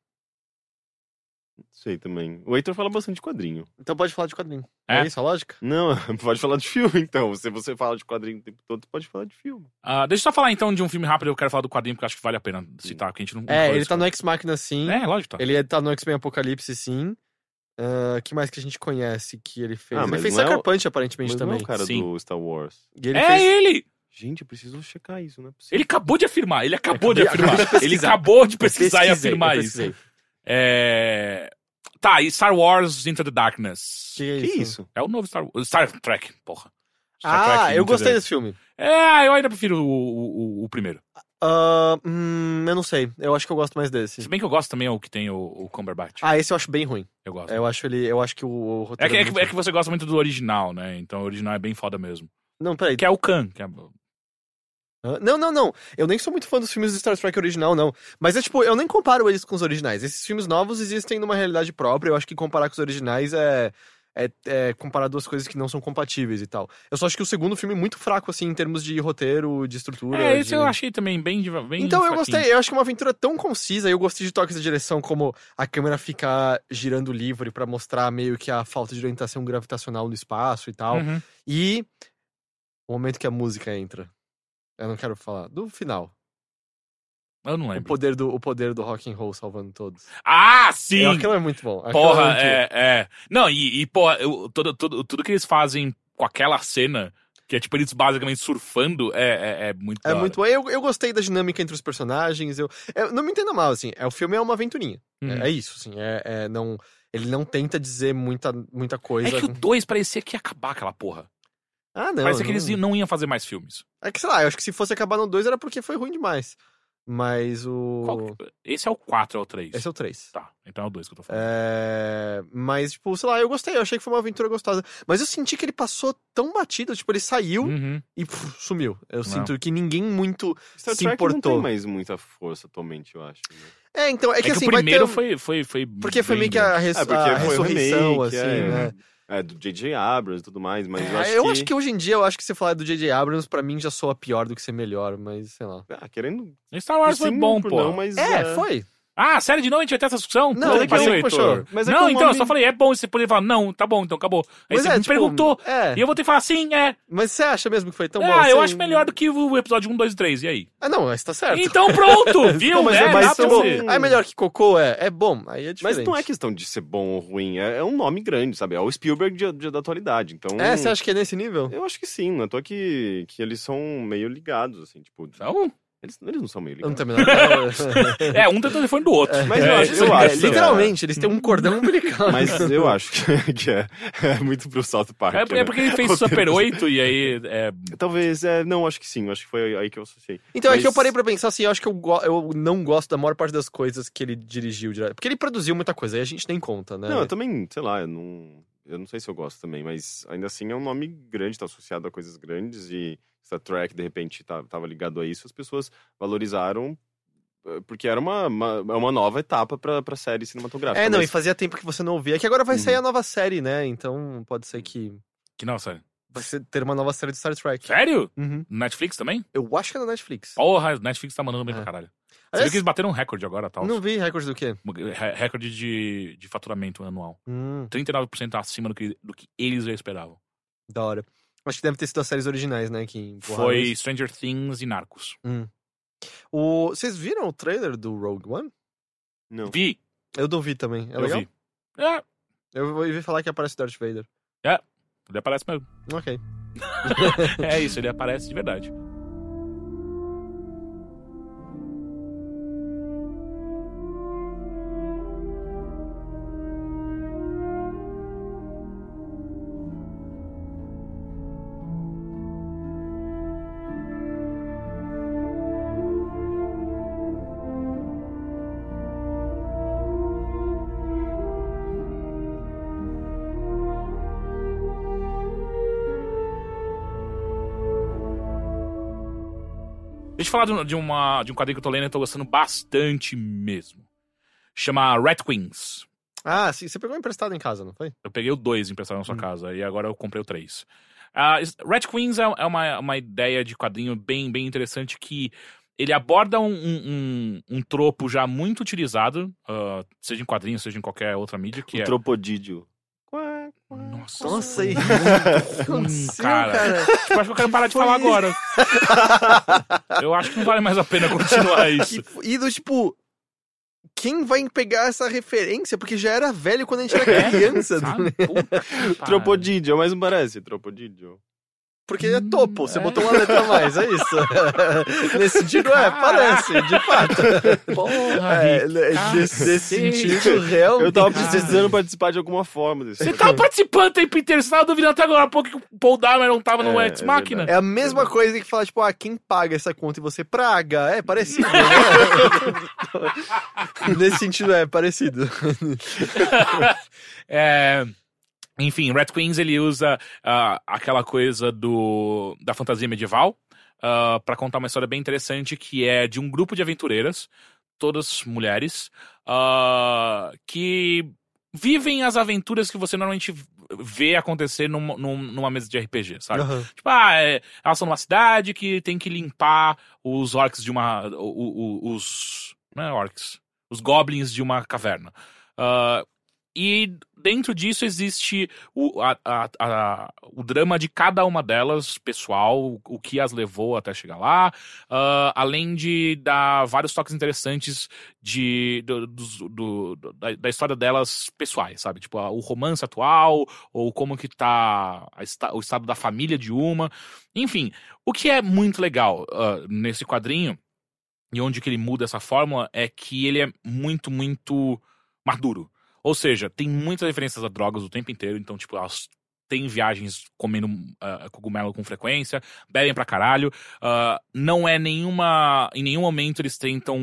Speaker 3: Não sei também. O Heitor fala bastante de quadrinho.
Speaker 1: Então pode falar de quadrinho.
Speaker 2: É?
Speaker 1: É, isso a lógica?
Speaker 3: Não, <laughs> pode falar de filme, então. Se você fala de quadrinho o tempo todo, pode falar de filme.
Speaker 2: Ah, deixa eu só falar então de um filme rápido. Eu quero falar do quadrinho porque eu acho que vale a pena citar, porque a gente não. não
Speaker 1: É,
Speaker 2: falou
Speaker 1: ele
Speaker 2: isso.
Speaker 1: tá no X-Machina sim.
Speaker 2: É, lógico. Tá.
Speaker 1: Ele é- tá no X-Men Apocalipse sim. Ah, que mais que a gente conhece que ele fez?
Speaker 3: Ah,
Speaker 1: ele
Speaker 3: mas
Speaker 1: fez
Speaker 3: não é
Speaker 1: Sucker
Speaker 3: o-
Speaker 1: Punch, aparentemente,
Speaker 3: Mas não é
Speaker 1: também.
Speaker 3: o cara
Speaker 2: Sim.
Speaker 3: do Star Wars.
Speaker 1: E ele
Speaker 2: é
Speaker 1: fez...
Speaker 2: ele!
Speaker 3: Gente, eu preciso checar isso, não é possível.
Speaker 2: Ele acabou de afirmar, ele acabou de
Speaker 1: Acabei- <laughs>
Speaker 2: afirmar.
Speaker 1: acabei de
Speaker 2: ele
Speaker 1: pesquisar.
Speaker 2: acabou de pesquisar e
Speaker 1: Pesquisei,
Speaker 2: afirmar
Speaker 1: eu
Speaker 2: isso.
Speaker 1: pesquisei.
Speaker 2: É... Tá, e Star Wars Into the Darkness.
Speaker 1: Que é
Speaker 3: Que
Speaker 1: isso?
Speaker 3: isso?
Speaker 2: É o novo Star Wars. Star Trek, porra. Star
Speaker 1: Ah,
Speaker 2: Trek
Speaker 1: eu
Speaker 2: Into
Speaker 1: gostei
Speaker 2: the-
Speaker 1: desse filme.
Speaker 2: É, eu ainda prefiro o, o- o- o primeiro.
Speaker 1: Ah, hum, eu não sei. Eu acho que eu gosto mais desse.
Speaker 2: Se bem que eu gosto também é o que tem o, o Cumberbatch.
Speaker 1: Ah, esse eu acho bem ruim.
Speaker 2: eu gosto.
Speaker 1: Eu acho ele. Eu acho que o, o
Speaker 2: É
Speaker 1: roteiro.
Speaker 2: que, é,
Speaker 1: muito-
Speaker 2: que, é que você gosta muito do original, né? Então o original é bem foda mesmo.
Speaker 1: Não, peraí.
Speaker 2: Que é o Khan. que é-
Speaker 1: Hã? Não, não, não. Eu nem sou muito fã dos filmes do Star Trek original, não. Mas é tipo, eu nem comparo eles com os originais. Esses filmes novos existem numa realidade própria. Eu acho que comparar com os originais é. é, é, comparar duas coisas que não são compatíveis e tal. Eu só acho que o segundo filme é muito fraco, assim, em termos de roteiro, de estrutura.
Speaker 2: É, esse
Speaker 1: de...
Speaker 2: eu achei também bem. diva- bem
Speaker 1: Então eu
Speaker 2: fraquinho.
Speaker 1: gostei, eu acho que é uma aventura tão concisa, e eu gostei de toques de direção, como a câmera ficar girando livre pra mostrar meio que a falta de orientação gravitacional no espaço e tal.
Speaker 2: Uhum.
Speaker 1: E o momento que a música entra. Eu não quero falar. Do final.
Speaker 2: Eu não
Speaker 1: O
Speaker 2: lembro.
Speaker 1: poder, do, o poder do rock and roll salvando todos.
Speaker 2: Ah, sim!
Speaker 1: Eu- Aquilo é muito bom. aquilo
Speaker 2: Porra,
Speaker 1: muito-
Speaker 2: é, é. Não, e, e porra, eu, tudo, tudo, tudo que eles fazem com aquela cena, que é tipo eles basicamente surfando, é, é, é muito.
Speaker 1: É muito bom. Eu, eu gostei da dinâmica entre os personagens. Eu, eu- não me entenda mal, assim. É, o filme é uma aventurinha.
Speaker 2: Uhum.
Speaker 1: É, é isso, assim. É, é- não, ele não tenta dizer muita, muita coisa.
Speaker 2: É que o 2 parecia que ia acabar aquela porra.
Speaker 1: Ah, não.
Speaker 2: parecia que
Speaker 1: não-
Speaker 2: eles não iam fazer mais filmes.
Speaker 1: É que, sei lá, eu acho que se fosse acabar no 2 era porque foi ruim demais. Mas o.
Speaker 2: Qual que- Esse é o 4 ou o 3.
Speaker 1: Esse é o 3.
Speaker 2: Tá, então é o 2 que eu tô falando.
Speaker 1: É, mas, tipo, sei lá, eu gostei, eu achei que foi uma aventura gostosa. Mas eu senti que ele passou tão batido, tipo, ele saiu
Speaker 2: Uhum.
Speaker 1: e puf, sumiu. Eu sinto que ninguém muito.
Speaker 3: Star
Speaker 1: Se
Speaker 3: Trek
Speaker 1: importou.
Speaker 3: não tem mais muita força atualmente, eu acho. né?
Speaker 1: É, então, é
Speaker 2: É
Speaker 1: que
Speaker 2: que
Speaker 1: assim,
Speaker 2: o primeiro
Speaker 1: vai ter...
Speaker 2: foi, foi, foi.
Speaker 1: Porque foi
Speaker 2: bem
Speaker 1: meio que a, res...
Speaker 3: É, porque
Speaker 1: a
Speaker 3: foi o
Speaker 1: ressurreição,
Speaker 3: remake,
Speaker 1: assim,
Speaker 3: é.
Speaker 1: né?
Speaker 3: É, do J.J. Abrams e tudo mais, mas eu acho
Speaker 1: É,
Speaker 3: que...
Speaker 1: eu acho que hoje em dia, eu acho que se falar do J.J. Abrams, pra mim já soa pior do que ser melhor, mas sei lá.
Speaker 3: Ah, querendo...
Speaker 2: bem. Star Wars foi
Speaker 3: sim,
Speaker 2: bom,
Speaker 3: por
Speaker 2: pô.
Speaker 3: Não, mas,
Speaker 1: É, foi.
Speaker 2: Ah, sério, de novo a gente vai ter essa discussão?
Speaker 1: Não,
Speaker 2: Puta
Speaker 1: é que
Speaker 2: pariu,
Speaker 1: eu-
Speaker 2: Heitor.
Speaker 1: poxa,
Speaker 3: mas é que
Speaker 2: Não,
Speaker 3: o
Speaker 2: então, eu
Speaker 3: nome-
Speaker 2: só falei, é bom você poder falar, não, tá bom, então acabou. Aí
Speaker 1: Mas
Speaker 2: você
Speaker 1: é,
Speaker 2: me
Speaker 1: tipo,
Speaker 2: perguntou,
Speaker 1: É.
Speaker 2: e eu vou ter que falar assim, é.
Speaker 1: Mas você acha mesmo que foi tão bom?
Speaker 2: ah, eu
Speaker 1: assim?
Speaker 2: acho melhor do que o episódio 1, 2 e 3, e aí?
Speaker 1: Ah, não, mas tá certo.
Speaker 2: Então
Speaker 1: <laughs>
Speaker 2: pronto, viu?
Speaker 1: Não, mas
Speaker 2: né?
Speaker 1: é, mas
Speaker 2: Dá pra
Speaker 1: tão bom.
Speaker 2: você-
Speaker 1: Ah, é melhor que cocô, é. É bom, aí é
Speaker 3: Mas
Speaker 1: diferente.
Speaker 3: não é questão de ser bom ou ruim, é, é um nome grande, sabe? É o Spielberg de- de- da atualidade, então...
Speaker 1: É, você acha que é nesse nível?
Speaker 3: Eu acho que sim, não é à toa que, que eles são meio ligados, assim, tipo...
Speaker 2: Então,
Speaker 3: Eles, eles não são meio
Speaker 1: Eu não
Speaker 3: ligados.
Speaker 1: tenho a menor
Speaker 2: <laughs>
Speaker 1: ideia.
Speaker 2: é, um tem o telefone do outro.
Speaker 3: Mas
Speaker 2: É,
Speaker 3: eu acho, assim,
Speaker 2: isso
Speaker 3: eu
Speaker 2: é-
Speaker 3: acho. né?
Speaker 1: Literalmente, eles têm um
Speaker 3: <laughs>
Speaker 1: cordão umbilical.
Speaker 3: Mas eu acho que, <laughs> que é, é muito pro South Park.
Speaker 2: É, é
Speaker 3: né?
Speaker 2: porque ele
Speaker 1: <laughs>
Speaker 2: fez Super 8 e aí. É,
Speaker 3: Talvez, é, não, acho que sim, acho que foi aí que eu associei.
Speaker 1: Então, é
Speaker 3: Mas-
Speaker 1: que eu parei pra pensar assim, eu acho que eu, go- eu não gosto da maior parte das coisas que ele dirigiu direto. Porque ele produziu muita coisa, aí a gente nem conta, né?
Speaker 3: Não, eu também, sei lá, eu não, eu não sei se eu gosto também, mas ainda assim é um nome grande, tá associado a coisas grandes e Star Trek, de repente, tá, tava ligado a isso, as pessoas valorizaram eh, porque era uma, uma, é uma nova etapa pra, pra série cinematográfica.
Speaker 1: É, não, e
Speaker 3: mas,
Speaker 1: fazia tempo que você não ouvia. É que agora vai sair
Speaker 3: Uhum.
Speaker 1: a nova série, né? Então pode ser que
Speaker 2: que nossa.
Speaker 1: vai ser- ter uma nova série de Star Trek.
Speaker 2: Sério?
Speaker 3: É.
Speaker 1: Uhum.
Speaker 2: Netflix também?
Speaker 1: Eu acho que é na Netflix.
Speaker 2: Porra, Netflix tá mandando bem
Speaker 1: É.
Speaker 2: pra caralho. Você viu
Speaker 1: Aliás,
Speaker 2: que eles bateram um recorde agora, tal?
Speaker 1: não vi recorde do quê?
Speaker 2: Re- Recorde de, de faturamento anual.
Speaker 1: Hum,
Speaker 2: 39% acima do que, do que eles já esperavam.
Speaker 1: da hora. Acho que deve ter sido as séries originais, né? Que empurraram
Speaker 2: Foi
Speaker 1: isso.
Speaker 2: Stranger Things e Narcos.
Speaker 1: O... Vocês viram o trailer do Rogue One?
Speaker 3: não.
Speaker 2: Vi,
Speaker 1: Eu não vi também. É
Speaker 2: eu
Speaker 1: legal?
Speaker 2: vi. É,
Speaker 1: Eu ouvi falar que aparece o Darth Vader.
Speaker 2: ele aparece mesmo.
Speaker 1: Ok.
Speaker 2: É isso, ele aparece de verdade. Deixa eu falar de, um- de uma, de um quadrinho que eu tô lendo e eu tô gostando bastante mesmo. Chama Rat Queens.
Speaker 1: Ah, sim, você pegou emprestado em casa, não foi?
Speaker 2: Eu peguei o dois emprestado na sua casa e agora eu comprei o três. Ah, es- Rat Queens é, é uma, uma ideia de quadrinho bem, bem interessante que ele aborda um, um, um- um tropo já muito utilizado, ah, seja em quadrinho, seja em qualquer outra mídia, que
Speaker 3: o
Speaker 2: é...
Speaker 3: Tropodídio. Quá, quá.
Speaker 2: Nossa, é
Speaker 1: aí. <laughs>
Speaker 3: Hum,
Speaker 2: ruim, cara.
Speaker 3: <laughs>
Speaker 2: Eu acho que eu quero parar de falar agora. Eu acho que não vale mais a pena continuar isso.
Speaker 1: Que f- E do tipo. Quem vai pegar essa referência? Porque já era velho quando a gente
Speaker 3: É,
Speaker 1: era criança.
Speaker 2: Tá?
Speaker 1: né?
Speaker 2: Puta que pariu.
Speaker 3: Tropodídio, mas não parece Tropodídio.
Speaker 1: Porque
Speaker 3: Hum,
Speaker 1: é topo, você
Speaker 2: É.
Speaker 1: botou uma letra a mais, é
Speaker 3: <laughs>
Speaker 1: isso. Nesse sentido, é, parece, de fato.
Speaker 3: tá
Speaker 2: Porra,
Speaker 1: É,
Speaker 2: Rick.
Speaker 1: ne- nesse, nesse
Speaker 2: cacete.
Speaker 1: sentido, realmente.
Speaker 3: Eu tava
Speaker 2: Cara.
Speaker 3: precisando participar de alguma forma desse.
Speaker 2: Você tava participando o tempo inteiro, você tava duvidando até agora, pouco que o Paul Dahmer não tava no
Speaker 3: É,
Speaker 2: Ex
Speaker 3: é
Speaker 2: Machina.
Speaker 1: É a mesma coisa que falar, tipo, ah, quem paga essa conta e você praga? É parecido.
Speaker 3: <laughs>
Speaker 1: né? Nesse sentido, é parecido.
Speaker 2: É, enfim, Red Queens ele usa ah, aquela coisa do, da fantasia medieval ah, pra contar uma história bem interessante que é de um grupo de aventureiras, todas mulheres, ah, que vivem as aventuras que você normalmente ver acontecer numa, num- numa mesa de RPG, sabe?
Speaker 1: Aham.
Speaker 2: Tipo, ah, é, elas são numa cidade que tem que limpar os orcs de uma. o- o- os. Não é orcs. Os goblins de uma caverna. Ah, e dentro disso existe o, a- a- a- o drama de cada uma delas, pessoal, o, o que as levou até chegar lá, ah, além de dar vários toques interessantes de, do- dos- do- do- da, da história delas pessoais, sabe? Tipo, a- o romance atual, ou como que tá a esta- o estado da família de uma. Enfim, o que é muito legal ah, nesse quadrinho, e onde que ele muda essa fórmula, é que ele é muito, muito maduro. Ou seja, tem muitas referências a drogas o tempo inteiro, então, tipo, elas têm viagens comendo ah, cogumelo com frequência, bebem pra caralho. ah, não é nenhuma. Em nenhum momento eles tentam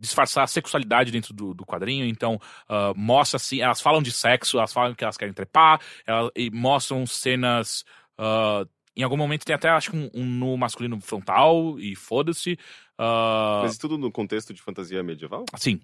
Speaker 2: disfarçar a sexualidade dentro do, do quadrinho, então ah, mostra assim, elas falam de sexo, elas falam que elas querem trepar, elas, e mostram cenas. ah, em algum momento tem até, acho que um, um nu masculino frontal, e foda-se. ah,
Speaker 3: Mas isso tudo no contexto de fantasia medieval?
Speaker 2: Sim.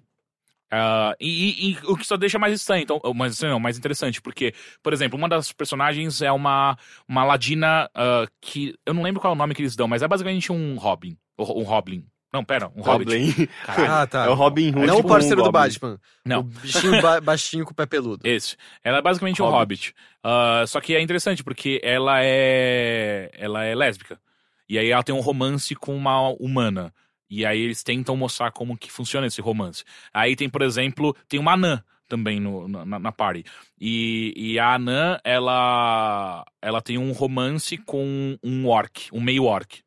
Speaker 2: Ah, e, e- e o que só deixa mais estranho, então, mais estranho não, mais interessante, porque, por exemplo, uma das personagens é uma, uma ladina ah, que. Eu não lembro qual é o nome que eles dão, mas é basicamente um Robin. Ou Um Goblin. Não, pera, um Hobbit.
Speaker 3: Goblin.
Speaker 2: Caralho.
Speaker 1: Ah, tá.
Speaker 3: É o Robin Hood.
Speaker 1: Não
Speaker 3: tipo
Speaker 1: o parceiro
Speaker 3: um
Speaker 1: do
Speaker 3: Goblin.
Speaker 1: Batman.
Speaker 2: Não.
Speaker 1: O bichinho ba- baixinho com o pé peludo.
Speaker 2: Esse. Ela é basicamente um hobbit.
Speaker 3: Hobbit.
Speaker 2: Ah, só que é interessante, porque ela é. Ela é lésbica. E aí ela tem um romance com uma humana. E aí eles tentam mostrar como que funciona esse romance. Aí tem, por exemplo, tem uma anã também no, na, na party. E, e a anã, ela, ela tem um romance com um orc, um meio orc.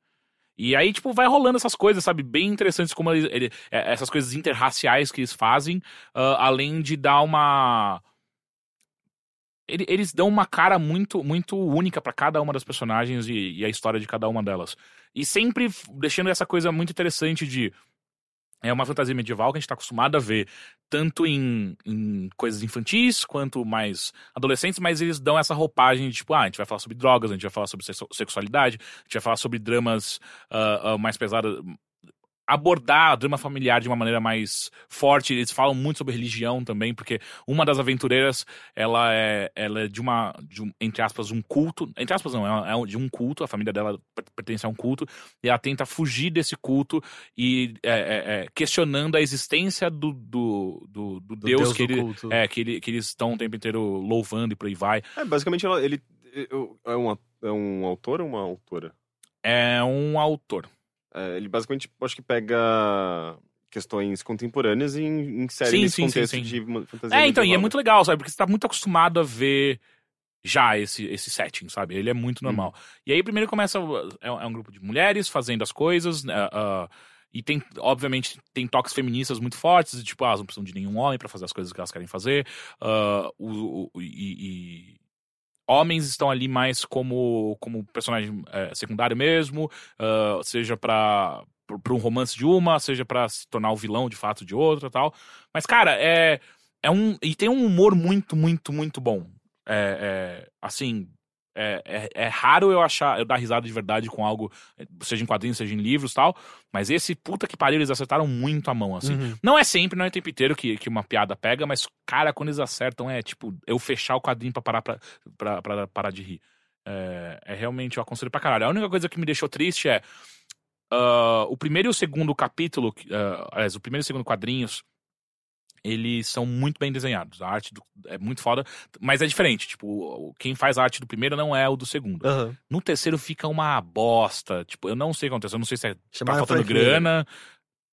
Speaker 2: E aí, tipo, vai rolando essas coisas, sabe? Bem interessantes como eles- ele- é- essas coisas interraciais que eles fazem, ah, além de dar uma. Ele- Eles dão uma cara muito muito única pra cada uma das personagens e, e a história de cada uma delas. E sempre f- deixando essa coisa muito interessante de. É uma fantasia medieval que a gente tá acostumado a ver, tanto em, em coisas infantis quanto mais adolescentes, mas eles dão essa roupagem de tipo, ah, a gente vai falar sobre drogas, a gente vai falar sobre sexu- sexualidade, a gente vai falar sobre dramas ah, ah, mais pesados, abordar o drama familiar de uma maneira mais forte. Eles falam muito sobre religião também, porque uma das aventureiras, ela é, ela é de uma, de um, entre aspas, um culto. Entre aspas, não, ela é um- de um culto, a família dela per- pertence a um culto, e ela tenta fugir desse culto e é, é, é, questionando a existência do, do, do, do
Speaker 1: Do
Speaker 2: Deus, que,
Speaker 1: do
Speaker 2: ele,
Speaker 1: culto.
Speaker 2: é, que, ele, que eles estão o tempo inteiro louvando e por aí vai.
Speaker 3: É, basicamente ela- ele eu- é um, a- é um autor ou uma autora?
Speaker 2: É um autor.
Speaker 3: É, ele basicamente acho que pega questões contemporâneas e in- insere
Speaker 2: Sim,
Speaker 3: nesse
Speaker 2: sim, sim,
Speaker 3: contexto
Speaker 2: sim.
Speaker 3: de uma fantasia
Speaker 2: É, então, e é
Speaker 3: medieval,
Speaker 2: muito legal, sabe? Porque você tá muito acostumado a ver já esse, esse setting, sabe? Ele é muito normal. E aí, primeiro começa. o- É, é um grupo de mulheres fazendo as coisas. né, ah, e tem, obviamente, tem toques feministas muito fortes, de tipo, ah, elas não precisam de nenhum homem pra fazer as coisas que elas querem fazer. ah, o, o- e, e- homens estão ali mais como, como personagem eh, secundário mesmo, ah, seja pra para um romance de uma, seja pra se tornar o vilão de fato de outra tal. Mas, cara, é, é um. E tem um humor muito, muito, muito bom. É, é, assim. É, é- é raro eu achar, eu dar risada de verdade com algo, seja em quadrinhos, seja em livros tal. Mas esse puta que pariu, eles acertaram muito a mão, assim.
Speaker 1: Uhum.
Speaker 2: Não é sempre, não é o tempo inteiro que, que uma piada pega, mas, cara, quando eles acertam, é tipo, eu fechar o quadrinho pra parar, pra, pra, pra parar de rir. É, é realmente, eu aconselho pra caralho. A única coisa que me deixou triste é. ah, o primeiro e o segundo capítulo, que, ah, aliás, o primeiro e o segundo quadrinhos, eles são muito bem desenhados. A arte do- é muito foda, mas é diferente. Tipo, o- quem faz a arte do primeiro não é o do segundo.
Speaker 1: Aham.
Speaker 2: No terceiro fica uma bosta. Tipo, eu não sei o que aconteceu. Eu não sei se é tá
Speaker 1: Chamaram
Speaker 2: faltando
Speaker 1: Frank Miller.
Speaker 2: grana.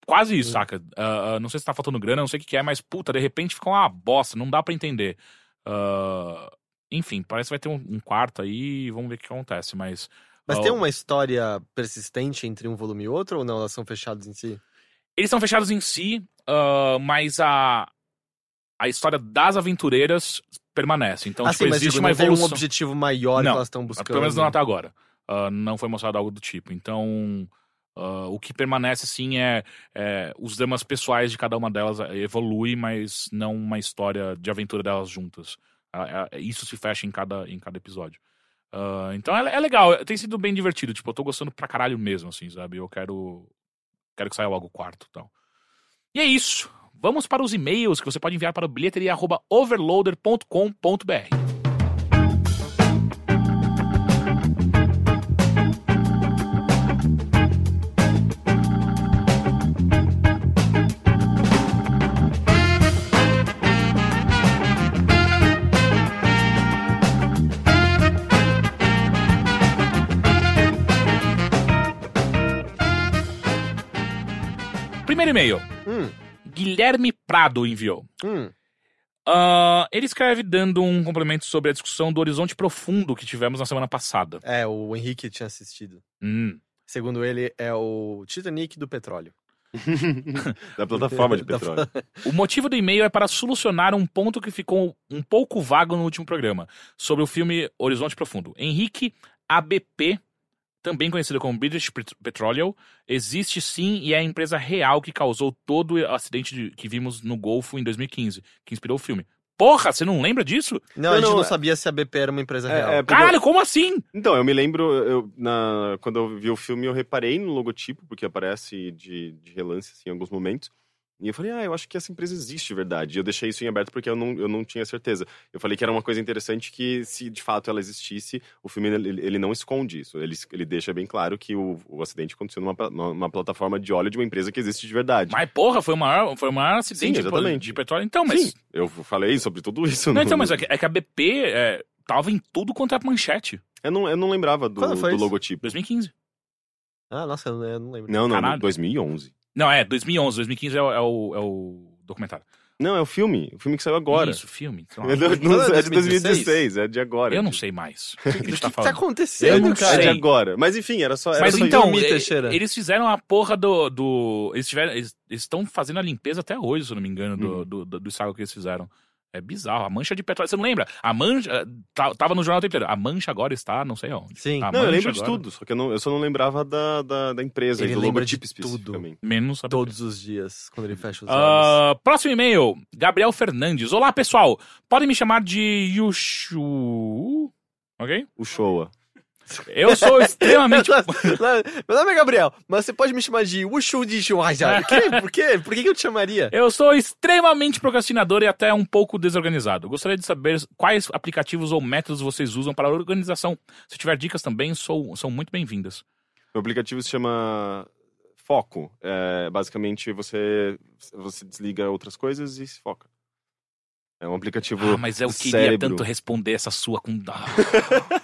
Speaker 2: Quase isso,
Speaker 1: Hum.
Speaker 2: saca? Ah, ah, não sei se tá faltando grana, não sei o que, que é, mas puta, de repente fica uma bosta, não dá pra entender. Ah, enfim, parece que vai ter um, um quarto aí, vamos ver o que acontece, mas.
Speaker 1: Mas
Speaker 2: ah,
Speaker 1: tem um uma história persistente entre um volume e outro ou não? Elas são fechadas em si?
Speaker 2: Eles são fechados em si, ah, mas a. A história das aventureiras permanece. Então,
Speaker 1: assim,
Speaker 2: tipo,
Speaker 1: mas
Speaker 2: existe
Speaker 1: digo,
Speaker 2: uma
Speaker 1: não tem um
Speaker 2: evolução.
Speaker 1: objetivo maior
Speaker 2: Não,
Speaker 1: que elas estão buscando.
Speaker 2: Pelo menos não até agora. Ah, não foi mostrado algo do tipo. Então, ah, o que permanece, sim, é, é os dramas pessoais de cada uma delas eh, evolui, mas não uma história de aventura delas juntas. Ah, ah, isso se fecha em cada, em cada episódio. Ah, então é, é legal, tem sido bem divertido. Tipo, eu tô gostando pra caralho mesmo, assim, sabe? Eu quero, quero que saia logo o quarto e tal. E é isso. Vamos para os e-mails que você pode enviar para o bilheteria.overloader.com.br. Primeiro e-mail.
Speaker 1: Hum,
Speaker 2: Guilherme Prado enviou.
Speaker 1: hum.
Speaker 2: Ah, ele escreve dando um complemento sobre a discussão do horizonte profundo que tivemos na semana passada.
Speaker 1: É, o Henrique tinha assistido.
Speaker 2: Hum.
Speaker 1: Segundo ele, é o Titanic do petróleo.
Speaker 3: né? Da
Speaker 1: <laughs>
Speaker 2: <laughs>
Speaker 3: plataforma de <laughs> petróleo.
Speaker 2: O motivo do e-mail é para solucionar um ponto que ficou um pouco vago no último programa, sobre o filme Horizonte Profundo. Henrique ABP, também conhecido como British Pet- Petroleum, existe sim e é a empresa real que causou todo o acidente de- que vimos no Golfo em 2015, que inspirou o filme. Porra, você não lembra disso?
Speaker 1: Não,
Speaker 3: Não,
Speaker 1: a gente
Speaker 3: não,
Speaker 1: não,
Speaker 3: é-
Speaker 1: sabia se a BP era uma empresa real.
Speaker 3: É, é, porque eu-
Speaker 2: Caralho, como assim?
Speaker 3: Então, eu me lembro, eu, na, quando eu vi o filme, eu reparei no logotipo, porque aparece de, de relance assim, em alguns momentos. E eu falei, ah, eu acho que essa empresa existe, de verdade. E eu deixei isso em aberto porque eu não, eu não tinha certeza. Eu falei que era uma coisa interessante que, se de fato ela existisse, o filme ele, ele não esconde isso. Ele, ele deixa bem claro que o, o acidente aconteceu numa, pla- numa plataforma de óleo de uma empresa que existe de verdade.
Speaker 2: Mas porra, foi o maior, foi o maior acidente de-
Speaker 3: exatamente.
Speaker 2: de petróleo. Então, mas
Speaker 3: Sim, eu falei sobre tudo isso.
Speaker 2: Não,
Speaker 3: no-
Speaker 2: então, mas é que- é que a BP é, tava em tudo quanto é manchete.
Speaker 3: eu, não, eu não lembrava do,
Speaker 1: Quando foi
Speaker 3: do
Speaker 1: isso?
Speaker 3: logotipo.
Speaker 2: 2015.
Speaker 1: Ah, nossa, eu não- eu não lembro.
Speaker 3: Não, não,
Speaker 2: Caralho.
Speaker 3: 2011.
Speaker 2: Não, é, 2011. 2015 é o, é o, é o documentário.
Speaker 3: Não, é o filme. O filme que saiu agora.
Speaker 2: Isso, filme.
Speaker 3: <laughs>
Speaker 2: sei lá.
Speaker 3: É, do-
Speaker 1: Não é
Speaker 3: é de
Speaker 1: 2016?
Speaker 3: 2016, é de agora.
Speaker 2: Eu não sei mais o que
Speaker 1: O
Speaker 2: a
Speaker 1: que,
Speaker 2: gente
Speaker 1: que tá
Speaker 2: tá falando.
Speaker 1: acontecendo,
Speaker 2: Eu não
Speaker 1: cara?
Speaker 3: É de
Speaker 2: sei.
Speaker 3: agora. Mas enfim, era só. Era
Speaker 2: Mas
Speaker 3: só
Speaker 2: então,
Speaker 1: dormir,
Speaker 2: e-
Speaker 1: Teixeira.
Speaker 2: eles fizeram a porra do... do eles tiveram, eles eles estão fazendo a limpeza até hoje, se eu não me engano, do,
Speaker 3: Uhum.
Speaker 2: do, do, do estrago que eles fizeram. É bizarro. A mancha de petróleo... Você não lembra? A mancha... tá- Tava no jornal o tempo inteiro. A mancha agora está não sei onde.
Speaker 1: Sim.
Speaker 2: A
Speaker 3: Não, eu
Speaker 2: mancha
Speaker 3: lembro de
Speaker 2: agora-
Speaker 3: tudo, só que eu, não- eu só não lembrava da, da, da empresa
Speaker 1: Ele
Speaker 3: e do
Speaker 1: lembra
Speaker 3: logotipo
Speaker 1: de tudo.
Speaker 3: especificamente.
Speaker 2: Menos a
Speaker 1: Todos os dias, quando ele fecha os olhos.
Speaker 2: Ah, próximo e-mail, Gabriel Fernandes. Olá, pessoal. Podem me chamar de Yushu. Ok?
Speaker 3: O Showa.
Speaker 2: Eu
Speaker 3: <laughs>
Speaker 2: sou extremamente.
Speaker 1: Meu nome é Gabriel, mas você pode me chamar de Wushu de Shuaja. Por quê? Por quê? Por que que eu te chamaria?
Speaker 2: Eu sou extremamente procrastinador e até um pouco desorganizado. Gostaria de saber quais aplicativos ou métodos vocês usam para a organização. Se tiver dicas também, sou, são muito bem-vindas.
Speaker 3: O aplicativo se chama Foco. É, basicamente, você, você desliga outras coisas e se foca. É um aplicativo.
Speaker 2: Ah, mas eu
Speaker 3: do
Speaker 2: queria
Speaker 3: cérebro.
Speaker 2: tanto responder essa sua com. Ah.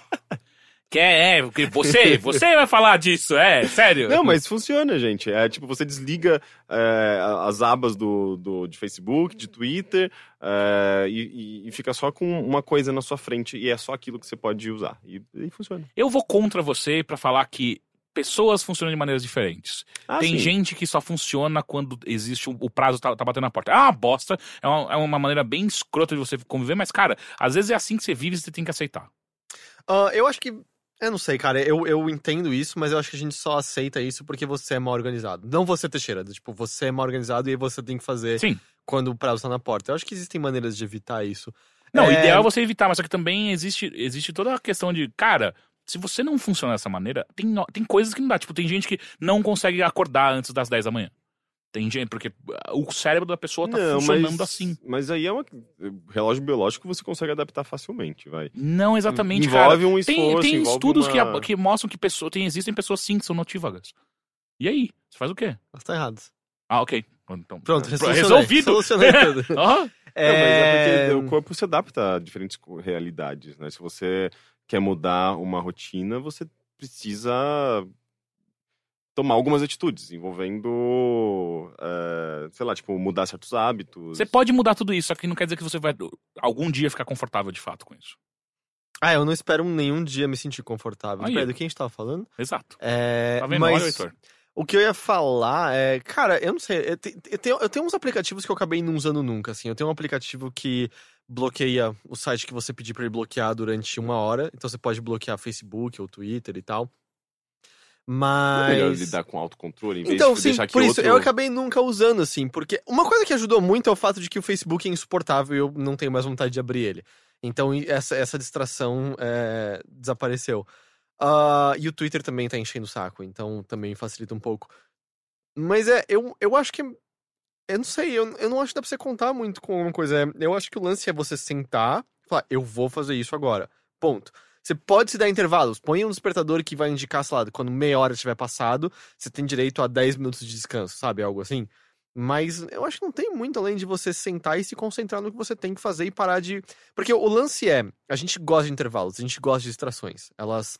Speaker 2: <laughs> que é, é, porque você, você vai falar disso, é, sério. <laughs>
Speaker 3: Não, mas funciona, gente. É tipo, você desliga é, as abas do, do, de Facebook, de Twitter, é, e, e- e fica só com uma coisa na sua frente, e é só aquilo que você pode usar. E, e funciona.
Speaker 2: Eu vou contra você pra falar que pessoas funcionam de maneiras diferentes.
Speaker 3: Ah,
Speaker 2: Tem
Speaker 3: sim.
Speaker 2: gente que só funciona quando existe um- o prazo tá, tá batendo na porta. É uma bosta, é uma, é uma maneira bem escrota de você conviver, mas, cara, às vezes é assim que você vive e você tem que aceitar.
Speaker 1: Ah, eu acho que. Eu não sei, cara. Eu, eu entendo isso, mas eu acho que a gente só aceita isso porque você é mal organizado. Não você, Teixeira. Tipo, você é mal organizado e aí você tem que fazer
Speaker 2: Sim.
Speaker 1: quando o prazo tá na porta. Eu acho que existem maneiras de evitar isso.
Speaker 2: Não, o
Speaker 1: É,
Speaker 2: ideal é você evitar, mas só que também existe, existe toda a questão de, cara. Se você não funciona dessa maneira, tem, no- tem coisas que não dá. Tipo, tem gente que não consegue acordar antes das 10 da manhã. Tem gente, porque ah, o cérebro da pessoa tá funcionando assim.
Speaker 3: Mas aí é um relógio biológico você consegue adaptar facilmente, vai.
Speaker 2: Não exatamente, cara.
Speaker 3: envolve um
Speaker 2: Tem,
Speaker 3: esforço,
Speaker 2: tem
Speaker 3: envolve
Speaker 2: estudos que,
Speaker 3: uma-
Speaker 2: ab- que mostram que pessoa, tem, existem pessoas sim que são notívagas. E aí? Você faz o quê?
Speaker 1: Mas tá errado.
Speaker 2: Ah, ok.
Speaker 1: <laughs>
Speaker 2: Então,
Speaker 1: Pronto,
Speaker 2: Pro-
Speaker 1: resolucionei,
Speaker 2: resolvido.
Speaker 1: Solucionei tudo.
Speaker 2: Aham.
Speaker 3: Não, mas
Speaker 1: É,
Speaker 3: é porque o corpo se adapta a diferentes co- realidades, né? Se você quer mudar uma rotina, você precisa tomar algumas atitudes envolvendo, eh, sei lá, tipo, mudar certos hábitos.
Speaker 2: Você pode mudar tudo isso, só que não quer dizer que você vai algum dia ficar confortável de fato com isso.
Speaker 1: Ah, eu não espero nenhum dia me sentir confortável.
Speaker 2: Aí.
Speaker 1: Peraí, do que a gente tava falando?
Speaker 2: Exato.
Speaker 1: É,
Speaker 2: Tá vendo?
Speaker 1: mas
Speaker 2: Olha, Heitor.
Speaker 1: o que eu ia falar é... Cara, eu não sei. Eu, te- eu tenho, eu tenho uns aplicativos que eu acabei não usando nunca, assim. Eu tenho um aplicativo que bloqueia o site que você pedir pra ele bloquear durante uma hora. Então você pode bloquear Facebook ou Twitter e tal.
Speaker 3: Não
Speaker 1: Mas...
Speaker 3: é melhor lidar com autocontrole em vez
Speaker 1: Então,
Speaker 3: de tipo,
Speaker 1: sim,
Speaker 3: deixar que
Speaker 1: por isso,
Speaker 3: outro...
Speaker 1: eu acabei nunca usando, assim, porque uma coisa que ajudou muito é o fato de que o Facebook é insuportável e eu não tenho mais vontade de abrir ele. Então, e- essa, essa distração é, desapareceu. Ah, e o Twitter também tá enchendo o saco, então também facilita um pouco. Mas é, eu, eu acho que. Eu não sei, eu, eu não acho que dá pra você contar muito com alguma coisa. Eu acho que o lance é você sentar e falar, eu vou fazer isso agora. Ponto. Você pode se dar intervalos. Põe um despertador que vai indicar, sei lá, quando meia hora tiver passado, você tem direito a 10 minutos de descanso, sabe? Algo assim. Mas eu acho que não tem muito além de você sentar e se concentrar no que você tem que fazer e parar de. Porque o lance é: a gente gosta de intervalos, a gente gosta de distrações. Elas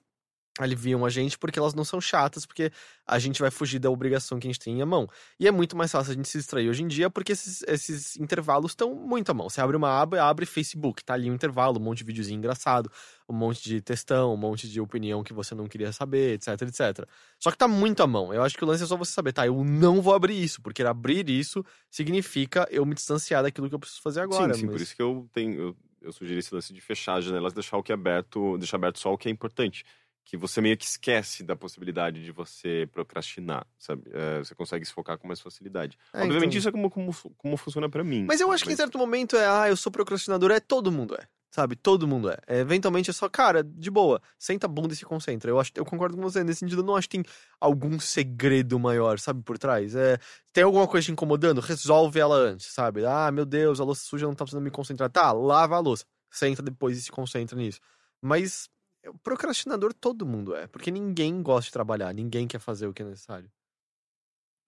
Speaker 1: aliviam a gente porque elas não são chatas, porque a gente vai fugir da obrigação que a gente tem à mão. E é muito mais fácil a gente se distrair hoje em dia porque esses, esses intervalos estão muito à mão. Você abre uma aba, abre Facebook, tá ali um intervalo, um monte de videozinho engraçado, um monte de textão, um monte de opinião que você não queria saber, etc, etc. Só que tá muito à mão. Eu acho que o lance é só você saber, tá, eu não vou abrir isso, porque abrir isso significa eu me distanciar daquilo que eu preciso fazer agora.
Speaker 3: sim, sim,
Speaker 1: mas-
Speaker 3: por isso que eu tenho. Eu, eu sugeri esse lance de fechar as janelas, deixar o que é aberto, deixar aberto só o que é importante. Que você meio que esquece da possibilidade de você procrastinar, sabe? É, você consegue se focar com mais facilidade.
Speaker 1: É,
Speaker 3: Obviamente,
Speaker 1: então-
Speaker 3: isso é como, como, fu- como funciona pra mim.
Speaker 1: Mas eu acho que em certo momento é, ah, eu sou procrastinador, é todo mundo é. Sabe, todo mundo é. É, Eventualmente é só, cara, de boa, senta a bunda e se concentra. Eu, acho, eu concordo com você, nesse sentido, eu não acho que tem algum segredo maior, sabe, por trás. É, tem alguma coisa te incomodando, resolve ela antes, sabe? Ah, meu Deus, a louça suja não tá precisando me concentrar. Tá, lava a louça. Senta depois e se concentra nisso. Mas é, procrastinador todo mundo é, porque ninguém gosta de trabalhar, ninguém quer fazer o que é necessário.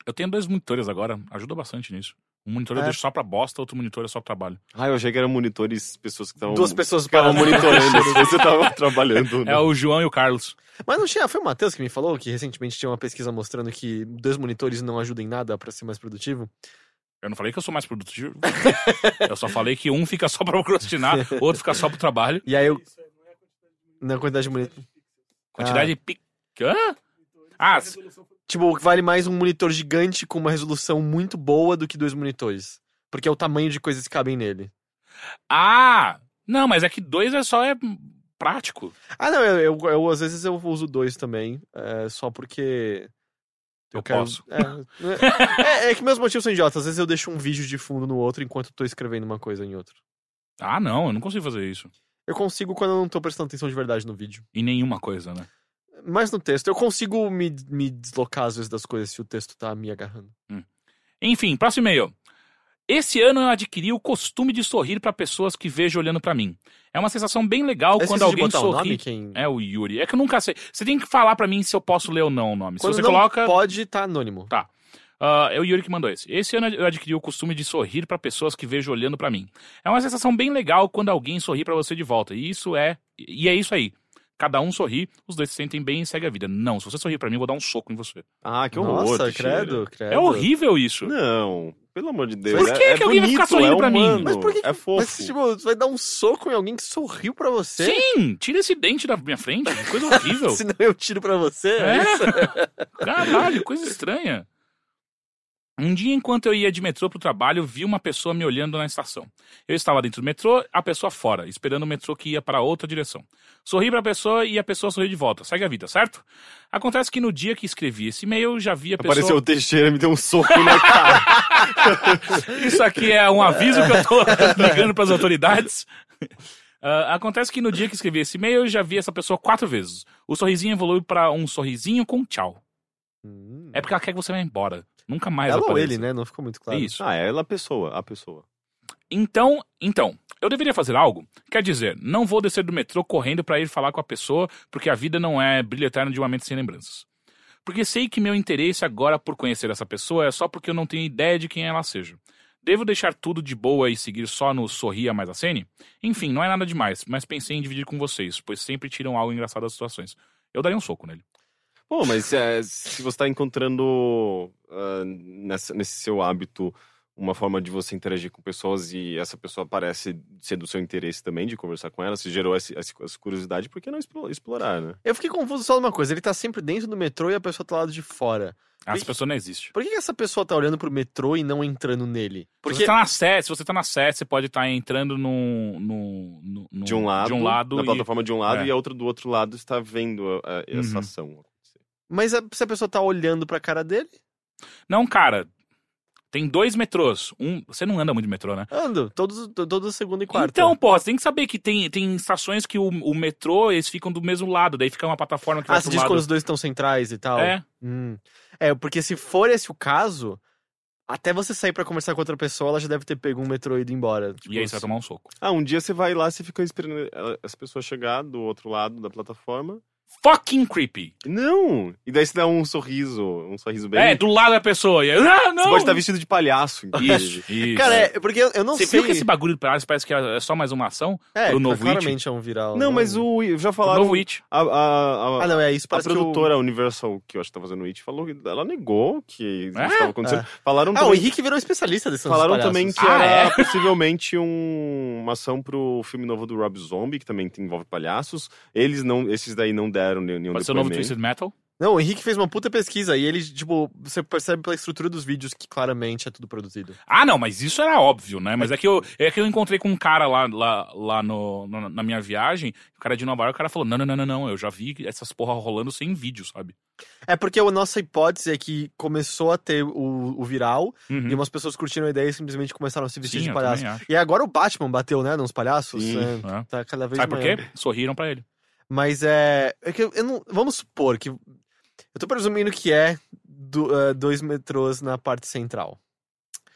Speaker 2: Eu tenho dois monitores agora, ajuda bastante nisso. Um monitor
Speaker 1: É.
Speaker 2: eu deixo só pra bosta, outro monitor é só pra trabalho.
Speaker 3: Ah, eu achei que eram monitores, pessoas que estavam.
Speaker 1: Duas pessoas
Speaker 3: Estavam
Speaker 1: paradas.
Speaker 3: <laughs> monitorando, às vezes eu tava trabalhando. né?
Speaker 2: É o João e o Carlos.
Speaker 1: Mas não tinha, foi o Matheus que me falou que recentemente tinha uma pesquisa mostrando que dois monitores não ajudam em nada pra ser mais produtivo.
Speaker 2: Eu não falei que eu sou mais
Speaker 1: <laughs>
Speaker 2: produtivo. eu só falei que um fica só pra procrastinar, outro fica só pro trabalho.
Speaker 1: E aí eu. Na quantidade de monitor.
Speaker 2: Quantidade
Speaker 1: Ah.
Speaker 2: de pic... Hã? Ah, s-
Speaker 1: Tipo, vale mais um monitor gigante com uma resolução muito boa do que dois monitores. Porque é o tamanho de coisas que cabem nele.
Speaker 2: ah! Não, mas é que dois é só é prático.
Speaker 1: Ah, não, eu, eu- eu, às vezes eu uso dois também, é, só porque.
Speaker 2: Eu posso.
Speaker 1: É, é- é que meus motivos são idiotas. Às vezes eu deixo um vídeo de fundo no outro enquanto eu tô escrevendo uma coisa em outro.
Speaker 2: Ah, não, eu não consigo fazer isso.
Speaker 1: Eu consigo quando eu não tô prestando atenção de verdade no vídeo.
Speaker 2: Em nenhuma coisa, né?
Speaker 1: Mas no texto, eu consigo me, me deslocar às vezes das coisas se o texto tá me agarrando.
Speaker 2: Enfim, próximo e-mail. Esse ano eu adquiri o costume de sorrir pra pessoas que vejo olhando pra mim. É uma sensação bem legal
Speaker 1: Eu
Speaker 2: quando
Speaker 1: esqueci de
Speaker 2: alguém
Speaker 1: botar
Speaker 2: sorri.
Speaker 1: o nome, quem...
Speaker 2: É o Yuri. É que eu nunca sei. Você tem que falar pra mim se eu posso ler ou não o nome.
Speaker 1: Quando
Speaker 2: se você
Speaker 1: não
Speaker 2: coloca.
Speaker 1: pode, tá anônimo.
Speaker 2: Ah, é o Yuri que mandou esse. Esse ano eu adquiri o costume de sorrir pra pessoas que vejo olhando pra mim. É uma sensação bem legal quando alguém sorri pra você de volta. E isso é. E é isso aí. Cada um sorri, os dois se sentem bem e segue a vida. Não, se você sorrir pra mim, eu vou dar um soco em você.
Speaker 3: Ah, que horror.
Speaker 1: Nossa,
Speaker 3: Teixeira.
Speaker 1: credo, credo.
Speaker 2: É horrível isso.
Speaker 3: Não, pelo amor de Deus.
Speaker 2: Por que
Speaker 3: é, é
Speaker 2: que alguém vai ficar
Speaker 3: bonito,
Speaker 2: sorrindo
Speaker 3: é
Speaker 2: pra mim?
Speaker 3: humano,
Speaker 1: Mas por que que-
Speaker 3: É fofo.
Speaker 1: Mas, tipo, você vai dar um soco em alguém que sorriu pra você?
Speaker 2: Sim, tira esse dente da minha frente. que
Speaker 1: <laughs>
Speaker 2: Coisa horrível.
Speaker 1: Senão eu tiro pra você?
Speaker 2: É? <laughs> Caralho, coisa estranha. Um dia, enquanto eu ia de metrô pro trabalho, vi uma pessoa me olhando na estação. Eu estava dentro do metrô, a pessoa fora, esperando o metrô que ia para outra direção. Sorri pra pessoa e a pessoa sorriu de volta. Segue a vida, certo? Acontece que no dia que escrevi esse e-mail, já vi a pessoa...
Speaker 3: Apareceu o Teixeira, me deu um soco <laughs> na cara.
Speaker 2: <laughs> Isso aqui é um aviso que eu tô ligando pras autoridades. <laughs> Ah, acontece que no dia que escrevi esse e-mail, eu já vi essa pessoa quatro vezes. O sorrisinho evoluiu para um sorrisinho com tchau.
Speaker 1: Hum.
Speaker 2: É porque ela quer que você vá embora. Nunca mais
Speaker 1: Ela ou
Speaker 2: apareça.
Speaker 1: ele, né? Não ficou muito claro.
Speaker 2: Isso.
Speaker 3: ah, ela é a pessoa, a pessoa.
Speaker 2: Então, então, eu deveria fazer algo? Quer dizer, não vou descer do metrô correndo pra ir falar com a pessoa, porque a vida não é brilho eterno de uma mente sem lembranças. Porque sei que meu interesse agora por conhecer essa pessoa é só porque eu não tenho ideia de quem ela seja. Devo deixar tudo de boa e seguir só no sorria mais a cena? Enfim, não é nada demais, mas pensei em dividir com vocês, pois sempre tiram algo engraçado das situações. Eu daria um soco nele.
Speaker 3: Pô, mas é, se você tá encontrando ah, nessa- nesse seu hábito uma forma de você interagir com pessoas e essa pessoa parece ser do seu interesse também de conversar com ela, se gerou esse- esse- essa curiosidade, por que não explo- explorar, né?
Speaker 1: Eu fiquei confuso só numa coisa. Ele tá sempre dentro do metrô e a pessoa tá do lado de fora.
Speaker 2: Essa
Speaker 1: Ih.
Speaker 2: pessoa não existe.
Speaker 1: Por que que essa pessoa tá olhando pro metrô e não entrando nele?
Speaker 2: Se você tá na sede, se você tá na sede, você pode estar entrando num, num, num- num-
Speaker 3: De um lado,
Speaker 2: de um lado
Speaker 3: na
Speaker 2: e
Speaker 3: plataforma de um lado
Speaker 2: é.
Speaker 3: e a outra do outro lado está vendo ah, essa
Speaker 2: Uhum.
Speaker 3: ação acontecer.
Speaker 1: Mas a- se a pessoa tá olhando pra cara dele,
Speaker 2: Não, cara. Tem dois metrôs. Um, você não anda muito de metrô, né?
Speaker 1: ando. Todos, to- todo segunda e quarta.
Speaker 2: Então, porra, você tem que saber que tem, tem estações que o, o metrô, eles ficam do mesmo lado. Daí fica uma plataforma que
Speaker 1: Ah,
Speaker 2: vai
Speaker 1: você
Speaker 2: pro
Speaker 1: diz
Speaker 2: lado.
Speaker 1: quando os dois estão centrais e tal?
Speaker 2: É.
Speaker 1: Hum. É, porque se for esse o caso, até você sair pra conversar com outra pessoa, ela já deve ter pego um metrô e ido embora. Tipo,
Speaker 2: E aí você vai tomar um soco.
Speaker 3: Ah, um dia você vai lá, você fica esperando ela- essa pessoa chegar do outro lado da plataforma
Speaker 2: fucking creepy.
Speaker 3: Não! E daí você dá um sorriso, um sorriso bem.
Speaker 2: É, do lado da pessoa. E, <laughs> ah, não!
Speaker 3: Você pode tá estar vestido de palhaço, inclusive.
Speaker 2: Isso, isso.
Speaker 1: Cara, é, porque eu, eu não
Speaker 2: um Você
Speaker 1: sei.
Speaker 2: viu que esse bagulho do Palhaço parece que é só mais uma ação?
Speaker 1: é,
Speaker 2: do novo
Speaker 1: claramente é um viral.
Speaker 3: Não, mas o. Já
Speaker 2: O
Speaker 3: falaram.
Speaker 2: novo It.
Speaker 3: A, a- a-
Speaker 1: Ah, não, é isso.
Speaker 3: a
Speaker 1: Parece que o-
Speaker 3: produtora Universal, que eu acho que tá fazendo o It, falou que ela negou que isso
Speaker 2: É?
Speaker 3: estava acontecendo.
Speaker 1: É.
Speaker 3: Falaram
Speaker 1: Ah, o
Speaker 3: também,
Speaker 1: Henrique virou especialista desse
Speaker 3: falaram também que
Speaker 2: Ah,
Speaker 3: era
Speaker 2: é?
Speaker 3: possivelmente um- uma ação pro filme novo do Rob Zombie, que também tem- envolve palhaços. Eles não, esses daí não deram nenhum nenhum
Speaker 2: Pode ser o novo
Speaker 3: depoimento.
Speaker 2: Twisted Metal.
Speaker 1: Não, o Henrique fez uma puta pesquisa e ele, tipo, você percebe pela estrutura dos vídeos que claramente é tudo produzido.
Speaker 2: Ah, não, mas isso era óbvio, né? Mas é que eu, é que eu encontrei com um cara lá, lá, lá no, no- na minha viagem, o cara é de Nova York, o cara falou: não, não, não, não, não, eu já vi essas porra rolando sem vídeo, sabe?
Speaker 1: É porque a nossa hipótese é que começou a ter o, o viral
Speaker 2: Uhum.
Speaker 1: e umas pessoas curtiram a ideia e simplesmente começaram a se vestir
Speaker 2: Sim,
Speaker 1: de
Speaker 2: eu
Speaker 1: palhaço.
Speaker 2: também acho.
Speaker 1: E agora o Batman bateu, né, nos palhaços.
Speaker 3: Sim.
Speaker 1: né?
Speaker 2: É.
Speaker 1: Tá cada vez
Speaker 2: Sabe por
Speaker 1: maior.
Speaker 2: quê? Sorriram pra ele.
Speaker 1: Mas é. é que eu, eu não, vamos supor que. Eu tô presumindo que é do- eh, dois metrôs na parte central.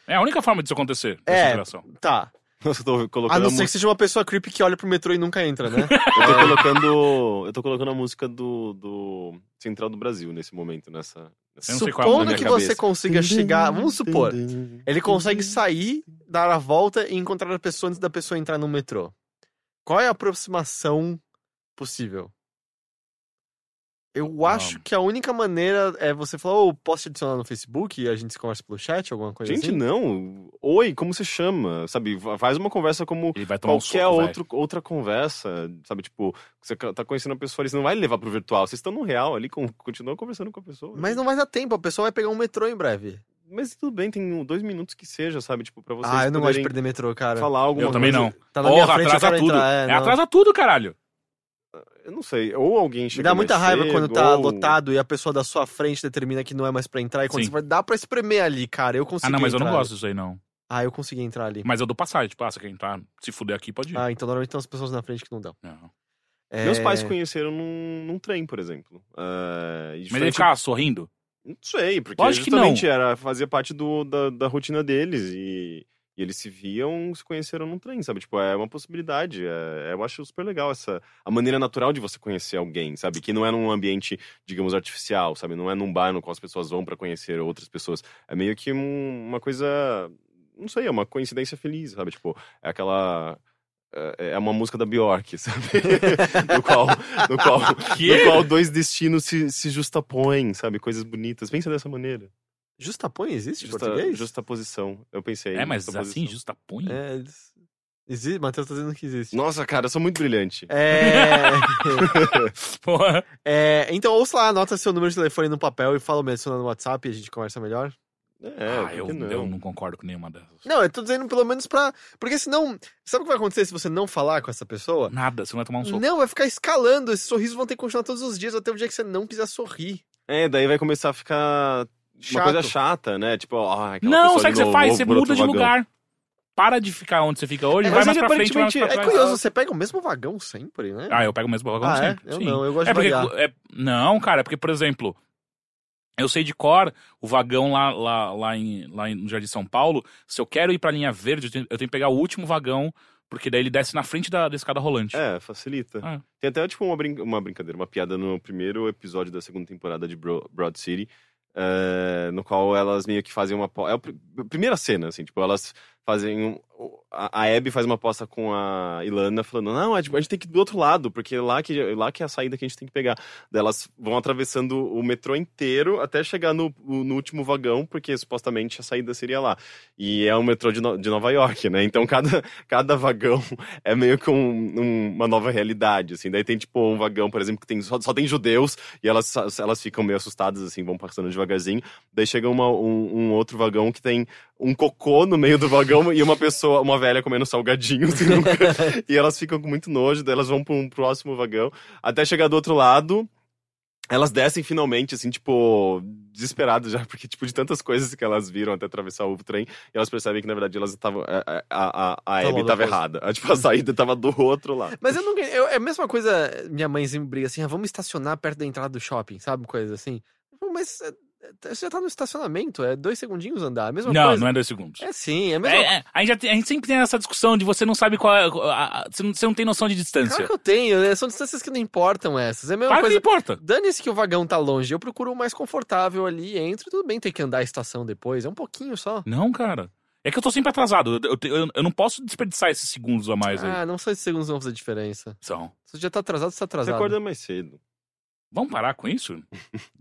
Speaker 2: É a única forma disso acontecer.
Speaker 1: É.
Speaker 2: Dessa interação.
Speaker 1: Tá.
Speaker 3: Nossa, eu tô
Speaker 1: A
Speaker 3: colocando
Speaker 1: não
Speaker 3: <laughs> a
Speaker 1: ser que
Speaker 3: música.
Speaker 1: seja uma pessoa creepy que olha pro metrô e nunca entra, né?
Speaker 3: Eu tô colocando, eu tô colocando a música do, do Central do Brasil nesse momento, nessa.
Speaker 2: <laughs>
Speaker 3: nessa
Speaker 2: Eu não sei qual é a
Speaker 1: Supondo
Speaker 2: música
Speaker 1: que
Speaker 3: na minha
Speaker 1: você
Speaker 3: cabeça.
Speaker 1: consiga chegar. Vamos supor. Ele consegue sair, dar a volta e encontrar a pessoa antes da pessoa entrar no metrô. Qual é a aproximação possível?
Speaker 3: Ah.
Speaker 1: Eu acho que a única maneira é você falar, ou posso te adicionar no Facebook e a gente se conversa pelo chat, alguma coisa
Speaker 3: Gente,
Speaker 1: assim?
Speaker 3: não. Oi, como você chama? Sabe, va- faz uma conversa como
Speaker 2: Ele vai tomar
Speaker 3: qualquer
Speaker 2: um soco,
Speaker 3: outro, outra conversa, sabe? Tipo, você ca- tá conhecendo a pessoa, eles não vai levar pro virtual. Vocês estão no real ali, con- continua conversando com a pessoa.
Speaker 1: Mas não vai dar tempo, a pessoa vai pegar um metrô em breve.
Speaker 3: Mas tudo bem, tem um- dois minutos que seja, sabe? Tipo, pra vocês
Speaker 1: ah, eu não gosto de
Speaker 3: poderem
Speaker 1: perder metrô, cara.
Speaker 3: falar
Speaker 2: velho.
Speaker 3: alguma
Speaker 2: Eu também
Speaker 3: coisa.
Speaker 2: não.
Speaker 1: Tá na minha
Speaker 2: Porra,
Speaker 1: frente, eu
Speaker 2: atrasa
Speaker 1: quero
Speaker 2: tudo.
Speaker 1: entrar.
Speaker 2: É,
Speaker 1: não.
Speaker 2: atrasa tudo, caralho. Ah,
Speaker 3: Eu não sei. Ou alguém chega
Speaker 1: Me dá muita
Speaker 3: mais
Speaker 1: raiva
Speaker 3: cedo,
Speaker 1: quando tá
Speaker 3: ou-
Speaker 1: lotado e a pessoa da sua frente determina que não é mais pra entrar. E quando
Speaker 2: Sim.
Speaker 1: você vai, dá pra espremer ali, cara. Eu consegui
Speaker 2: Ah, não, mas eu não
Speaker 1: entrar.
Speaker 2: gosto disso aí, não.
Speaker 1: Ah, eu consegui entrar ali.
Speaker 2: Mas eu dou passagem. Tipo, ah, você quer entrar? Se fuder aqui, pode ir.
Speaker 1: Ah, então normalmente tem as pessoas na frente que não dão.
Speaker 2: Não.
Speaker 1: É...
Speaker 3: Meus pais conheceram num, num trem, por exemplo. Ah, e
Speaker 2: Mas ele
Speaker 3: diferente-
Speaker 2: ficava sorrindo?
Speaker 3: Não sei, porque
Speaker 2: Lógico que
Speaker 3: justamente
Speaker 2: não.
Speaker 3: era fazia parte do, da, da rotina deles e, e eles se viam, se conheceram num trem, sabe? Tipo, é uma possibilidade. é- eu acho super legal essa a maneira natural de você conhecer alguém, sabe? Que não é num ambiente, digamos, artificial, sabe? Não é num bar no qual as pessoas vão pra conhecer outras pessoas. É meio que um- uma coisa, não sei, é uma coincidência feliz, sabe? Tipo, é aquela é é uma música da Bjork, <laughs> sabe? no qual, no qual, no qual dois destinos se, se justapõem, sabe? Coisas bonitas. Pensa dessa maneira.
Speaker 1: Justapõe existe em
Speaker 3: Justa-
Speaker 1: português?
Speaker 3: Justaposição. Eu pensei.
Speaker 2: É, mas
Speaker 3: justaposição.
Speaker 2: assim, justapõe.
Speaker 1: É, eles- existe. Matheus tá dizendo que existe.
Speaker 3: Nossa, cara, eu sou muito brilhante.
Speaker 2: <laughs>
Speaker 1: É...
Speaker 2: <laughs> Porra.
Speaker 1: é, Então, ouça lá, anota seu número de telefone no papel e fala, me adiciona no WhatsApp e a gente conversa melhor.
Speaker 3: É,
Speaker 2: ah,
Speaker 3: por
Speaker 2: eu
Speaker 3: que não.
Speaker 2: não. eu não concordo com nenhuma dessas.
Speaker 1: Não, eu tô dizendo pelo menos pra. Porque senão. Sabe o que vai acontecer se você não falar com essa pessoa?
Speaker 2: Nada, você não vai tomar um soco.
Speaker 1: Não, vai ficar escalando. Esses sorrisos vão ter que continuar todos os dias até o dia que você não quiser sorrir.
Speaker 3: É, daí vai começar a ficar
Speaker 1: Chato.
Speaker 3: uma coisa chata, né? Tipo, ah, aquela
Speaker 2: Não,
Speaker 3: pessoa
Speaker 2: sabe o
Speaker 3: de
Speaker 2: que você
Speaker 3: novo,
Speaker 2: faz?
Speaker 3: vou
Speaker 2: Você
Speaker 3: por
Speaker 2: muda
Speaker 3: outro
Speaker 2: de
Speaker 3: vagão.
Speaker 2: lugar. Para de ficar onde você fica hoje,
Speaker 1: É,
Speaker 2: vai
Speaker 1: mas
Speaker 2: mais
Speaker 3: ele
Speaker 2: pra frente, vai mais pra
Speaker 3: aparentemente
Speaker 1: É
Speaker 2: trás.
Speaker 1: curioso, você pega o mesmo vagão sempre, né?
Speaker 2: Ah, eu pego o mesmo balão
Speaker 1: Ah, é?
Speaker 2: sempre.
Speaker 1: Eu
Speaker 2: sim.
Speaker 1: não, eu gosto
Speaker 2: é
Speaker 1: de
Speaker 2: porque,
Speaker 1: variar.
Speaker 2: é- Não, cara, é porque, por exemplo, eu sei de cor o vagão lá, lá, lá, em, lá em- no Jardim São Paulo. Se eu quero ir pra linha verde, eu tenho, eu tenho que pegar o último vagão, porque daí ele desce na frente da, da escada rolante.
Speaker 3: É, facilita.
Speaker 2: Ah.
Speaker 3: Tem até, tipo, uma, brin- uma brincadeira, uma piada no primeiro episódio da segunda temporada de Bro- Broad City, eh, no qual elas meio que fazem uma... apo- É a pri- primeira cena, assim, tipo, elas fazem... um- o- A a Abby faz uma aposta com a Ilana, falando, não, a gente a gente tem que ir do outro lado, porque é lá que, é lá que é a saída que a gente tem que pegar. Daí Elas vão atravessando o metrô inteiro até chegar no, no último vagão, porque supostamente a saída seria lá. E é um metrô de, No- de Nova York, né? Então cada, <laughs> cada vagão é meio que um- um- uma nova realidade, assim. Daí tem, tipo, um vagão, por exemplo, que tem, só, só tem judeus e elas, só- elas ficam meio assustadas, assim, vão passando devagarzinho. Daí chega uma- um, um outro vagão que tem um cocô no meio do vagão e uma pessoa, uma velha comendo salgadinhos. <laughs> Assim, num canto. e elas ficam com muito nojo, daí elas vão para um próximo vagão. Até chegar do outro lado... Elas descem finalmente, assim, tipo, desesperadas já, porque, tipo, de tantas coisas que elas viram até atravessar o trem, e elas percebem que, na verdade, elas estavam. A, a, a, a
Speaker 1: Tá
Speaker 3: Abby
Speaker 1: bom,
Speaker 3: tava
Speaker 1: depois.
Speaker 3: errada. A, tipo, a saída tava do outro lado.
Speaker 1: Mas eu nunca. eu- é a mesma coisa, minha mãe sempre briga assim, ah, vamos estacionar perto da entrada do shopping, sabe? Coisa assim. Eu falo, Mas é, Você já tá no estacionamento, é dois segundinhos andar, é a mesma
Speaker 2: não,
Speaker 1: coisa.
Speaker 2: não é dois segundos.
Speaker 1: É sim, é a mesma
Speaker 2: É, é, a, gente já tem- a gente sempre tem essa discussão de você não sabe qual é. a- a- você, não, você não tem noção de distância.
Speaker 1: Claro que eu tenho, né? São distâncias que não importam essas. É a mesma
Speaker 2: é, Claro que não
Speaker 1: coisa.
Speaker 2: importa.
Speaker 1: Dane-se que o vagão tá longe, eu procuro o mais confortável ali, entro, tudo bem ter que andar a estação depois, é um pouquinho só.
Speaker 2: Não, cara. É que eu tô sempre atrasado. Eu, eu te- eu- eu não posso desperdiçar esses segundos a mais aí.
Speaker 1: ah, não só esses segundos vão fazer diferença.
Speaker 2: São.
Speaker 1: Se você já tá atrasado, você tá
Speaker 3: Você
Speaker 1: atrasado.
Speaker 3: acorda mais cedo.
Speaker 2: Vamos parar com
Speaker 1: <laughs>
Speaker 2: isso?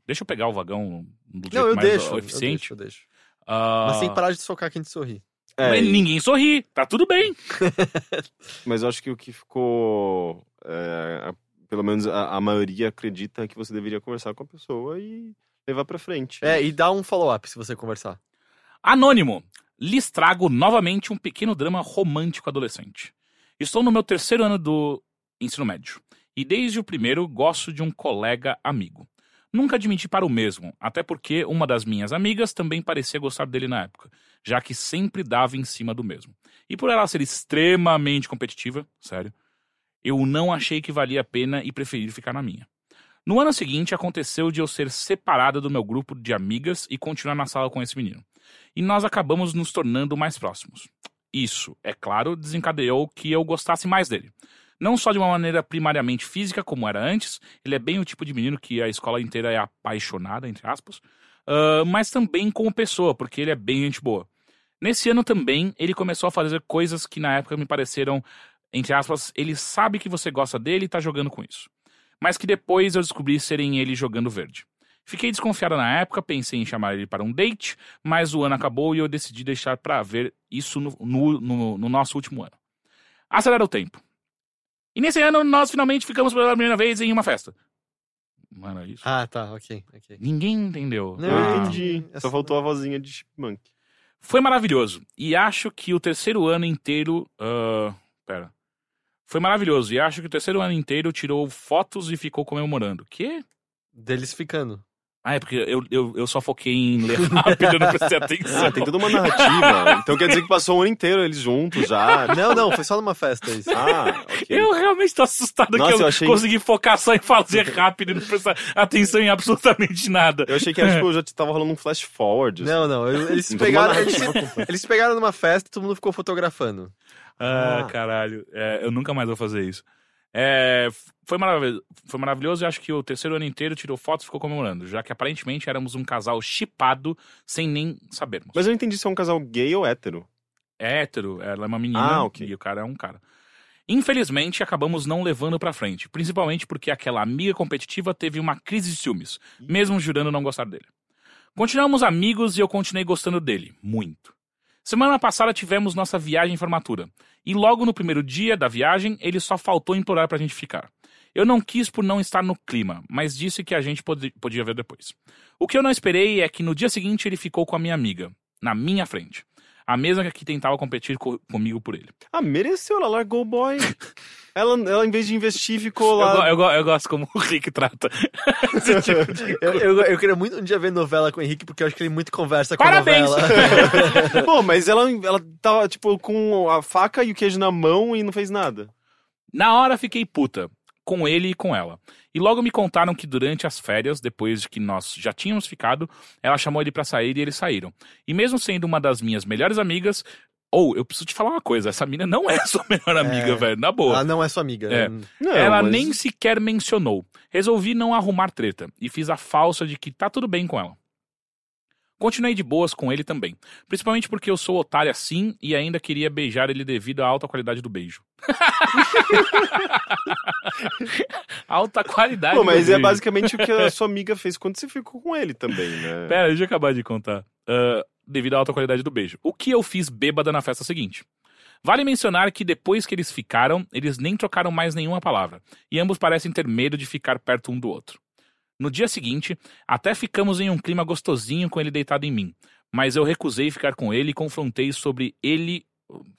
Speaker 2: Deixa eu pegar o vagão do jeito
Speaker 1: Não, eu
Speaker 2: um mais
Speaker 1: deixo, eu
Speaker 2: eficiente.
Speaker 1: deixo, eu deixo.
Speaker 2: Ah,
Speaker 1: Mas sem parar de socar quem te sorri.
Speaker 3: É,
Speaker 2: mas
Speaker 3: e-
Speaker 2: Ninguém sorri, tá tudo bem.
Speaker 3: Mas eu acho que o que ficou. é, a- pelo menos a, a maioria acredita que você deveria conversar com a pessoa e levar pra frente.
Speaker 1: É, e dá um follow-up se você conversar.
Speaker 2: Anônimo, lhes trago novamente um pequeno drama romântico adolescente. Estou no meu terceiro ano do ensino médio e desde o primeiro gosto de um colega amigo. Nunca admiti para o mesmo, até porque uma das minhas amigas também parecia gostar dele na época, já que sempre dava em cima do mesmo. E por ela ser extremamente competitiva, sério, eu não achei que valia a pena e preferi ficar na minha. No ano seguinte, aconteceu de eu ser separada do meu grupo de amigas e continuar na sala com esse menino e nós acabamos nos tornando mais próximos. Isso, é claro, desencadeou que eu gostasse mais dele. Não só de uma maneira primariamente física, como era antes, ele é bem o tipo de menino que a escola inteira é apaixonada, entre aspas, ah, mas também como pessoa, porque ele é bem gente boa. Nesse ano também, ele começou a fazer coisas que na época me pareceram, entre aspas, ele sabe que você gosta dele e tá jogando com isso. Mas que depois eu descobri serem ele jogando verde. Fiquei desconfiada na época, pensei em chamar ele para um date, mas o ano acabou e eu decidi deixar pra ver isso no, no- no- no nosso último ano. Acelera o tempo. E nesse ano nós finalmente ficamos pela primeira vez em uma festa. Não era isso?
Speaker 1: Ah, tá, ok, ok.
Speaker 2: Ninguém entendeu.
Speaker 1: Não, é, assim
Speaker 3: Eu
Speaker 2: Ah.
Speaker 3: entendi.
Speaker 1: essa
Speaker 3: Só faltou a vozinha de Chipmunk.
Speaker 2: Foi maravilhoso. E acho que o terceiro ano inteiro. ah, pera. Foi maravilhoso. E acho que o terceiro ano inteiro tirou fotos e ficou comemorando. Que?
Speaker 1: Deles ficando.
Speaker 2: Ah, é porque eu, eu, eu só foquei em
Speaker 3: <laughs>
Speaker 2: ler rápido, eu não prestei atenção.
Speaker 3: Ah, tem toda
Speaker 1: <laughs>
Speaker 3: uma narrativa. então quer dizer que passou o ano inteiro eles juntos já.
Speaker 1: Não, não, foi só numa festa
Speaker 3: <laughs>
Speaker 1: isso.
Speaker 3: Ah, ok.
Speaker 2: Eu realmente tô assustado
Speaker 3: Nossa,
Speaker 2: que eu,
Speaker 3: eu achei-
Speaker 2: consegui focar só em fazer rápido e não prestar atenção em absolutamente nada.
Speaker 3: Eu achei que era, tipo, já tava rolando um flash forward. assim.
Speaker 1: É. Não, não, eles se
Speaker 3: Toda uma
Speaker 1: pegaram, eles
Speaker 3: narrativa
Speaker 1: se,
Speaker 3: completa.
Speaker 1: eles se pegaram numa festa e todo mundo ficou fotografando.
Speaker 2: Ah,
Speaker 3: Ah.
Speaker 2: caralho. É, eu nunca mais vou fazer isso. É, f- foi, maravilhoso, foi maravilhoso e acho que o terceiro ano inteiro tirou fotos e ficou comemorando, já que aparentemente éramos um casal chipado sem nem sabermos.
Speaker 3: Mas eu não entendi se é um casal gay ou hétero.
Speaker 2: É hétero, ela é uma menina
Speaker 3: Ah, ok.
Speaker 2: e o cara é um cara. Infelizmente, acabamos não levando pra frente, principalmente porque aquela amiga competitiva teve uma crise de ciúmes, mesmo jurando não gostar dele. Continuamos amigos e eu continuei gostando dele, muito. Semana passada tivemos nossa viagem em formatura, e logo no primeiro dia da viagem ele só faltou implorar pra gente ficar. Eu não quis por não estar no clima, mas disse que a gente pode- podia ver depois. O que eu não esperei é que no dia seguinte ele ficou com a minha amiga, na minha frente. A mesma que tentava competir co- comigo por ele.
Speaker 3: Ah, mereceu, ela largou o boy.
Speaker 1: <laughs>
Speaker 3: ela, ela, em vez de investir, ficou
Speaker 2: Eu, go-
Speaker 3: lá.
Speaker 2: eu go- eu gosto como <laughs> o Rick trata esse tipo de
Speaker 1: Eu, eu, eu queria muito um dia ver novela com o Henrique, porque eu acho que ele muito conversa com
Speaker 2: Parabéns!
Speaker 1: a novela.
Speaker 3: <laughs> Pô, mas ela, ela tava, tipo, com a faca e o queijo na mão e não fez nada.
Speaker 2: Na hora fiquei puta, com ele e com ela. E logo me contaram que durante as férias, depois de que nós já tínhamos ficado, ela chamou ele pra sair e eles saíram. E mesmo sendo uma das minhas melhores amigas, ou eu preciso te falar uma coisa, essa mina não é sua <laughs> melhor amiga,
Speaker 1: É.
Speaker 2: velho, na <laughs> boa.
Speaker 1: Ela não é sua amiga.
Speaker 2: É.
Speaker 1: né?
Speaker 3: Não,
Speaker 2: ela
Speaker 3: mas-
Speaker 2: nem sequer mencionou. Resolvi não arrumar treta e fiz a falsa de que tá tudo bem com ela. Continuei de boas com ele também, principalmente porque eu sou otário assim e ainda queria beijar ele devido à alta qualidade do beijo. <laughs> alta qualidade
Speaker 3: Pô,
Speaker 2: do
Speaker 3: mas é
Speaker 2: beijo.
Speaker 3: basicamente o
Speaker 2: <laughs>
Speaker 3: que a sua amiga fez quando você ficou com ele também, né?
Speaker 2: Pera, deixa eu acabar de contar. Ah, devido à alta qualidade do beijo. O que eu fiz bêbada na festa seguinte? Vale mencionar que depois que eles ficaram, eles nem trocaram mais nenhuma palavra, e ambos parecem ter medo de ficar perto um do outro. No dia seguinte, até ficamos em um clima gostosinho com ele deitado em mim, mas eu recusei ficar com ele e confrontei sobre ele,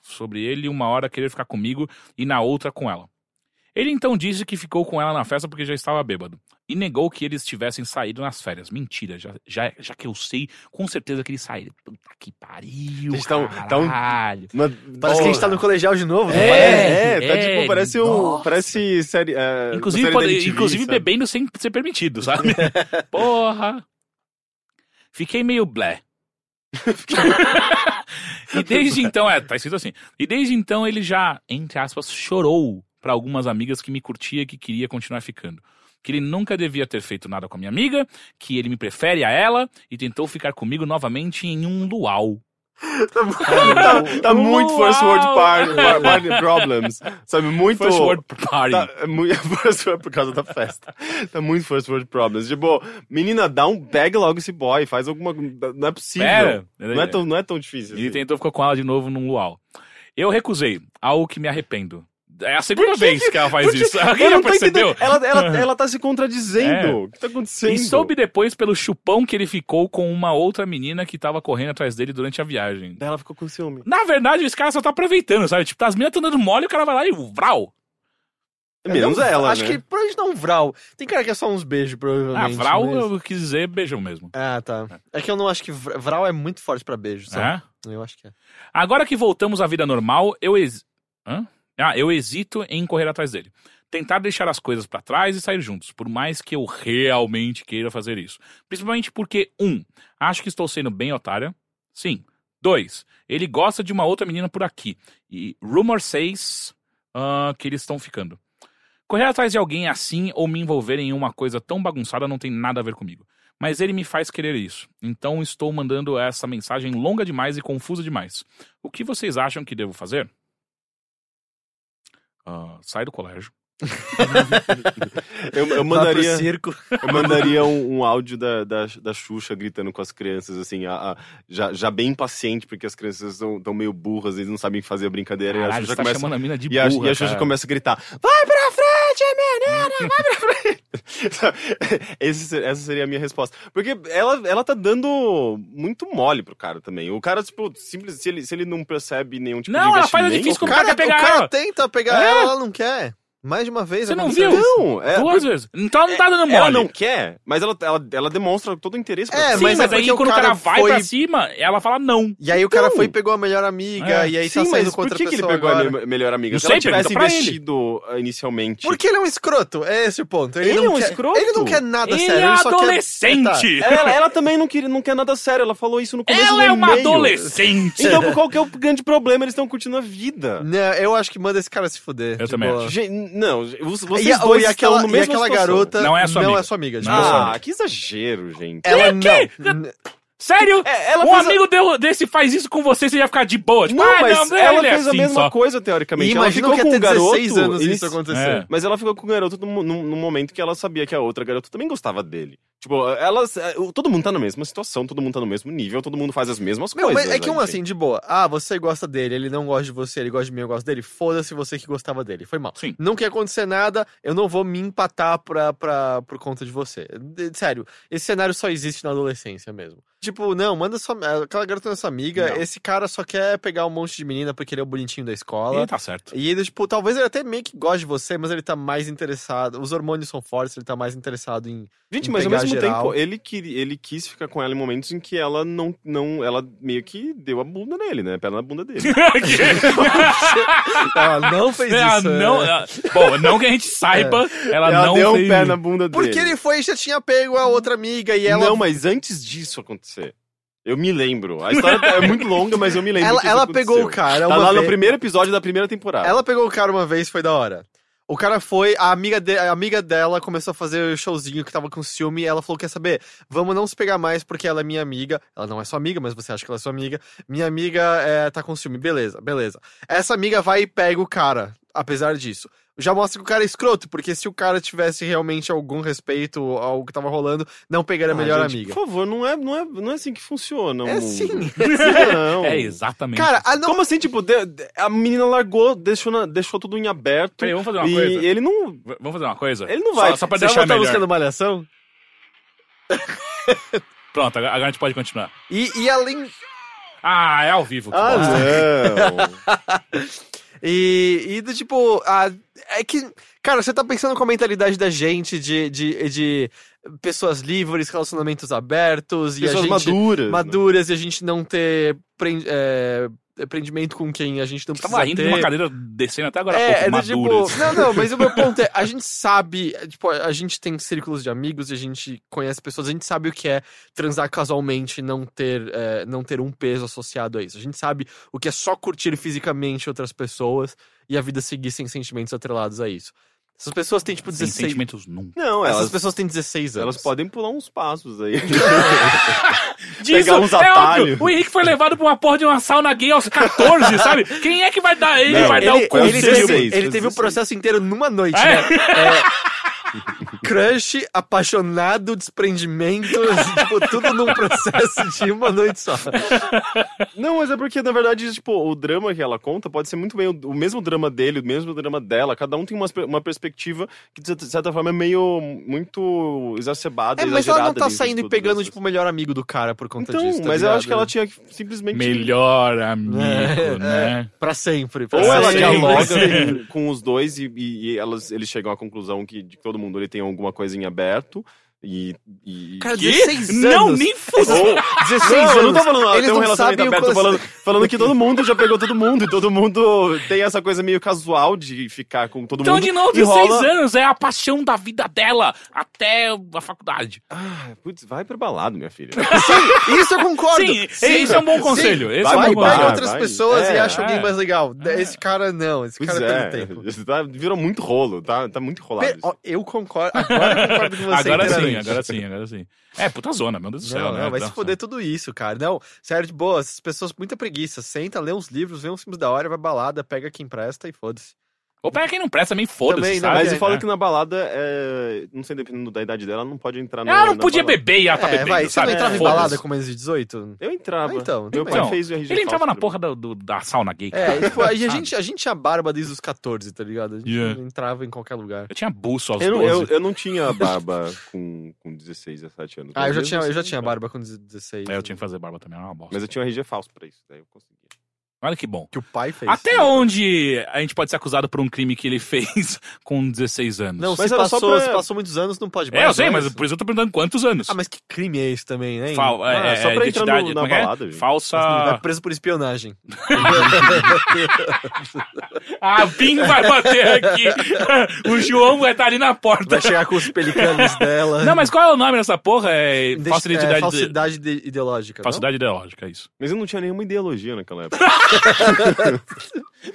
Speaker 2: sobre ele uma hora querer ficar comigo e na outra com ela. Ele então disse que ficou com ela na festa porque já estava bêbado e negou que eles tivessem saído nas férias. Mentira, já, já, já que eu sei, com certeza que eles saíram. Puta que pariu,
Speaker 3: Gente, tá um- tá um-
Speaker 2: caralho.
Speaker 3: Mas-
Speaker 1: Parece que a gente tá no colegial de novo, não parece?
Speaker 3: É, é, tá
Speaker 2: É,
Speaker 3: tipo, parece um.
Speaker 2: nossa.
Speaker 3: Parece série. é,
Speaker 2: Inclusive,
Speaker 3: série da <laughs>
Speaker 2: pode-
Speaker 3: MTV,
Speaker 2: inclusive
Speaker 3: <laughs> sabe?
Speaker 2: bebendo sem ser permitido, sabe? Porra! Fiquei meio blé. e desde então, é, tá escrito assim. E desde então ele já, entre aspas, chorou pra algumas amigas que me curtia e que queria continuar ficando. Que ele nunca devia ter feito nada com a minha amiga, que ele me prefere a ela e tentou ficar comigo novamente em um luau.
Speaker 3: tá, tá muito First World par- par- par- Problems. Sabe, muito.
Speaker 2: First word party.
Speaker 3: Tá, é muito <laughs> first world por causa da festa. Tá muito first world problems. Tipo, menina, dá um. Pega logo esse boy, faz alguma. Não é possível.
Speaker 2: Pera.
Speaker 3: Não é tão, não é tão difícil.
Speaker 2: Ele
Speaker 3: assim.
Speaker 2: tentou ficar com ela de novo num luau. Eu recusei, algo que me arrependo. É a segunda vez que ela faz
Speaker 3: Por quê?
Speaker 2: isso. <laughs> Alguém
Speaker 3: Ela
Speaker 2: já
Speaker 3: não tá
Speaker 2: percebeu?
Speaker 3: entendendo. ela,
Speaker 2: <laughs>
Speaker 3: ela, ela tá se contradizendo.
Speaker 2: É.
Speaker 3: O que tá acontecendo?
Speaker 2: E soube depois pelo chupão que ele ficou com uma outra menina que tava correndo atrás dele durante a viagem.
Speaker 3: Daí ela ficou com ciúme.
Speaker 2: Na verdade, esse cara só tá aproveitando, sabe? Tipo, as meninas tão dando mole, o cara vai lá e vral.
Speaker 3: Menos
Speaker 1: Não,
Speaker 3: ela,
Speaker 1: Acho
Speaker 3: né?
Speaker 1: que pra gente dar um vral. Tem cara que é só uns beijos,
Speaker 2: Ah,
Speaker 1: provavelmente.
Speaker 2: vral
Speaker 1: mas-
Speaker 2: eu quis dizer beijão mesmo.
Speaker 1: Ah, tá. É que eu não acho que vra- vral é muito forte pra beijo, sabe?
Speaker 2: É?
Speaker 1: Eu acho que é.
Speaker 2: Agora que voltamos à vida normal, eu ex... Hã? Ah, eu hesito em correr atrás dele. Tentar deixar as coisas pra trás e sair juntos, por mais que eu realmente queira fazer isso. Principalmente porque, um, acho que estou sendo bem otária. Sim. Dois, ele gosta de uma outra menina por aqui. E rumor says ah, que eles estão ficando. Correr atrás de alguém assim ou me envolver em uma coisa tão bagunçada não tem nada a ver comigo. Mas ele me faz querer isso. Então estou mandando essa mensagem longa demais e confusa demais. O que vocês acham que devo fazer? Ah, sai do colégio. <laughs>
Speaker 3: Eu,
Speaker 2: Tá
Speaker 3: eu
Speaker 1: Vá pro
Speaker 3: mandaria,
Speaker 1: circo.
Speaker 3: eu mandaria um, um áudio da, da, da Xuxa gritando com as crianças, assim, a- a- já, já bem paciente, porque as crianças estão meio burras, eles não sabem fazer a brincadeira. e a
Speaker 2: Caralho,
Speaker 3: Xuxa
Speaker 2: você tá
Speaker 3: começa
Speaker 2: chamando a mina de
Speaker 3: E a,
Speaker 2: burra,
Speaker 3: e a Xuxa
Speaker 2: cara.
Speaker 3: começa a gritar: Vai pra frente, menina! Vai pra frente! <laughs> Sabe? Esse ser- essa seria a minha resposta. Porque ela, ela tá dando muito mole pro cara também. O cara, tipo, simples, se ele, se ele não percebe nenhum tipo de
Speaker 2: Não, ela faz a
Speaker 3: investimento-
Speaker 2: difícil com
Speaker 1: O
Speaker 2: Como
Speaker 1: cara,
Speaker 2: quer pegar
Speaker 1: o cara
Speaker 2: ela?
Speaker 1: tenta pegar
Speaker 2: É?
Speaker 1: ela, ela não quer. Mais de uma vez.
Speaker 2: Você não
Speaker 1: aconteceu.
Speaker 2: viu?
Speaker 3: Não, é,
Speaker 2: Duas vezes. Então ela não tá dando mole.
Speaker 3: ela não quer, mas ela, ela, ela demonstra todo o interesse pra
Speaker 1: É,
Speaker 2: Sim,
Speaker 3: você.
Speaker 2: mas,
Speaker 1: mas é
Speaker 2: aí
Speaker 1: porque o
Speaker 2: quando o cara,
Speaker 1: cara
Speaker 2: vai
Speaker 1: foi-
Speaker 2: pra cima, ela fala não.
Speaker 1: E aí o cara
Speaker 3: Então.
Speaker 1: foi e pegou a melhor amiga,
Speaker 2: É.
Speaker 1: e aí tá
Speaker 3: Sim,
Speaker 1: saindo
Speaker 3: mas
Speaker 1: com
Speaker 3: por
Speaker 1: outra
Speaker 3: que, que ele
Speaker 1: pessoa
Speaker 3: pegou
Speaker 1: agora.
Speaker 3: a me- melhor amiga?
Speaker 2: Não
Speaker 3: Se
Speaker 2: sei,
Speaker 3: ela tivesse
Speaker 2: pergunta pra ele.
Speaker 3: investido ah, inicialmente.
Speaker 1: Porque ele é um escroto, é esse o ponto. Ele,
Speaker 3: Ele
Speaker 1: não
Speaker 3: é um
Speaker 1: quer,
Speaker 3: escroto?
Speaker 1: Ele não quer nada
Speaker 2: ele
Speaker 1: sério.
Speaker 2: é
Speaker 1: ele só quer-
Speaker 2: adolescente.
Speaker 3: É, Ela, ela também não, queria, não quer nada sério, ela um falou isso no começo
Speaker 2: Ela
Speaker 3: do
Speaker 2: é uma
Speaker 3: e-mail.
Speaker 2: adolescente.
Speaker 3: Então, qual que é o grande problema? Eles estão curtindo a vida.
Speaker 1: Não, eu acho que manda esse cara se fuder.
Speaker 2: Eu
Speaker 1: de
Speaker 2: também
Speaker 1: boa.
Speaker 2: acho.
Speaker 3: Gente, não, gente, vo- vocês
Speaker 1: E, a-
Speaker 3: dois
Speaker 1: e
Speaker 3: estão
Speaker 1: aquela,
Speaker 3: no
Speaker 1: e
Speaker 3: mesmo
Speaker 1: aquela garota
Speaker 2: Não é sua amiga.
Speaker 1: de
Speaker 2: Não é
Speaker 1: boa.
Speaker 2: sua
Speaker 3: Ah, que exagero, gente.
Speaker 1: Ela
Speaker 2: Que-
Speaker 1: não. n-
Speaker 2: Sério?
Speaker 3: É, ela
Speaker 2: um
Speaker 3: fez a-
Speaker 2: amigo deu- desse faz isso com você, você ia ficar de boa. Tipo,
Speaker 3: Não,
Speaker 2: ah,
Speaker 3: mas
Speaker 1: né,
Speaker 2: não,
Speaker 3: ela
Speaker 2: ele é
Speaker 3: fez a
Speaker 2: assim
Speaker 3: mesma
Speaker 2: só.
Speaker 3: coisa, teoricamente.
Speaker 1: E
Speaker 3: Ela
Speaker 1: imagina
Speaker 3: ficou
Speaker 1: que
Speaker 3: com
Speaker 1: até
Speaker 3: um garoto.
Speaker 1: 16 anos
Speaker 3: inici-
Speaker 1: isso acontecer.
Speaker 2: É.
Speaker 3: Mas ela ficou com o garoto num, num- num momento que ela sabia que a outra garota também gostava dele. Tipo, elas. eh, o- Todo mundo tá na mesma situação, todo mundo tá no mesmo nível, todo mundo faz as mesmas
Speaker 1: Meu,
Speaker 3: coisas.
Speaker 1: mas é que um
Speaker 3: gente.
Speaker 1: assim, de boa. Ah, você gosta dele, ele não gosta de você, ele gosta de mim, eu gosto dele. Foda-se você que gostava dele. Foi mal.
Speaker 2: Sim.
Speaker 1: Não quer acontecer nada, eu não vou me empatar pra, pra, por conta de você. De- Sério, esse cenário só existe na adolescência mesmo. Tipo, não, manda só. Aquela garota não é sua amiga,
Speaker 2: Não.
Speaker 1: esse cara só quer pegar um monte de menina porque ele é o bonitinho da escola.
Speaker 2: Ele tá
Speaker 3: <laughs>
Speaker 2: certo.
Speaker 1: E ele, tipo, talvez ele até meio que goste de você, mas ele tá mais interessado. Os hormônios são fortes, ele tá mais interessado
Speaker 2: <laughs>
Speaker 1: em.
Speaker 3: Gente, mas ao
Speaker 1: pegar
Speaker 3: mesmo
Speaker 1: geral.
Speaker 3: tempo, ele, que, ele quis ficar com ela em momentos em que ela não, não. Ela meio que deu a bunda nele, né? A perna na bunda dele.
Speaker 2: <laughs>
Speaker 1: Ela não fez
Speaker 2: Ela
Speaker 1: isso.
Speaker 2: É, não,
Speaker 1: né?
Speaker 2: ela- bom, não que a
Speaker 3: <laughs>
Speaker 2: gente saiba, ela, não
Speaker 3: é. deu
Speaker 2: fez.
Speaker 3: um pé na bunda dele.
Speaker 1: Porque ele foi e já tinha pego a outra amiga e ela.
Speaker 3: Não, mas antes disso acontecer. Eu me lembro. A história <laughs> é muito longa, mas eu me lembro.
Speaker 1: ela
Speaker 3: que isso
Speaker 1: ela
Speaker 3: aconteceu.
Speaker 1: pegou o cara.
Speaker 3: Tá
Speaker 1: uma
Speaker 3: lá no
Speaker 1: vez-
Speaker 3: primeiro episódio da primeira temporada.
Speaker 1: Ela pegou o cara uma vez, foi da hora. O cara foi, a amiga, de- a amiga dela começou a fazer o showzinho que tava com ciúme e ela falou: Quer saber? Vamos não se pegar mais porque ela é minha amiga. Ela não é sua amiga, mas você acha que ela é sua amiga. Minha amiga é, tá com ciúme. Beleza, beleza. Essa amiga vai e pega o cara, apesar disso. Já mostra que o cara é escroto, porque se o cara tivesse realmente algum respeito ao que tava rolando, não pegaria a
Speaker 3: Ah,
Speaker 1: melhor
Speaker 3: gente,
Speaker 1: amiga.
Speaker 3: Por favor, não é, não é, não é assim que funciona. o
Speaker 1: É
Speaker 3: mundo.
Speaker 1: sim.
Speaker 3: <laughs> Não.
Speaker 2: É, exatamente.
Speaker 1: Cara, a não.
Speaker 3: Como assim, tipo, de- de- a menina largou, deixou, na- deixou tudo em aberto.
Speaker 2: Peraí, vamos fazer uma
Speaker 3: e
Speaker 2: coisa.
Speaker 3: ele não.
Speaker 2: V- Vamos fazer uma coisa?
Speaker 3: Ele não vai.
Speaker 2: Só, só pra
Speaker 1: Você
Speaker 2: deixar
Speaker 1: botar a
Speaker 2: melhor.
Speaker 1: música do tá Malhação?
Speaker 2: Pronto, agora agora a gente pode continuar.
Speaker 1: E, e além.
Speaker 2: Ah, é ao vivo. que
Speaker 3: Ah,
Speaker 2: bosta.
Speaker 3: <laughs> não.
Speaker 1: E, e do tipo, ah, é que, cara, você tá pensando com a mentalidade da gente de, de, de pessoas livres, relacionamentos abertos, e a
Speaker 3: Pessoas
Speaker 1: gente
Speaker 3: maduras. né?
Speaker 1: maduras, e a gente não ter pren- é, prendimento com quem a gente não
Speaker 2: Você
Speaker 1: precisa
Speaker 2: tava rindo de uma
Speaker 1: ter.
Speaker 2: cadeira descendo até agora há
Speaker 1: é,
Speaker 2: pouco,
Speaker 1: é do
Speaker 2: madura.
Speaker 1: tipo, não, não, mas o meu ponto é, a gente sabe, é, tipo, a gente tem círculos de amigos, a gente conhece pessoas, a gente sabe o que é transar casualmente e não ter, é, não ter um peso associado a isso. A gente sabe o que é só curtir fisicamente outras pessoas e a vida seguir sem sentimentos atrelados a isso. Essas pessoas têm, tipo,
Speaker 2: Sem
Speaker 1: 16...
Speaker 2: sentimentos nunca.
Speaker 3: Não,
Speaker 1: Essas
Speaker 3: elas,
Speaker 1: pessoas têm 16 anos.
Speaker 3: elas podem pular uns passos
Speaker 1: <laughs>
Speaker 3: aí.
Speaker 2: Disso,
Speaker 3: uns
Speaker 2: é
Speaker 3: atalhos.
Speaker 2: óbvio. O Henrique foi levado pra uma porra de uma sauna gay
Speaker 1: <laughs>
Speaker 2: aos 14, sabe? Quem é que vai dar ele?
Speaker 3: Não,
Speaker 2: vai dar
Speaker 1: ele,
Speaker 2: o cu.
Speaker 1: ele
Speaker 3: conselho.
Speaker 1: teve, um, ele
Speaker 3: 16,
Speaker 1: teve o
Speaker 3: 16.
Speaker 1: processo inteiro numa noite,
Speaker 2: É.
Speaker 1: né? É, crush, apaixonado, desprendimento, <laughs> tipo, tudo num processo de uma noite só.
Speaker 3: <laughs> Tá Não, mas é porque, na verdade, tipo, o drama que ela conta pode ser muito bem o, o mesmo drama dele, o mesmo drama dela. Cada um tem uma, uma perspectiva que, de certa- de certa forma, é meio muito exacerbada.
Speaker 1: É, mas ela não
Speaker 3: exagerada
Speaker 1: tá
Speaker 3: dentro de
Speaker 1: saindo e
Speaker 3: tudo
Speaker 1: pegando,
Speaker 3: isso.
Speaker 1: tipo, o melhor amigo do cara por conta
Speaker 3: Então,
Speaker 1: disso. tá
Speaker 3: mas eu
Speaker 1: ligado?
Speaker 3: acho que ela tinha que simplesmente.
Speaker 2: Melhor amigo,
Speaker 1: É,
Speaker 2: né?
Speaker 1: Pra sempre. Pra
Speaker 3: Ou ela
Speaker 1: sempre. <laughs>
Speaker 3: dialoga com, com os dois e, e- e elas, eles chegam à conclusão que de que todo mundo ele tem alguma coisa em aberto. E. e-
Speaker 1: Cara,
Speaker 2: Que?
Speaker 1: 16 anos.
Speaker 2: Não, nem fudeu.
Speaker 3: Ou-
Speaker 1: 16
Speaker 3: não,
Speaker 1: anos.
Speaker 3: eu não tô falando,
Speaker 1: Eles
Speaker 3: tem um
Speaker 1: não
Speaker 3: relacionamento
Speaker 1: sabem o
Speaker 3: aberto, tô
Speaker 1: quanto-
Speaker 3: falando, falando que todo mundo já pegou todo mundo, e todo mundo tem essa coisa meio casual de ficar com todo
Speaker 2: Então,
Speaker 3: mundo.
Speaker 2: de novo,
Speaker 3: e
Speaker 2: 16
Speaker 3: rola...
Speaker 2: anos é a paixão da vida dela até a faculdade.
Speaker 3: Ah, putz, vai pra balada, minha
Speaker 1: <laughs>
Speaker 3: filha.
Speaker 1: Sim, isso eu concordo.
Speaker 2: Sim, esse é um bom conselho. Esse é um
Speaker 1: Vai,
Speaker 2: bom
Speaker 1: pega
Speaker 2: conselho.
Speaker 3: vai,
Speaker 1: outras
Speaker 3: vai.
Speaker 1: pessoas e
Speaker 3: É,
Speaker 1: acha alguém
Speaker 2: é.
Speaker 1: mais legal. Esse cara, não. Esse
Speaker 3: Pois
Speaker 1: cara
Speaker 3: é,
Speaker 1: tem um tempo.
Speaker 3: isso tá- virou muito rolo, tá, tá muito rolado.
Speaker 1: Per-
Speaker 3: isso.
Speaker 1: ó, Eu concordo. Agora eu concordo com você.
Speaker 2: Agora sim,
Speaker 1: inteiramente.
Speaker 2: agora sim, agora sim. É, puta zona, meu Deus do céu,
Speaker 1: Não,
Speaker 2: né?
Speaker 1: não, vai se
Speaker 2: Nossa.
Speaker 1: foder tudo isso, cara. Não, sério, de boa, essas pessoas, muita preguiça. Senta, lê uns livros, vê uns filmes da hora, vai balada, pega quem presta e foda-se.
Speaker 2: Ou pega quem não presta, também foda-se,
Speaker 1: Também, não,
Speaker 2: sabe?
Speaker 3: Mas
Speaker 1: é,
Speaker 3: eu falo
Speaker 2: né?
Speaker 3: que na balada, é, não sei, dependendo da idade dela, ela não pode
Speaker 1: Ah,
Speaker 3: entrar na
Speaker 2: Ela Ah, não
Speaker 3: na
Speaker 2: podia
Speaker 3: balada.
Speaker 2: beber e ela tá
Speaker 1: é,
Speaker 2: bebendo,
Speaker 1: vai, você
Speaker 2: sabe?
Speaker 1: não entrava em
Speaker 2: Foda-se.
Speaker 1: balada com menos de 18?
Speaker 3: Eu entrava.
Speaker 1: Ah, então,
Speaker 3: Meu
Speaker 1: também.
Speaker 3: pai
Speaker 2: Então,
Speaker 3: fez o RG
Speaker 2: Ele entrava na
Speaker 3: falso pra
Speaker 2: porra do, do- da sauna gay.
Speaker 1: É, e, tipo, aí a
Speaker 2: <laughs> Sabe?
Speaker 1: gente, a gente tinha barba desde os 14, tá ligado? A gente
Speaker 2: Ah. Yeah.
Speaker 1: não entrava em qualquer lugar.
Speaker 2: Eu tinha buço aos
Speaker 3: mim. Eu, não-
Speaker 2: 12.
Speaker 3: eu, eu não tinha barba com, com 16, 17 anos.
Speaker 1: Ah, eu já
Speaker 3: Talvez
Speaker 1: tinha, eu
Speaker 3: você
Speaker 1: já
Speaker 3: não
Speaker 1: tinha
Speaker 3: tava.
Speaker 1: barba com né? 16.
Speaker 2: assim, É, eu tinha que fazer barba também, era uma bosta.
Speaker 3: Mas eu tinha um RG falso pra isso, daí eu conseguia.
Speaker 2: Olha que bom.
Speaker 1: Que o pai fez.
Speaker 2: Até onde a gente pode ser acusado por um crime que ele <laughs> fez com 16 anos?
Speaker 1: Não,
Speaker 3: Mas
Speaker 1: se,
Speaker 3: era só
Speaker 1: passou,
Speaker 3: pra-
Speaker 1: se passou muitos anos, não pode mais.
Speaker 2: é, eu sei,
Speaker 1: não
Speaker 2: mas
Speaker 1: isso?
Speaker 2: por isso eu tô perguntando quantos anos.
Speaker 1: Ah, mas que crime é esse também, hein?
Speaker 2: Fal-
Speaker 3: Ah,
Speaker 2: é,
Speaker 3: só
Speaker 2: é,
Speaker 3: pra entrar no-
Speaker 2: identidade,
Speaker 3: na
Speaker 2: como é que é?
Speaker 3: balada, gente.
Speaker 1: Vai
Speaker 2: Falsa.
Speaker 1: preso por espionagem.
Speaker 2: Ah, Bim vai bater aqui. <laughs> o João vai estar ali na porta.
Speaker 1: Vai
Speaker 2: <laughs>
Speaker 1: chegar com os pelicanos dela.
Speaker 2: Não, mas qual é o nome dessa porra? É
Speaker 1: Identi-
Speaker 2: falsa
Speaker 1: é,
Speaker 2: identidade. de-
Speaker 1: falsidade de- ideológica. não?
Speaker 2: Falsidade ideológica, é isso.
Speaker 3: Mas eu não tinha nenhuma ideologia naquela época.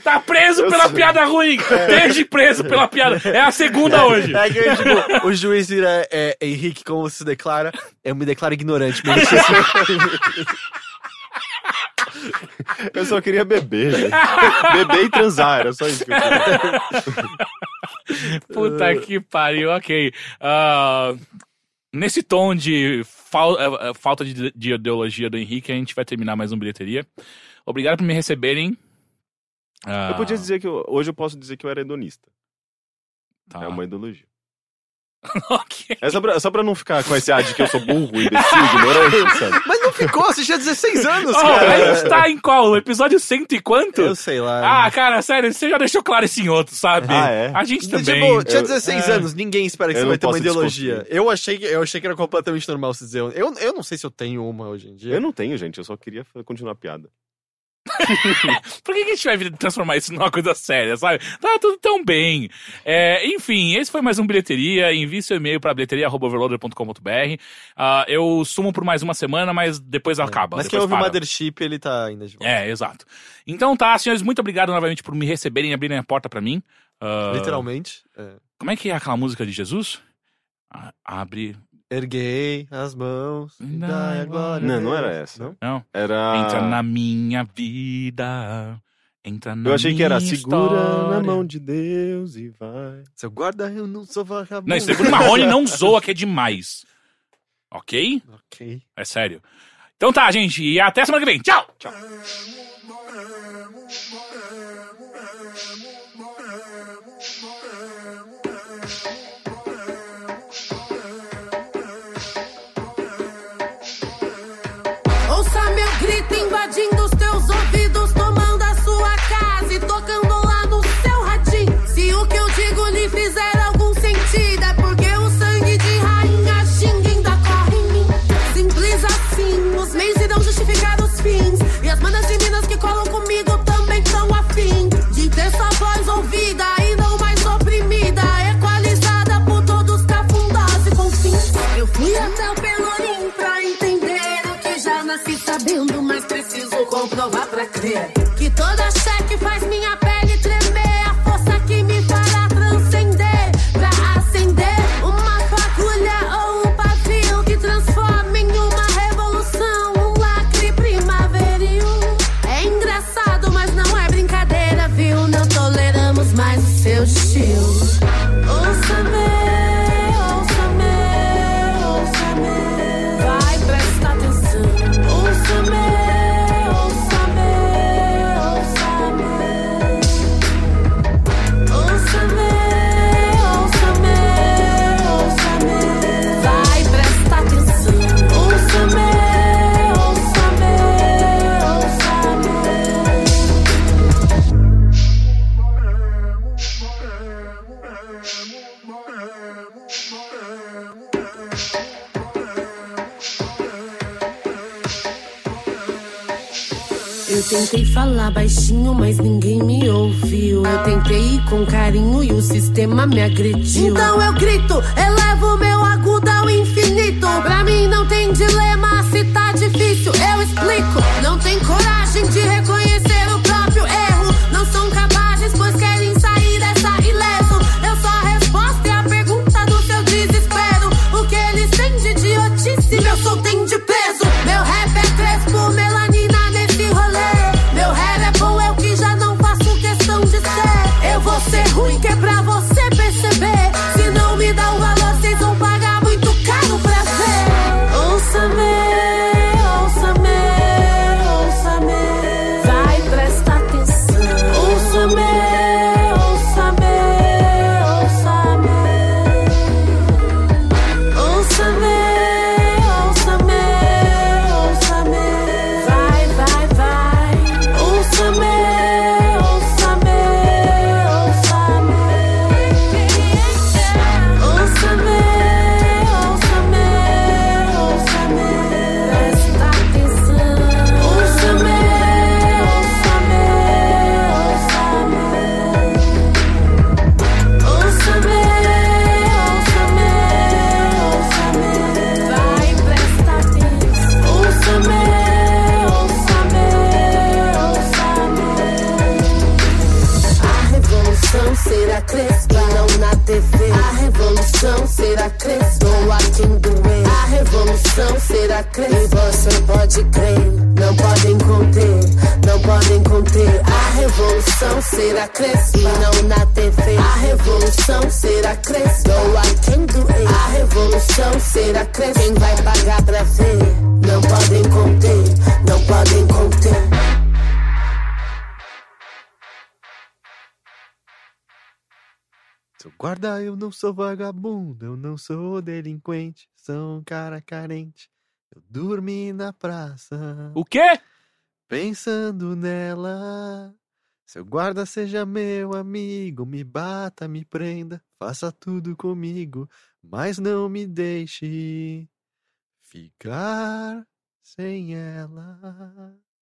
Speaker 2: Tá preso
Speaker 3: Eu
Speaker 2: pela
Speaker 3: sei. É.
Speaker 2: piada ruim! Desde preso pela piada. É a segunda hoje.
Speaker 1: É que,
Speaker 2: <laughs>
Speaker 1: tipo, o juiz vira é, Henrique, como você se declara? Eu me declaro ignorante. mas
Speaker 3: <laughs>
Speaker 1: isso é
Speaker 3: Eu só queria beber, <laughs> gente. beber e transar, era só isso que eu queria.
Speaker 2: Puta que pariu, ok. Ah, nesse tom de fal- eh, eh, falta de, de ideologia do Henrique, a gente vai terminar mais um bilheteria. Obrigado por me receberem. Ah,
Speaker 3: Eu podia dizer que eu- hoje eu posso dizer que eu era hedonista.
Speaker 2: tá.
Speaker 3: É uma ideologia.
Speaker 2: <laughs> Ok.
Speaker 3: É só pra, só pra não ficar com esse ar de que eu sou burro, imbecil, <laughs> ignorante, sabe?
Speaker 1: Mas não ficou, você tinha 16 anos,
Speaker 2: Oh,
Speaker 1: cara.
Speaker 2: a gente tá em qual? Episódio cento e quanto?
Speaker 1: Eu sei lá.
Speaker 2: Ah, cara, sério, você já deixou claro esse em outro, sabe?
Speaker 3: Ah, é?
Speaker 2: A gente
Speaker 1: Tipo,
Speaker 2: também.
Speaker 1: tinha
Speaker 3: Eu-
Speaker 1: 16
Speaker 2: é.
Speaker 1: anos, ninguém espera que
Speaker 3: Eu
Speaker 1: você
Speaker 3: não
Speaker 1: vai ter uma
Speaker 3: posso
Speaker 1: ideologia.
Speaker 3: desconstruir.
Speaker 1: Eu achei, que, eu achei que era completamente normal se dizer. Eu, eu não sei se eu tenho uma hoje em dia.
Speaker 3: Eu não tenho, gente, eu só queria f- continuar a piada.
Speaker 2: Por que, que a gente vai vir transformar isso numa coisa séria, sabe? Tá tudo tão bem. É, enfim, esse foi mais um Bilheteria. Envie seu e-mail pra bilheteria.overloader.com.br. Ah, eu sumo por mais uma semana, mas
Speaker 3: É,
Speaker 2: depois acaba.
Speaker 1: É. Mas quem
Speaker 2: depois
Speaker 1: ouve o
Speaker 2: para.
Speaker 1: Mothership, ele tá ainda de volta.
Speaker 2: É, exato. Então tá, senhores, muito obrigado novamente por me receberem e abrirem a porta pra mim. Ah,
Speaker 1: Literalmente. é.
Speaker 2: Como é que é aquela música de Jesus? Ah, abre.
Speaker 1: Erguei as mãos. e
Speaker 2: Não,
Speaker 1: dai a glória a
Speaker 3: não, não
Speaker 1: Deus.
Speaker 3: era essa.
Speaker 1: Não?
Speaker 2: Não.
Speaker 3: Era.
Speaker 2: Entra na minha vida. Entra na
Speaker 3: Eu achei que era
Speaker 2: minha
Speaker 3: segura na
Speaker 2: história."
Speaker 3: mão de Deus e vai.
Speaker 1: Seu guarda, eu não sou vagabundo.
Speaker 2: Não, é esse Bruno Marrone não zoa, que é demais. Ok?
Speaker 1: Ok.
Speaker 2: É sério. Então tá, gente. E até semana que vem. Tchau! Tchau.
Speaker 6: Ouça meu grito invadindo os teus ouvidos, tomando a sua casa e tocando lá no seu radinho. Se o que eu digo lhe fizer algum sentido, é porque o sangue de rainha Xing ainda corre em mim. Simples assim, os meios irão justificar os fins. E as manas de minas que colam comigo. sabendo, mas preciso comprovar pra crer. Que toda cheque faz minha pele tremer. A força que me fará transcender. Pra acender uma fagulha ou um pavio que transforma em uma revolução. Um lacre primaveril. É engraçado, mas não é brincadeira, viu? Não toleramos mais o seu estilo. Ouça-me. ouça-me, ouça-me. Vai prestar atenção. Ouça-me, ouça-me, ouça-me. Ouça-me, ouça-me, ouça-me. Vai prestar atenção. Ouça-me, ouça-me, ouça-me. Eu tentei falar baixinho, mas ninguém me ouviu. Eu tentei ir com carinho e o sistema me agrediu. Então eu grito, elevo meu agudo ao infinito. Pra mim não tem dilema, se tá difícil, eu explico. Não tem coragem de reconhecer o próprio erro. Não são capazes, pois querem sair dessa ileso. Eu sou a resposta e a pergunta do seu desespero. O que eles têm de idiotice, meu som tem de peso. Meu rap é crespo, melanina nesse rolê. Meu rap é bom, eu que já não faço questão de ser. Eu vou ser ruim, que é pra você perceber. Se não me dá o valor, vocês vão pagar muito caro pra ver. Ouça-me, ouça-me, ouça-me. Vai prestar atenção. Ouça-me, ouça-me, ouça-me. Ouça-me, ouça-me, ouça-me. Vai, vai, vai. Ouça-me, ouça-me, ouça-me. Ouça-me, ouça-me, ouça-me. Presta atenção. Ouça-me, ouça-me, ouça-me. Ouça-me, ouça-me, ouça-me. Vai, presta atenção. Ouça-me, ouça-me, ouça-me. A revolução será crespa, não na TV. A revolução será crespa, ou a quem doer. A revolução será crespa, e você pode crer. Não podem conter, não podem conter. A revolução será crespa, não na TV. A revolução será crespa, ou a quem doer. A revolução será crespa, quem vai pagar pra ver. Não podem conter, não podem conter.
Speaker 1: Seu Então, guarda, eu não sou vagabundo, eu não sou delinquente, sou um cara carente. Eu dormi na praça,
Speaker 2: O quê?
Speaker 1: pensando nela. Seu guarda, seja meu amigo, me bata, me prenda, faça tudo comigo, mas não me deixe ficar sem ela.